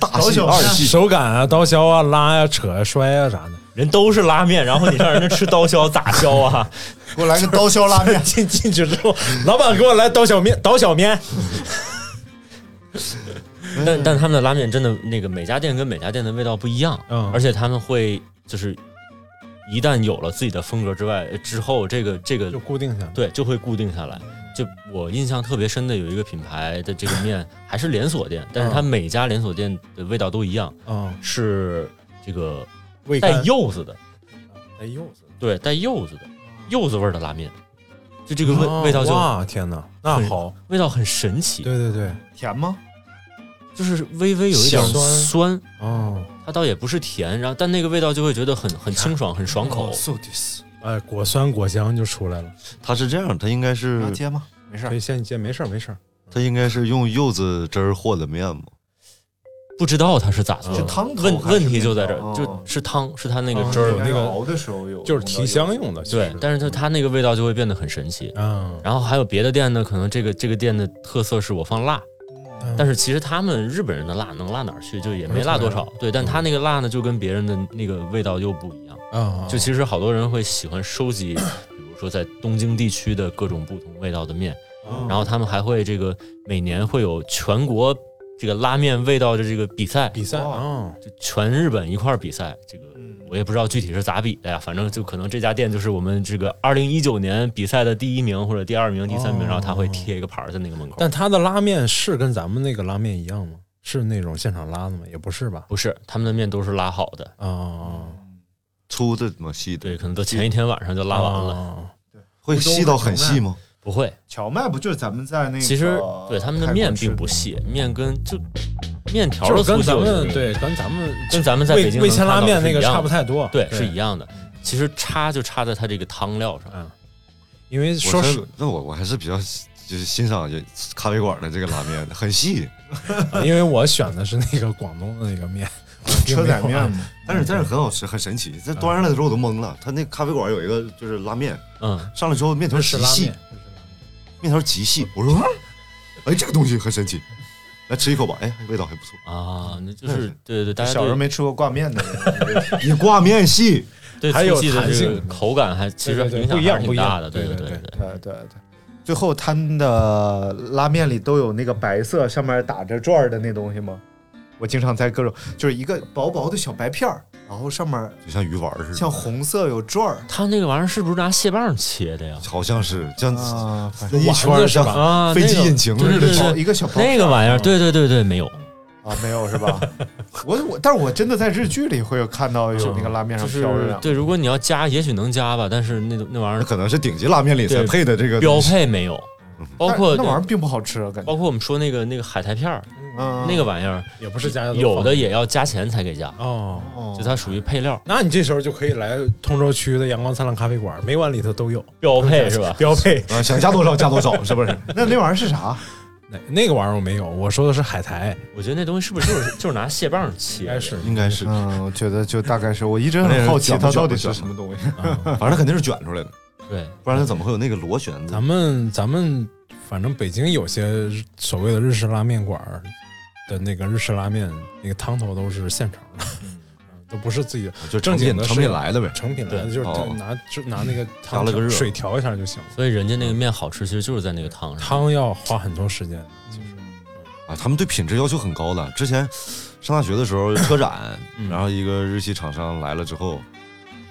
[SPEAKER 5] 大
[SPEAKER 3] 搞
[SPEAKER 5] 戏
[SPEAKER 3] 笑
[SPEAKER 5] 二戏，
[SPEAKER 4] 手感啊、刀削啊、拉呀、扯呀、摔呀 啥的，。
[SPEAKER 2] 人都是拉面，然后你让人家吃刀削咋削啊？
[SPEAKER 3] 给我来个刀削 拉面
[SPEAKER 4] 进进去之后，老板给我来刀削面，刀削面。
[SPEAKER 2] 但但他们的拉面真的那个每家店跟每家店的味道不一样，
[SPEAKER 4] 嗯
[SPEAKER 2] 而且他们会就是一旦有了自己的风格之外呃之后，这个这个
[SPEAKER 4] 就固定下来。
[SPEAKER 2] 对就会固定下来。就我印象特别深的有一个品牌的这个面还是连锁店，但是它
[SPEAKER 4] 嗯
[SPEAKER 2] 每家连锁店的味道都一样，
[SPEAKER 4] 嗯，
[SPEAKER 2] 是这个
[SPEAKER 4] 味
[SPEAKER 2] 带
[SPEAKER 4] 干
[SPEAKER 2] 柚子的，
[SPEAKER 4] 带柚子，
[SPEAKER 2] 对，带柚子的柚子味儿的拉面，就这个味、味道就
[SPEAKER 4] 哦哇天哪，那
[SPEAKER 2] 很
[SPEAKER 4] 好，
[SPEAKER 2] 味道很神奇，
[SPEAKER 4] 对对对，
[SPEAKER 3] 甜吗？
[SPEAKER 2] 就是微微有一
[SPEAKER 4] 小
[SPEAKER 2] 点
[SPEAKER 4] 酸
[SPEAKER 2] 酸
[SPEAKER 4] 哦，
[SPEAKER 2] 它倒也不是甜，然后但那个味道就会觉得很很清爽，很爽口。
[SPEAKER 3] so this。
[SPEAKER 4] 哎，果酸果香就出来了。
[SPEAKER 5] 它是这样，它应该是
[SPEAKER 3] 要接吗？没事
[SPEAKER 4] 可
[SPEAKER 3] 儿。
[SPEAKER 4] 以先接，没事儿没事儿。
[SPEAKER 5] 它应该是用柚子汁儿和的面嘛。
[SPEAKER 2] 不知道它是咋做
[SPEAKER 3] 是
[SPEAKER 2] 的，
[SPEAKER 3] 汤头
[SPEAKER 2] 问
[SPEAKER 3] 还是
[SPEAKER 2] 问题就在这
[SPEAKER 3] 面
[SPEAKER 2] 儿，
[SPEAKER 3] 条哦
[SPEAKER 2] 就是汤是它那个
[SPEAKER 4] 哦
[SPEAKER 2] 汁儿，
[SPEAKER 4] 有那个
[SPEAKER 3] 熬的时候有，
[SPEAKER 4] 就是提香用的，其实
[SPEAKER 2] 对，但是它它那个味道就会变得很神奇。
[SPEAKER 4] 嗯，
[SPEAKER 2] 然后还有别的店呢，可能这个这个店的特色是我放辣，
[SPEAKER 4] 嗯
[SPEAKER 2] 但是其实他们日本人的辣能辣哪儿去，就也没辣多少。对，
[SPEAKER 3] 嗯
[SPEAKER 2] 但他那个辣呢，就跟别人的那个味道又不一样。
[SPEAKER 4] 啊，
[SPEAKER 2] 就其实好多人会喜欢收集， 比如说在东京地区的各种不同味道的面，然后他们还会这个每年会有全国这个拉面味道的这个比赛，
[SPEAKER 4] 比赛
[SPEAKER 3] 哇
[SPEAKER 4] 啊，
[SPEAKER 2] 就全日本一块儿比赛。这个我也不知道具体是咋比的呀，反正就可能这家店就是我们这个二零一九年比赛的第一名或者第二名、第三名，然后他会贴一个牌儿在那个门口。
[SPEAKER 4] 但他的拉面是跟咱们那个拉面一样吗？是那种现场拉的吗？也不是吧？
[SPEAKER 2] 不是，他们的面都是拉好的，
[SPEAKER 4] 啊，
[SPEAKER 3] 嗯
[SPEAKER 5] 粗的嘛，细的，
[SPEAKER 2] 对，可能都前一天晚上就拉完了，
[SPEAKER 4] 了。
[SPEAKER 5] 会细到很细吗？
[SPEAKER 2] 不会。
[SPEAKER 3] 荞麦不就是咱们在那个？
[SPEAKER 2] 其实对他们的面并不细，面跟就面条
[SPEAKER 4] 就
[SPEAKER 2] 的
[SPEAKER 4] 是跟
[SPEAKER 2] 粗细
[SPEAKER 4] 咱
[SPEAKER 2] 我觉
[SPEAKER 4] 们
[SPEAKER 2] 得
[SPEAKER 4] 对，跟咱们
[SPEAKER 2] 跟咱们在北
[SPEAKER 4] 味
[SPEAKER 2] 京
[SPEAKER 4] 味
[SPEAKER 2] 能
[SPEAKER 4] 千
[SPEAKER 2] 看
[SPEAKER 4] 拉
[SPEAKER 2] 到
[SPEAKER 4] 面
[SPEAKER 2] 的
[SPEAKER 4] 那
[SPEAKER 2] 是
[SPEAKER 4] 个
[SPEAKER 2] 一样
[SPEAKER 4] 差
[SPEAKER 2] 的
[SPEAKER 4] 不太多，
[SPEAKER 2] 对，是一样的。其实差就差在它这个汤料上，
[SPEAKER 4] 嗯，因为
[SPEAKER 5] 我
[SPEAKER 4] 说
[SPEAKER 5] 是
[SPEAKER 4] 实，
[SPEAKER 5] 那我我还是比较就是欣赏这咖啡馆的这个拉面，很细。
[SPEAKER 4] 因为我选的是那个广东的那个面，
[SPEAKER 3] 车载
[SPEAKER 4] 啊
[SPEAKER 3] 面嘛，
[SPEAKER 5] 但是但是很好吃，很神奇。这端上来的时候我都懵了，他那咖啡馆有一个就是拉面，
[SPEAKER 2] 嗯，
[SPEAKER 5] 上来之后面条
[SPEAKER 4] 哦不是
[SPEAKER 5] 极
[SPEAKER 4] 拉
[SPEAKER 5] 细
[SPEAKER 4] 面，，
[SPEAKER 5] 面条极细。我说，啊哎，这个东西很神奇。来吃一口吧，哎，味道还不错。
[SPEAKER 2] 啊，那就是对对 对，大家
[SPEAKER 3] 小时候
[SPEAKER 2] 对
[SPEAKER 3] 没吃过挂面的人，
[SPEAKER 5] 你挂面系，
[SPEAKER 2] 对
[SPEAKER 4] 还有
[SPEAKER 2] 粗细的
[SPEAKER 4] 弹
[SPEAKER 2] 这
[SPEAKER 4] 性
[SPEAKER 2] 个口感还其实
[SPEAKER 4] 对对对不
[SPEAKER 2] 影响
[SPEAKER 4] 一样
[SPEAKER 2] 还是
[SPEAKER 4] 不
[SPEAKER 2] 挺
[SPEAKER 4] 一样
[SPEAKER 2] 大的，对
[SPEAKER 4] 对
[SPEAKER 2] 对
[SPEAKER 4] 对
[SPEAKER 2] 对。
[SPEAKER 3] 对对对。最后，他们的拉面里都有那个白色上面打着转儿的那东西吗？我经常在各种就是一个薄薄的小白片儿，然后上面
[SPEAKER 5] 就像鱼丸似的，
[SPEAKER 3] 像红色有转儿
[SPEAKER 2] 他那个玩意儿是不是拿蟹棒 切的呀？
[SPEAKER 5] 好像是像
[SPEAKER 3] 啊，反正
[SPEAKER 5] 一圈儿像
[SPEAKER 2] 啊，
[SPEAKER 5] 飞
[SPEAKER 2] 那
[SPEAKER 5] 机
[SPEAKER 2] 个
[SPEAKER 5] 引擎
[SPEAKER 2] 对
[SPEAKER 5] 似的
[SPEAKER 2] 对对
[SPEAKER 3] 小一个小包
[SPEAKER 2] 那个玩意儿，对对对对，没有，
[SPEAKER 3] 啊，没有是吧？我我，但是我真的在日剧里会有看到有那个拉面
[SPEAKER 2] 就
[SPEAKER 3] 上飘着
[SPEAKER 2] 是
[SPEAKER 3] 两个
[SPEAKER 2] 对，如果你要加，也许能加吧，但是那种那玩意
[SPEAKER 5] 那
[SPEAKER 2] 儿
[SPEAKER 5] 可能是顶级拉面里才
[SPEAKER 2] 对
[SPEAKER 5] 配的这个
[SPEAKER 2] 标
[SPEAKER 5] 东西
[SPEAKER 2] 配没有，包括
[SPEAKER 3] 但那玩意儿并不好吃，啊感觉
[SPEAKER 2] 包括我们说那个那个海苔片儿，
[SPEAKER 3] 嗯
[SPEAKER 2] 那个玩意儿
[SPEAKER 4] 也不是家家都
[SPEAKER 2] 有
[SPEAKER 4] 放
[SPEAKER 2] 的也要加钱才给加，
[SPEAKER 4] 哦。
[SPEAKER 3] 哦
[SPEAKER 2] 就它属于配料
[SPEAKER 4] 那你这时候就可以来通州区的阳光灿烂咖啡馆，每碗里头都有
[SPEAKER 2] 标配是吧？
[SPEAKER 4] 标配。
[SPEAKER 5] 啊，想加多少加多少，是不是？
[SPEAKER 3] 那那玩意儿是 啥？
[SPEAKER 4] 那那个玩意儿我没有，我说的是海苔，
[SPEAKER 2] 我觉得那东西是不是就是就是拿蟹棒切
[SPEAKER 4] 应
[SPEAKER 2] 的
[SPEAKER 4] 该？是
[SPEAKER 5] 应该是，
[SPEAKER 3] 嗯，我觉得就大概是，我一直很好奇它到底是什么。
[SPEAKER 5] 么东西，
[SPEAKER 4] 啊
[SPEAKER 5] 反正它肯定是卷出来的，
[SPEAKER 2] 对，
[SPEAKER 5] 不然它怎么会有那个螺旋
[SPEAKER 4] 咱
[SPEAKER 5] 子？
[SPEAKER 4] 们咱们反正北京有些日所谓的日式拉面馆儿的那个日式拉面，那个汤头都是现成的，
[SPEAKER 2] 嗯
[SPEAKER 4] 都不是自己的
[SPEAKER 5] 就
[SPEAKER 4] 正经的
[SPEAKER 5] 成
[SPEAKER 4] 是
[SPEAKER 5] 品来的呗。
[SPEAKER 4] 成品来的，
[SPEAKER 2] 对
[SPEAKER 4] 就是
[SPEAKER 5] 哦
[SPEAKER 4] 拿就拿那个
[SPEAKER 5] 加
[SPEAKER 4] 汤
[SPEAKER 5] 了个热
[SPEAKER 4] 水调一下就行了。
[SPEAKER 2] 所以人家那个面好吃，其实就是在那个汤上。
[SPEAKER 4] 汤要花很长时间，
[SPEAKER 5] 啊，他们对品质要求很高的。之前上大学的时候，车展，
[SPEAKER 2] 嗯
[SPEAKER 5] 然后一个日系厂商来了之后，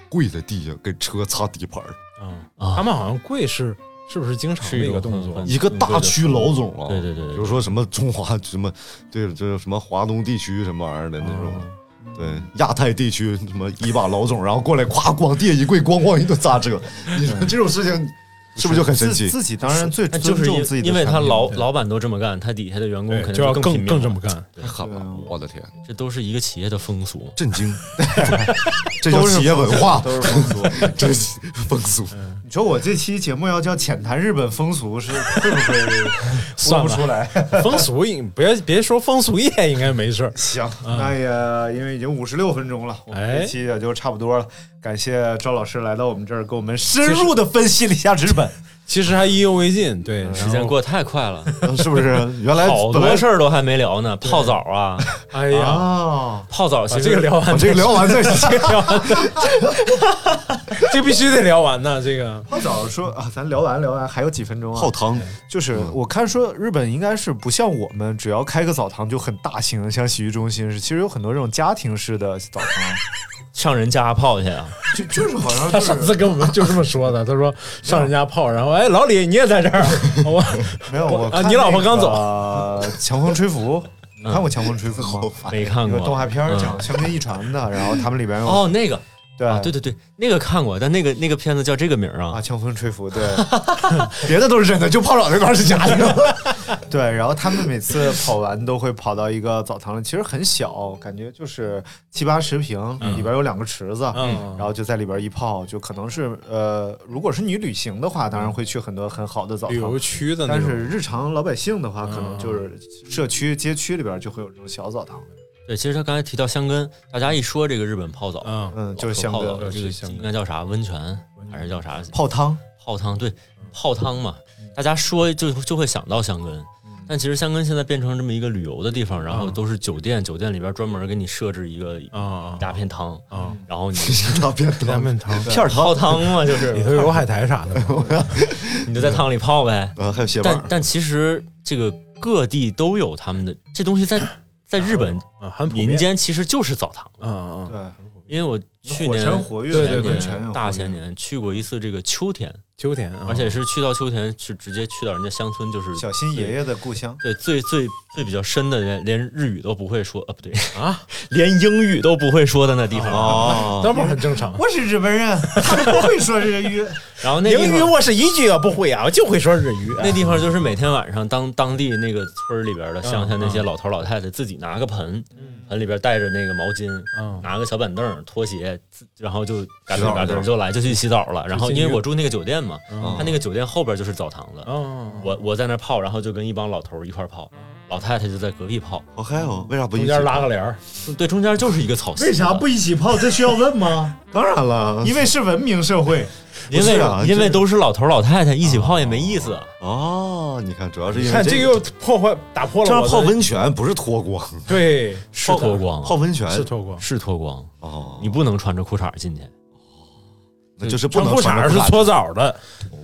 [SPEAKER 5] 跪在地下给车擦底盘儿，
[SPEAKER 4] 嗯，
[SPEAKER 2] 啊
[SPEAKER 4] 他们好像跪是是不是经常
[SPEAKER 2] 是
[SPEAKER 4] 的
[SPEAKER 2] 一
[SPEAKER 4] 一个
[SPEAKER 2] 种
[SPEAKER 4] 动
[SPEAKER 2] 很
[SPEAKER 4] 作
[SPEAKER 2] 很？
[SPEAKER 5] 一个大区老总啊，
[SPEAKER 2] 对对对
[SPEAKER 5] 比如
[SPEAKER 2] 对对，
[SPEAKER 5] 说什么中华什么，对，这什么华东地区什么玩意儿的那种。
[SPEAKER 4] 嗯
[SPEAKER 5] 对亚太地区什么一把老总，然后过来咵咣地下一跪，咣咣一顿砸车，你说这种事情是不是就很神
[SPEAKER 3] 自
[SPEAKER 5] 奇？
[SPEAKER 3] 自己当然最
[SPEAKER 2] 那
[SPEAKER 3] 尊
[SPEAKER 2] 就是
[SPEAKER 3] 重自己
[SPEAKER 2] 因
[SPEAKER 3] 的
[SPEAKER 2] 因为他
[SPEAKER 3] 产品
[SPEAKER 2] 老
[SPEAKER 3] 对
[SPEAKER 2] 老板都这么干，他底下的员工
[SPEAKER 4] 对
[SPEAKER 2] 肯定
[SPEAKER 4] 就要
[SPEAKER 2] 更拼
[SPEAKER 4] 更
[SPEAKER 2] 命
[SPEAKER 4] 更
[SPEAKER 2] 了
[SPEAKER 4] 这么干。
[SPEAKER 5] 太狠了！我的天，
[SPEAKER 2] 这都是一个企业的风俗。
[SPEAKER 5] 震惊！这叫企业文化，
[SPEAKER 3] 都是风俗。
[SPEAKER 5] 这是风俗。
[SPEAKER 3] 你说我这期节目要叫浅谈日本风俗， 是会不会
[SPEAKER 4] 算
[SPEAKER 3] 说
[SPEAKER 4] 了
[SPEAKER 3] 不出 来？
[SPEAKER 4] 风俗应别别说风俗业应该没事儿，
[SPEAKER 3] 行，
[SPEAKER 2] 嗯
[SPEAKER 3] 那也因为已经五十六分钟了，我们
[SPEAKER 2] 哎
[SPEAKER 3] 这期也就差不多了。感谢赵老师来到我们这儿，给我们深入的分析了一下日本。
[SPEAKER 4] 其实还意犹未尽。对，然后
[SPEAKER 2] 嗯时间过得太快了，
[SPEAKER 3] 嗯
[SPEAKER 5] 是不是？ 原来
[SPEAKER 2] 好
[SPEAKER 5] 本
[SPEAKER 2] 多
[SPEAKER 5] 来
[SPEAKER 2] 事儿都还没聊呢。泡澡啊，
[SPEAKER 4] 哎呀，
[SPEAKER 3] 哦，
[SPEAKER 2] 泡澡其
[SPEAKER 4] 把啊
[SPEAKER 2] 实
[SPEAKER 4] 这个聊完
[SPEAKER 5] 我，这个聊完 再说。
[SPEAKER 4] 这必须得聊完呢。这个
[SPEAKER 3] 泡澡说啊，咱聊完聊完还有几分钟啊
[SPEAKER 5] 泡？汤，
[SPEAKER 3] 就是
[SPEAKER 2] 嗯
[SPEAKER 3] 我看说日本应该是不像我们，只要开个澡堂就很大型，像洗浴中心似的。其实有很多这种家庭式的澡堂，
[SPEAKER 2] 上人家泡去啊，
[SPEAKER 3] 就就是好像
[SPEAKER 4] 他
[SPEAKER 3] 就是
[SPEAKER 4] 上次跟我们就这么说的，他说上人家泡，然后哎，老李你也在这儿，我
[SPEAKER 3] 没有我
[SPEAKER 4] 啊
[SPEAKER 3] 看
[SPEAKER 4] 你老婆刚走
[SPEAKER 3] 那个强风吹拂，你看过强风吹拂吗？
[SPEAKER 2] 嗯没看
[SPEAKER 3] 一
[SPEAKER 2] 过
[SPEAKER 3] 个动画片儿
[SPEAKER 2] 嗯
[SPEAKER 3] 讲香根一传的，然后他们里边有
[SPEAKER 2] 哦，那个
[SPEAKER 3] 对
[SPEAKER 2] 啊，对对对，那个看过，但那个那个片子叫这个名儿
[SPEAKER 3] 啊，
[SPEAKER 2] 啊，
[SPEAKER 3] 强风吹拂， 对，别的都是真的，就泡澡那块儿是假的。 对，然后他们每次跑完都会跑到一个澡堂里，其实很小，感觉就是七八十平，
[SPEAKER 2] 嗯
[SPEAKER 3] 里边有两个池子。
[SPEAKER 4] 嗯
[SPEAKER 3] 然后就在里边一泡，就可能是呃，如果是你旅行的话，当然会去很多很好的澡
[SPEAKER 4] 旅游
[SPEAKER 3] 堂，
[SPEAKER 4] 区的那
[SPEAKER 3] 但是
[SPEAKER 4] 种，
[SPEAKER 3] 日常老百姓的话，可能就是社区、街区里边就会有这种小澡堂，
[SPEAKER 2] 对，其实他刚才提到香根，大家一说这个日本泡澡，
[SPEAKER 4] 嗯，
[SPEAKER 3] 嗯，就是香
[SPEAKER 2] 哦泡澡
[SPEAKER 3] 根
[SPEAKER 2] 这个
[SPEAKER 4] 是香根
[SPEAKER 2] 应该叫啥？温泉还是叫啥？
[SPEAKER 3] 泡汤，
[SPEAKER 2] 泡汤，对，泡汤嘛，大家说就就会想到香根，但其实香根现在变成这么一个旅游的地方，然后都是酒店，酒店里边专门给你设置一个
[SPEAKER 4] 啊
[SPEAKER 2] 大片汤，
[SPEAKER 4] 啊，
[SPEAKER 2] 然后你
[SPEAKER 5] 大便
[SPEAKER 4] 拉
[SPEAKER 5] 汤。
[SPEAKER 4] 面汤
[SPEAKER 2] 片泡汤嘛，就是
[SPEAKER 4] 里头有海苔啥的，
[SPEAKER 2] 你就在汤里泡呗。
[SPEAKER 5] 啊，还有蟹
[SPEAKER 2] 但
[SPEAKER 5] 棒，
[SPEAKER 2] 但其实这个各地都有他们的这东西在，在日本
[SPEAKER 4] 啊，很普遍
[SPEAKER 2] 民，间其实就是澡堂。
[SPEAKER 4] 嗯嗯，
[SPEAKER 3] 对，
[SPEAKER 2] 因为我去
[SPEAKER 3] 火
[SPEAKER 2] 年
[SPEAKER 3] 山活跃，
[SPEAKER 4] 对
[SPEAKER 2] 前
[SPEAKER 4] 对
[SPEAKER 2] 年
[SPEAKER 3] 温泉也活
[SPEAKER 2] 大
[SPEAKER 3] 跃
[SPEAKER 2] 前年去过一次这个秋田，
[SPEAKER 4] 秋天，啊
[SPEAKER 2] 而且是去到秋田去直接去到人家乡村，就是
[SPEAKER 3] 小新爷爷的故乡。
[SPEAKER 2] 对最最最比较深的连连日语都不会说啊，不对，
[SPEAKER 4] 啊，
[SPEAKER 2] 连英语都不会说的那地方。
[SPEAKER 5] 哦，
[SPEAKER 4] 那不是很正常。
[SPEAKER 3] 我是日本人， 他们不会说日语。
[SPEAKER 2] 然后那地方
[SPEAKER 4] 我是一句也不会啊，我就会说日语
[SPEAKER 2] 那地方就是每天晚上当当地那个村儿里边
[SPEAKER 4] 啊
[SPEAKER 2] 的乡下那些老头老太太自己拿个盆，盆里边带着那个毛巾，
[SPEAKER 4] 嗯
[SPEAKER 2] 拿个小板凳、拖鞋，自然后就嘎
[SPEAKER 5] 洗澡
[SPEAKER 2] 噔嘎
[SPEAKER 5] 了
[SPEAKER 2] 噔就来就去洗澡了。然后因为我住那个酒店嘛，
[SPEAKER 4] 嗯
[SPEAKER 2] 他那个酒店后边就是澡堂子，
[SPEAKER 4] 嗯，
[SPEAKER 2] 我我在那泡，然后就跟一帮老头儿一块儿泡，老太太就在隔壁泡，
[SPEAKER 5] 我哦还有，为啥不一
[SPEAKER 4] 中
[SPEAKER 5] 起
[SPEAKER 4] 间拉个帘儿，
[SPEAKER 2] 对，中间就是一个草席。
[SPEAKER 3] 一起泡？这需要问吗？
[SPEAKER 5] 当然了，
[SPEAKER 3] 因为是文明社会，
[SPEAKER 2] 因
[SPEAKER 5] 是
[SPEAKER 2] 为、
[SPEAKER 5] 啊
[SPEAKER 2] 因
[SPEAKER 5] 这
[SPEAKER 2] 为都是老头老太太一起泡也没意思。
[SPEAKER 5] 哦，你看，主要是因为
[SPEAKER 6] 看这个
[SPEAKER 5] 个
[SPEAKER 6] 又破坏打破
[SPEAKER 5] 这
[SPEAKER 6] 了
[SPEAKER 5] 样
[SPEAKER 6] 我
[SPEAKER 5] 泡
[SPEAKER 6] 的
[SPEAKER 5] 温泉不是脱光，啊
[SPEAKER 6] 对
[SPEAKER 2] 是脱光
[SPEAKER 5] 泡
[SPEAKER 2] 了，
[SPEAKER 5] 温泉
[SPEAKER 4] 是脱光，
[SPEAKER 2] 是脱光，
[SPEAKER 5] 哦，
[SPEAKER 2] 你不能穿着裤衩进去。
[SPEAKER 5] 那就是不
[SPEAKER 4] 穿
[SPEAKER 5] 能
[SPEAKER 4] 裤
[SPEAKER 5] 穿
[SPEAKER 4] 衩
[SPEAKER 5] 着
[SPEAKER 4] 是
[SPEAKER 5] 裤衩
[SPEAKER 4] 搓澡的，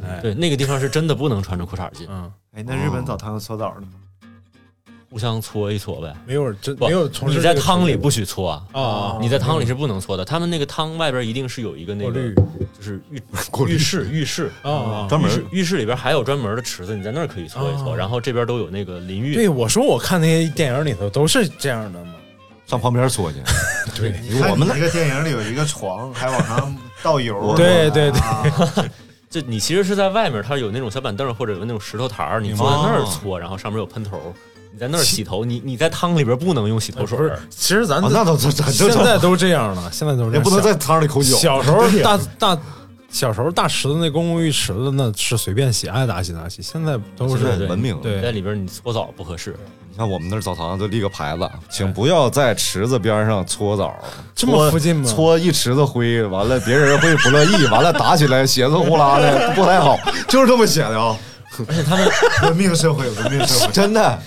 [SPEAKER 4] 哎，
[SPEAKER 2] 对，那个地方是真的不能穿着裤衩进，
[SPEAKER 4] 嗯，
[SPEAKER 3] 哎，那日本澡堂有搓澡的吗？
[SPEAKER 2] 互相搓一搓呗。
[SPEAKER 4] 没有人真
[SPEAKER 2] 不
[SPEAKER 4] 没有从事
[SPEAKER 2] 你
[SPEAKER 4] 这
[SPEAKER 2] 在
[SPEAKER 4] 个
[SPEAKER 2] 汤里
[SPEAKER 4] 行
[SPEAKER 2] 不许搓啊，
[SPEAKER 4] 为啊，
[SPEAKER 2] 你在汤里是不能搓的。他们那个汤外边一定是有一个那
[SPEAKER 4] 过
[SPEAKER 2] 个
[SPEAKER 4] 滤，嗯
[SPEAKER 2] 就是浴
[SPEAKER 5] 过滤
[SPEAKER 2] 浴室浴室
[SPEAKER 4] 啊啊，
[SPEAKER 5] 专门
[SPEAKER 2] 浴室浴室里边还有专门的池子，你在那儿可以搓一搓。
[SPEAKER 4] 哦
[SPEAKER 2] 然后这边都有那个淋浴
[SPEAKER 4] 对，我说我看那些电影里头都是这样的嘛，
[SPEAKER 5] 上旁边搓去。
[SPEAKER 4] 对，
[SPEAKER 5] 我们那
[SPEAKER 3] 那个电影里有一个床，还往上倒油
[SPEAKER 4] 对对对
[SPEAKER 5] 啊
[SPEAKER 3] 对，
[SPEAKER 2] 这你其实是在外面，它有那种小板凳或者有那种石头台儿，你坐在
[SPEAKER 3] 哦
[SPEAKER 2] 那儿搓，然后上面有喷头，你在那儿洗头，你你在汤里边不能用洗头水
[SPEAKER 4] 不是
[SPEAKER 2] 儿，，
[SPEAKER 4] 其实咱
[SPEAKER 5] 啊，那倒这这
[SPEAKER 4] 现
[SPEAKER 5] 这
[SPEAKER 4] 在都这样了，现在都是这
[SPEAKER 5] 也
[SPEAKER 4] 样
[SPEAKER 5] 不能
[SPEAKER 4] 小
[SPEAKER 5] 在汤里抠脚。
[SPEAKER 4] 小时 候大大。小时候大池子那公共浴池子那是随便洗，爱咋洗咋洗。现在都
[SPEAKER 2] 现在
[SPEAKER 4] 是
[SPEAKER 2] 对
[SPEAKER 5] 文明，
[SPEAKER 4] 对
[SPEAKER 2] 你在里边你搓澡不合适。
[SPEAKER 5] 你看我们那儿澡堂就立个牌子，请不要在池子边上搓澡，
[SPEAKER 4] 这么附近吗
[SPEAKER 5] 搓一池子灰，完了别人会不乐意，完了打起来血色呼啦的，不太好，就是这么写的啊！
[SPEAKER 2] 而且他们
[SPEAKER 3] 文明社会，文明社会。
[SPEAKER 5] 真的，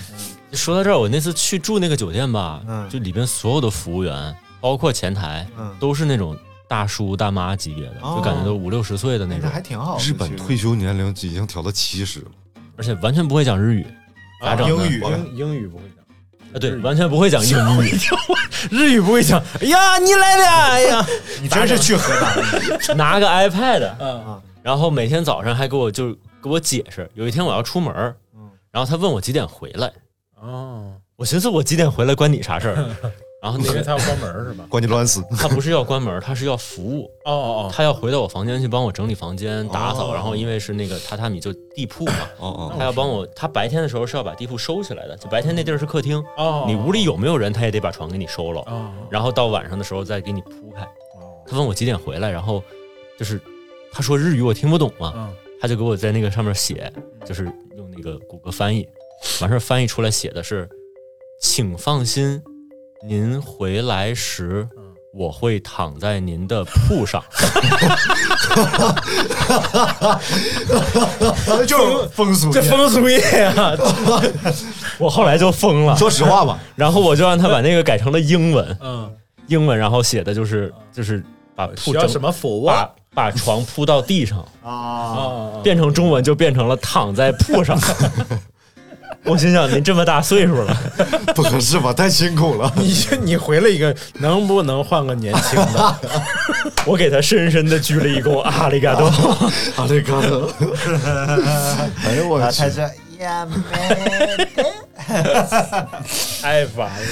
[SPEAKER 2] 说到这儿，我那次去住那个酒店吧，
[SPEAKER 3] 嗯
[SPEAKER 2] 就里边所有的服务员，包括前台，
[SPEAKER 3] 嗯
[SPEAKER 2] 都是那种大叔大妈级别的，
[SPEAKER 3] 哦哎
[SPEAKER 2] 就感觉都五六十岁的那
[SPEAKER 3] 那
[SPEAKER 2] 种，
[SPEAKER 3] 还挺好。
[SPEAKER 5] 日本退休年龄已经调到七十了，
[SPEAKER 2] 而且完全不会讲日语。咋整呢
[SPEAKER 3] 啊英语
[SPEAKER 4] 英英语不会讲，
[SPEAKER 2] 啊，对，完全不会讲英语，
[SPEAKER 4] 日语不会讲。哎呀，你来了！哎呀，
[SPEAKER 3] 你真是去河 南？
[SPEAKER 2] 拿个 iPad，啊
[SPEAKER 4] 嗯
[SPEAKER 2] 然后每天早上还给我就给我解释，有一天我要出门儿，
[SPEAKER 4] 嗯
[SPEAKER 2] 然后他问我几点回来，
[SPEAKER 4] 哦，
[SPEAKER 2] 我寻思我几点回来关你啥事 儿，然后那
[SPEAKER 4] 因为
[SPEAKER 2] 个
[SPEAKER 4] 他要关门是吧？
[SPEAKER 5] 关你卵死！
[SPEAKER 2] 他不是要关门儿，他是要服务，
[SPEAKER 4] 哦哦，
[SPEAKER 2] 他要回到我房间去帮我整理房间、打扫，
[SPEAKER 5] 哦
[SPEAKER 2] 然后因为是那个榻榻米就地铺嘛，
[SPEAKER 5] 哦
[SPEAKER 2] 他要帮我，他白天的时候是要把地铺收起来的，就白天那地儿是客厅，
[SPEAKER 4] 哦，
[SPEAKER 2] 你屋里有没有人，他也得把床给你收了，
[SPEAKER 4] 哦
[SPEAKER 2] 然后到晚上的时候再给你铺开。他问我几点回来，然后就是他说日语我听不懂嘛，
[SPEAKER 4] 嗯
[SPEAKER 2] 他就给我在那个上面写，就是用那个谷歌翻译，完事儿翻译出来写的是，请放心，您回来时
[SPEAKER 4] 嗯。
[SPEAKER 2] 我会躺在您的铺上，
[SPEAKER 3] 那
[SPEAKER 5] 哦
[SPEAKER 3] 就是风俗
[SPEAKER 2] 这
[SPEAKER 3] 店，
[SPEAKER 2] 风俗业啊！ 我后来就疯了，
[SPEAKER 5] 说实话吧，
[SPEAKER 2] 然后我就让他把那个改成了英文，
[SPEAKER 4] 嗯，
[SPEAKER 2] 英文，然后写的就是就是把铺
[SPEAKER 4] 需要
[SPEAKER 2] 整
[SPEAKER 4] 什么服务啊？
[SPEAKER 2] 把把床铺到地上，
[SPEAKER 3] 啊，
[SPEAKER 4] 啊
[SPEAKER 2] 变成中文就变成了躺在铺上。我心想，您这么大岁数了，
[SPEAKER 5] 不合适吧？太辛苦 了。
[SPEAKER 4] 你你回了一个，能不能换个年轻的？
[SPEAKER 2] 我给他深深的鞠了一躬，阿里嘎多。
[SPEAKER 5] 啊，这个，哎呦我
[SPEAKER 3] 他
[SPEAKER 5] 去
[SPEAKER 3] 才！说呀妹。
[SPEAKER 4] 太烦了。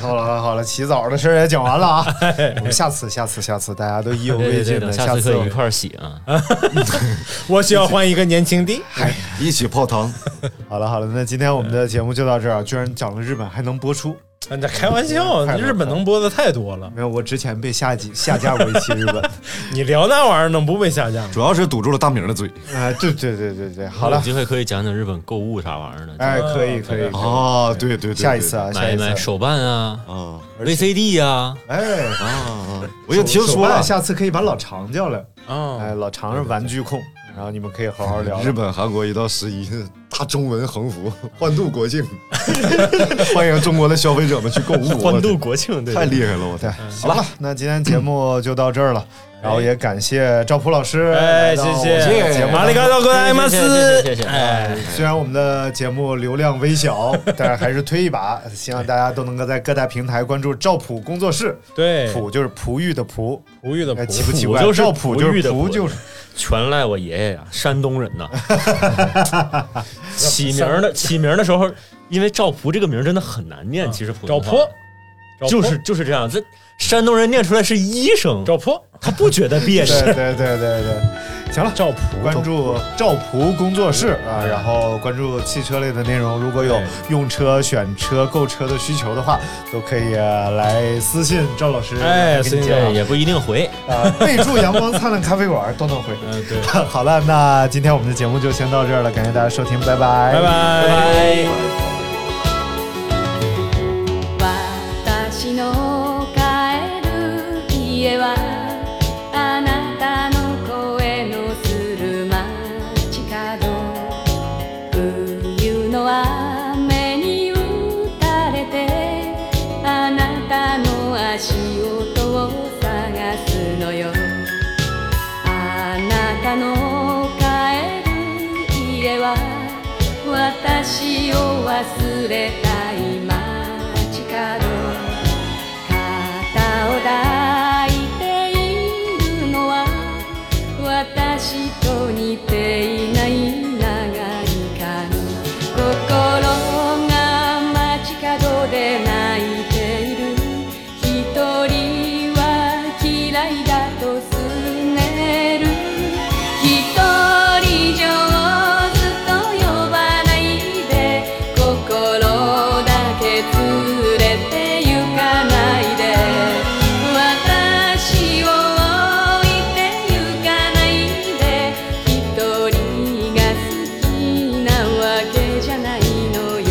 [SPEAKER 3] 好了好了好了，起早的事儿也讲完了 啊，我们下次下次下次大家都意犹
[SPEAKER 2] 对
[SPEAKER 3] 未
[SPEAKER 2] 对对，
[SPEAKER 3] 尽
[SPEAKER 2] 等
[SPEAKER 3] 的，
[SPEAKER 2] 下次可
[SPEAKER 3] 次我
[SPEAKER 2] 以一
[SPEAKER 3] 们
[SPEAKER 2] 块儿洗啊。
[SPEAKER 4] 我需要换一个年轻 的。
[SPEAKER 5] 一起泡汤，
[SPEAKER 3] 好了好了，那今天我
[SPEAKER 5] 嗯
[SPEAKER 3] 们的节目就到这儿啊，居然讲了日本还能播出，
[SPEAKER 4] 你这开玩笑，
[SPEAKER 3] 太
[SPEAKER 4] 日本能播的太多了。
[SPEAKER 3] 没有，我之前被下级下架过一期日本，
[SPEAKER 4] 你聊那玩意儿能不被下架吗？
[SPEAKER 5] 主要是堵住了大明的嘴。
[SPEAKER 3] 啊，对对对对对，好了
[SPEAKER 2] 有，机会可以讲讲日本购物啥玩意儿的，
[SPEAKER 3] 哎，可以可以，可以
[SPEAKER 5] 啊，对对对，
[SPEAKER 3] 下一次啊，下
[SPEAKER 2] 买一
[SPEAKER 3] 一
[SPEAKER 2] 买
[SPEAKER 3] 次，
[SPEAKER 2] 手办啊
[SPEAKER 5] 啊
[SPEAKER 2] ，VCD 啊，
[SPEAKER 3] 哎，
[SPEAKER 5] 啊啊！我也听
[SPEAKER 3] 手
[SPEAKER 5] 说
[SPEAKER 3] 办
[SPEAKER 5] 了，
[SPEAKER 3] 下次可以把老常叫来，哎，
[SPEAKER 4] 啊，
[SPEAKER 3] 老常是玩具控，然后你们可以好好聊
[SPEAKER 5] 日。本、韩国一到十一，大中文横幅 欢度国庆，欢迎中国的消费者们去购物。
[SPEAKER 2] 欢度国庆，对
[SPEAKER 5] 太厉害了，我
[SPEAKER 3] 对
[SPEAKER 5] 天！，
[SPEAKER 3] 嗯好哎了，那今天节目就到这儿了，然后也感谢赵普老师，
[SPEAKER 4] 哎，谢
[SPEAKER 5] 谢谢
[SPEAKER 4] 谢，马里嘎多，ございま
[SPEAKER 2] 谢
[SPEAKER 4] す。
[SPEAKER 2] 谢谢谢谢谢。
[SPEAKER 4] 哎，
[SPEAKER 3] 虽然我们的节目流量 微小，但是还是推一把，希望大家都能够在各大平台关注赵普工作室。
[SPEAKER 4] 对，
[SPEAKER 3] 普就是璞玉的璞，
[SPEAKER 4] 璞玉的
[SPEAKER 3] 哎，
[SPEAKER 4] 璞
[SPEAKER 3] 奇不奇怪？
[SPEAKER 2] 普就是
[SPEAKER 3] 赵普就
[SPEAKER 2] 璞玉
[SPEAKER 3] 是
[SPEAKER 2] 的
[SPEAKER 3] 璞，
[SPEAKER 2] 璞
[SPEAKER 3] 就是
[SPEAKER 2] 全赖我爷爷呀、山东人呐。起名儿的起名儿的时候，因为赵普这个名儿真的很难念，
[SPEAKER 4] 嗯
[SPEAKER 2] 其实普
[SPEAKER 4] 找
[SPEAKER 2] 通话
[SPEAKER 4] 坡，找坡
[SPEAKER 2] 就是就是这样，这山东人念出来是医生，
[SPEAKER 4] 找坡，
[SPEAKER 2] 他不觉得别
[SPEAKER 3] 对
[SPEAKER 2] 扭。
[SPEAKER 3] 对对对对。行了，
[SPEAKER 4] 赵普嗯
[SPEAKER 3] 关注赵普工作室啊，然后关注汽车类的内容。如果有
[SPEAKER 4] 对
[SPEAKER 3] 用车、选车、购车的需求的话，都可以呃来私信赵老师，
[SPEAKER 4] 哎
[SPEAKER 3] 给你啊
[SPEAKER 4] 私信
[SPEAKER 3] 解答
[SPEAKER 2] 也不一定回。
[SPEAKER 3] 啊，备注“阳光灿烂咖啡馆”都 能回。
[SPEAKER 4] 嗯，对，
[SPEAKER 3] 好了，那今天我们的节目就先到这儿了，感谢大家收听，拜拜，
[SPEAKER 4] 拜。
[SPEAKER 2] 拜
[SPEAKER 4] 拜。
[SPEAKER 2] 拜。
[SPEAKER 7] 私の帰る家はあなたの声のしい音を探すのよ」「あなたの帰る家は私を忘れた今街角」「肩を抱いているのは私と似ていない長い髪」「心が街角で泣いている」「一人は嫌いだとすねる」「一人上手と呼ばないで」「心だけ連れて行かないで」「私を置いて行かないで」「一人が好きなわけじゃないのよ」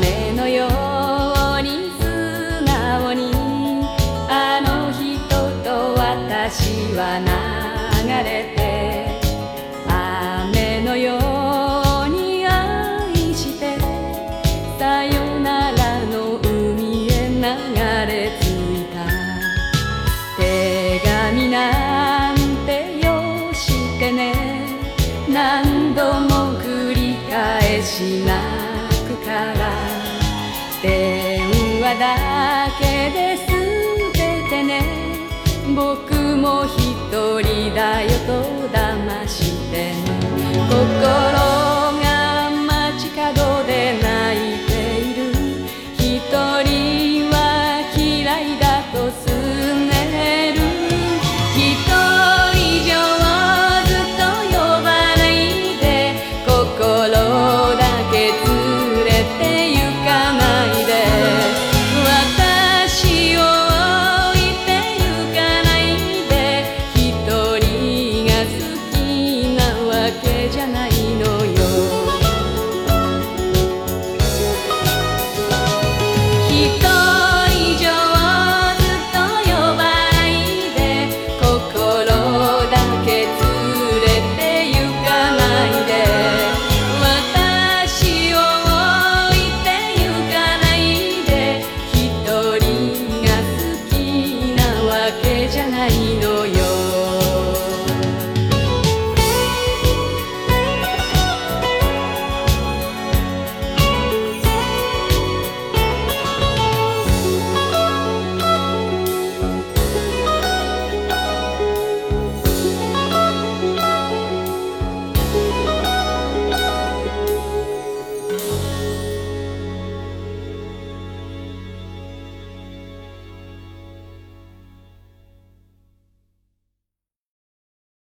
[SPEAKER 7] 雨のように素直にあの人と私は流れて雨のように愛してさよならの海へ流れ着いた手紙なんてよしてね何度も繰り返し泣くから電話だけで捨ててね僕も一人だよと騙してね心が街角で泣いている一人は嫌いだとすねる一人上手と呼ばないで心だけ連れて行かないで私を置いて行かないで一人が好きなわけじゃないのよ「ひとり上手と呼ばないで」「心だけ連れて行かないで」「私を置いて行かないで」「一人が好きなわけじゃないのよ」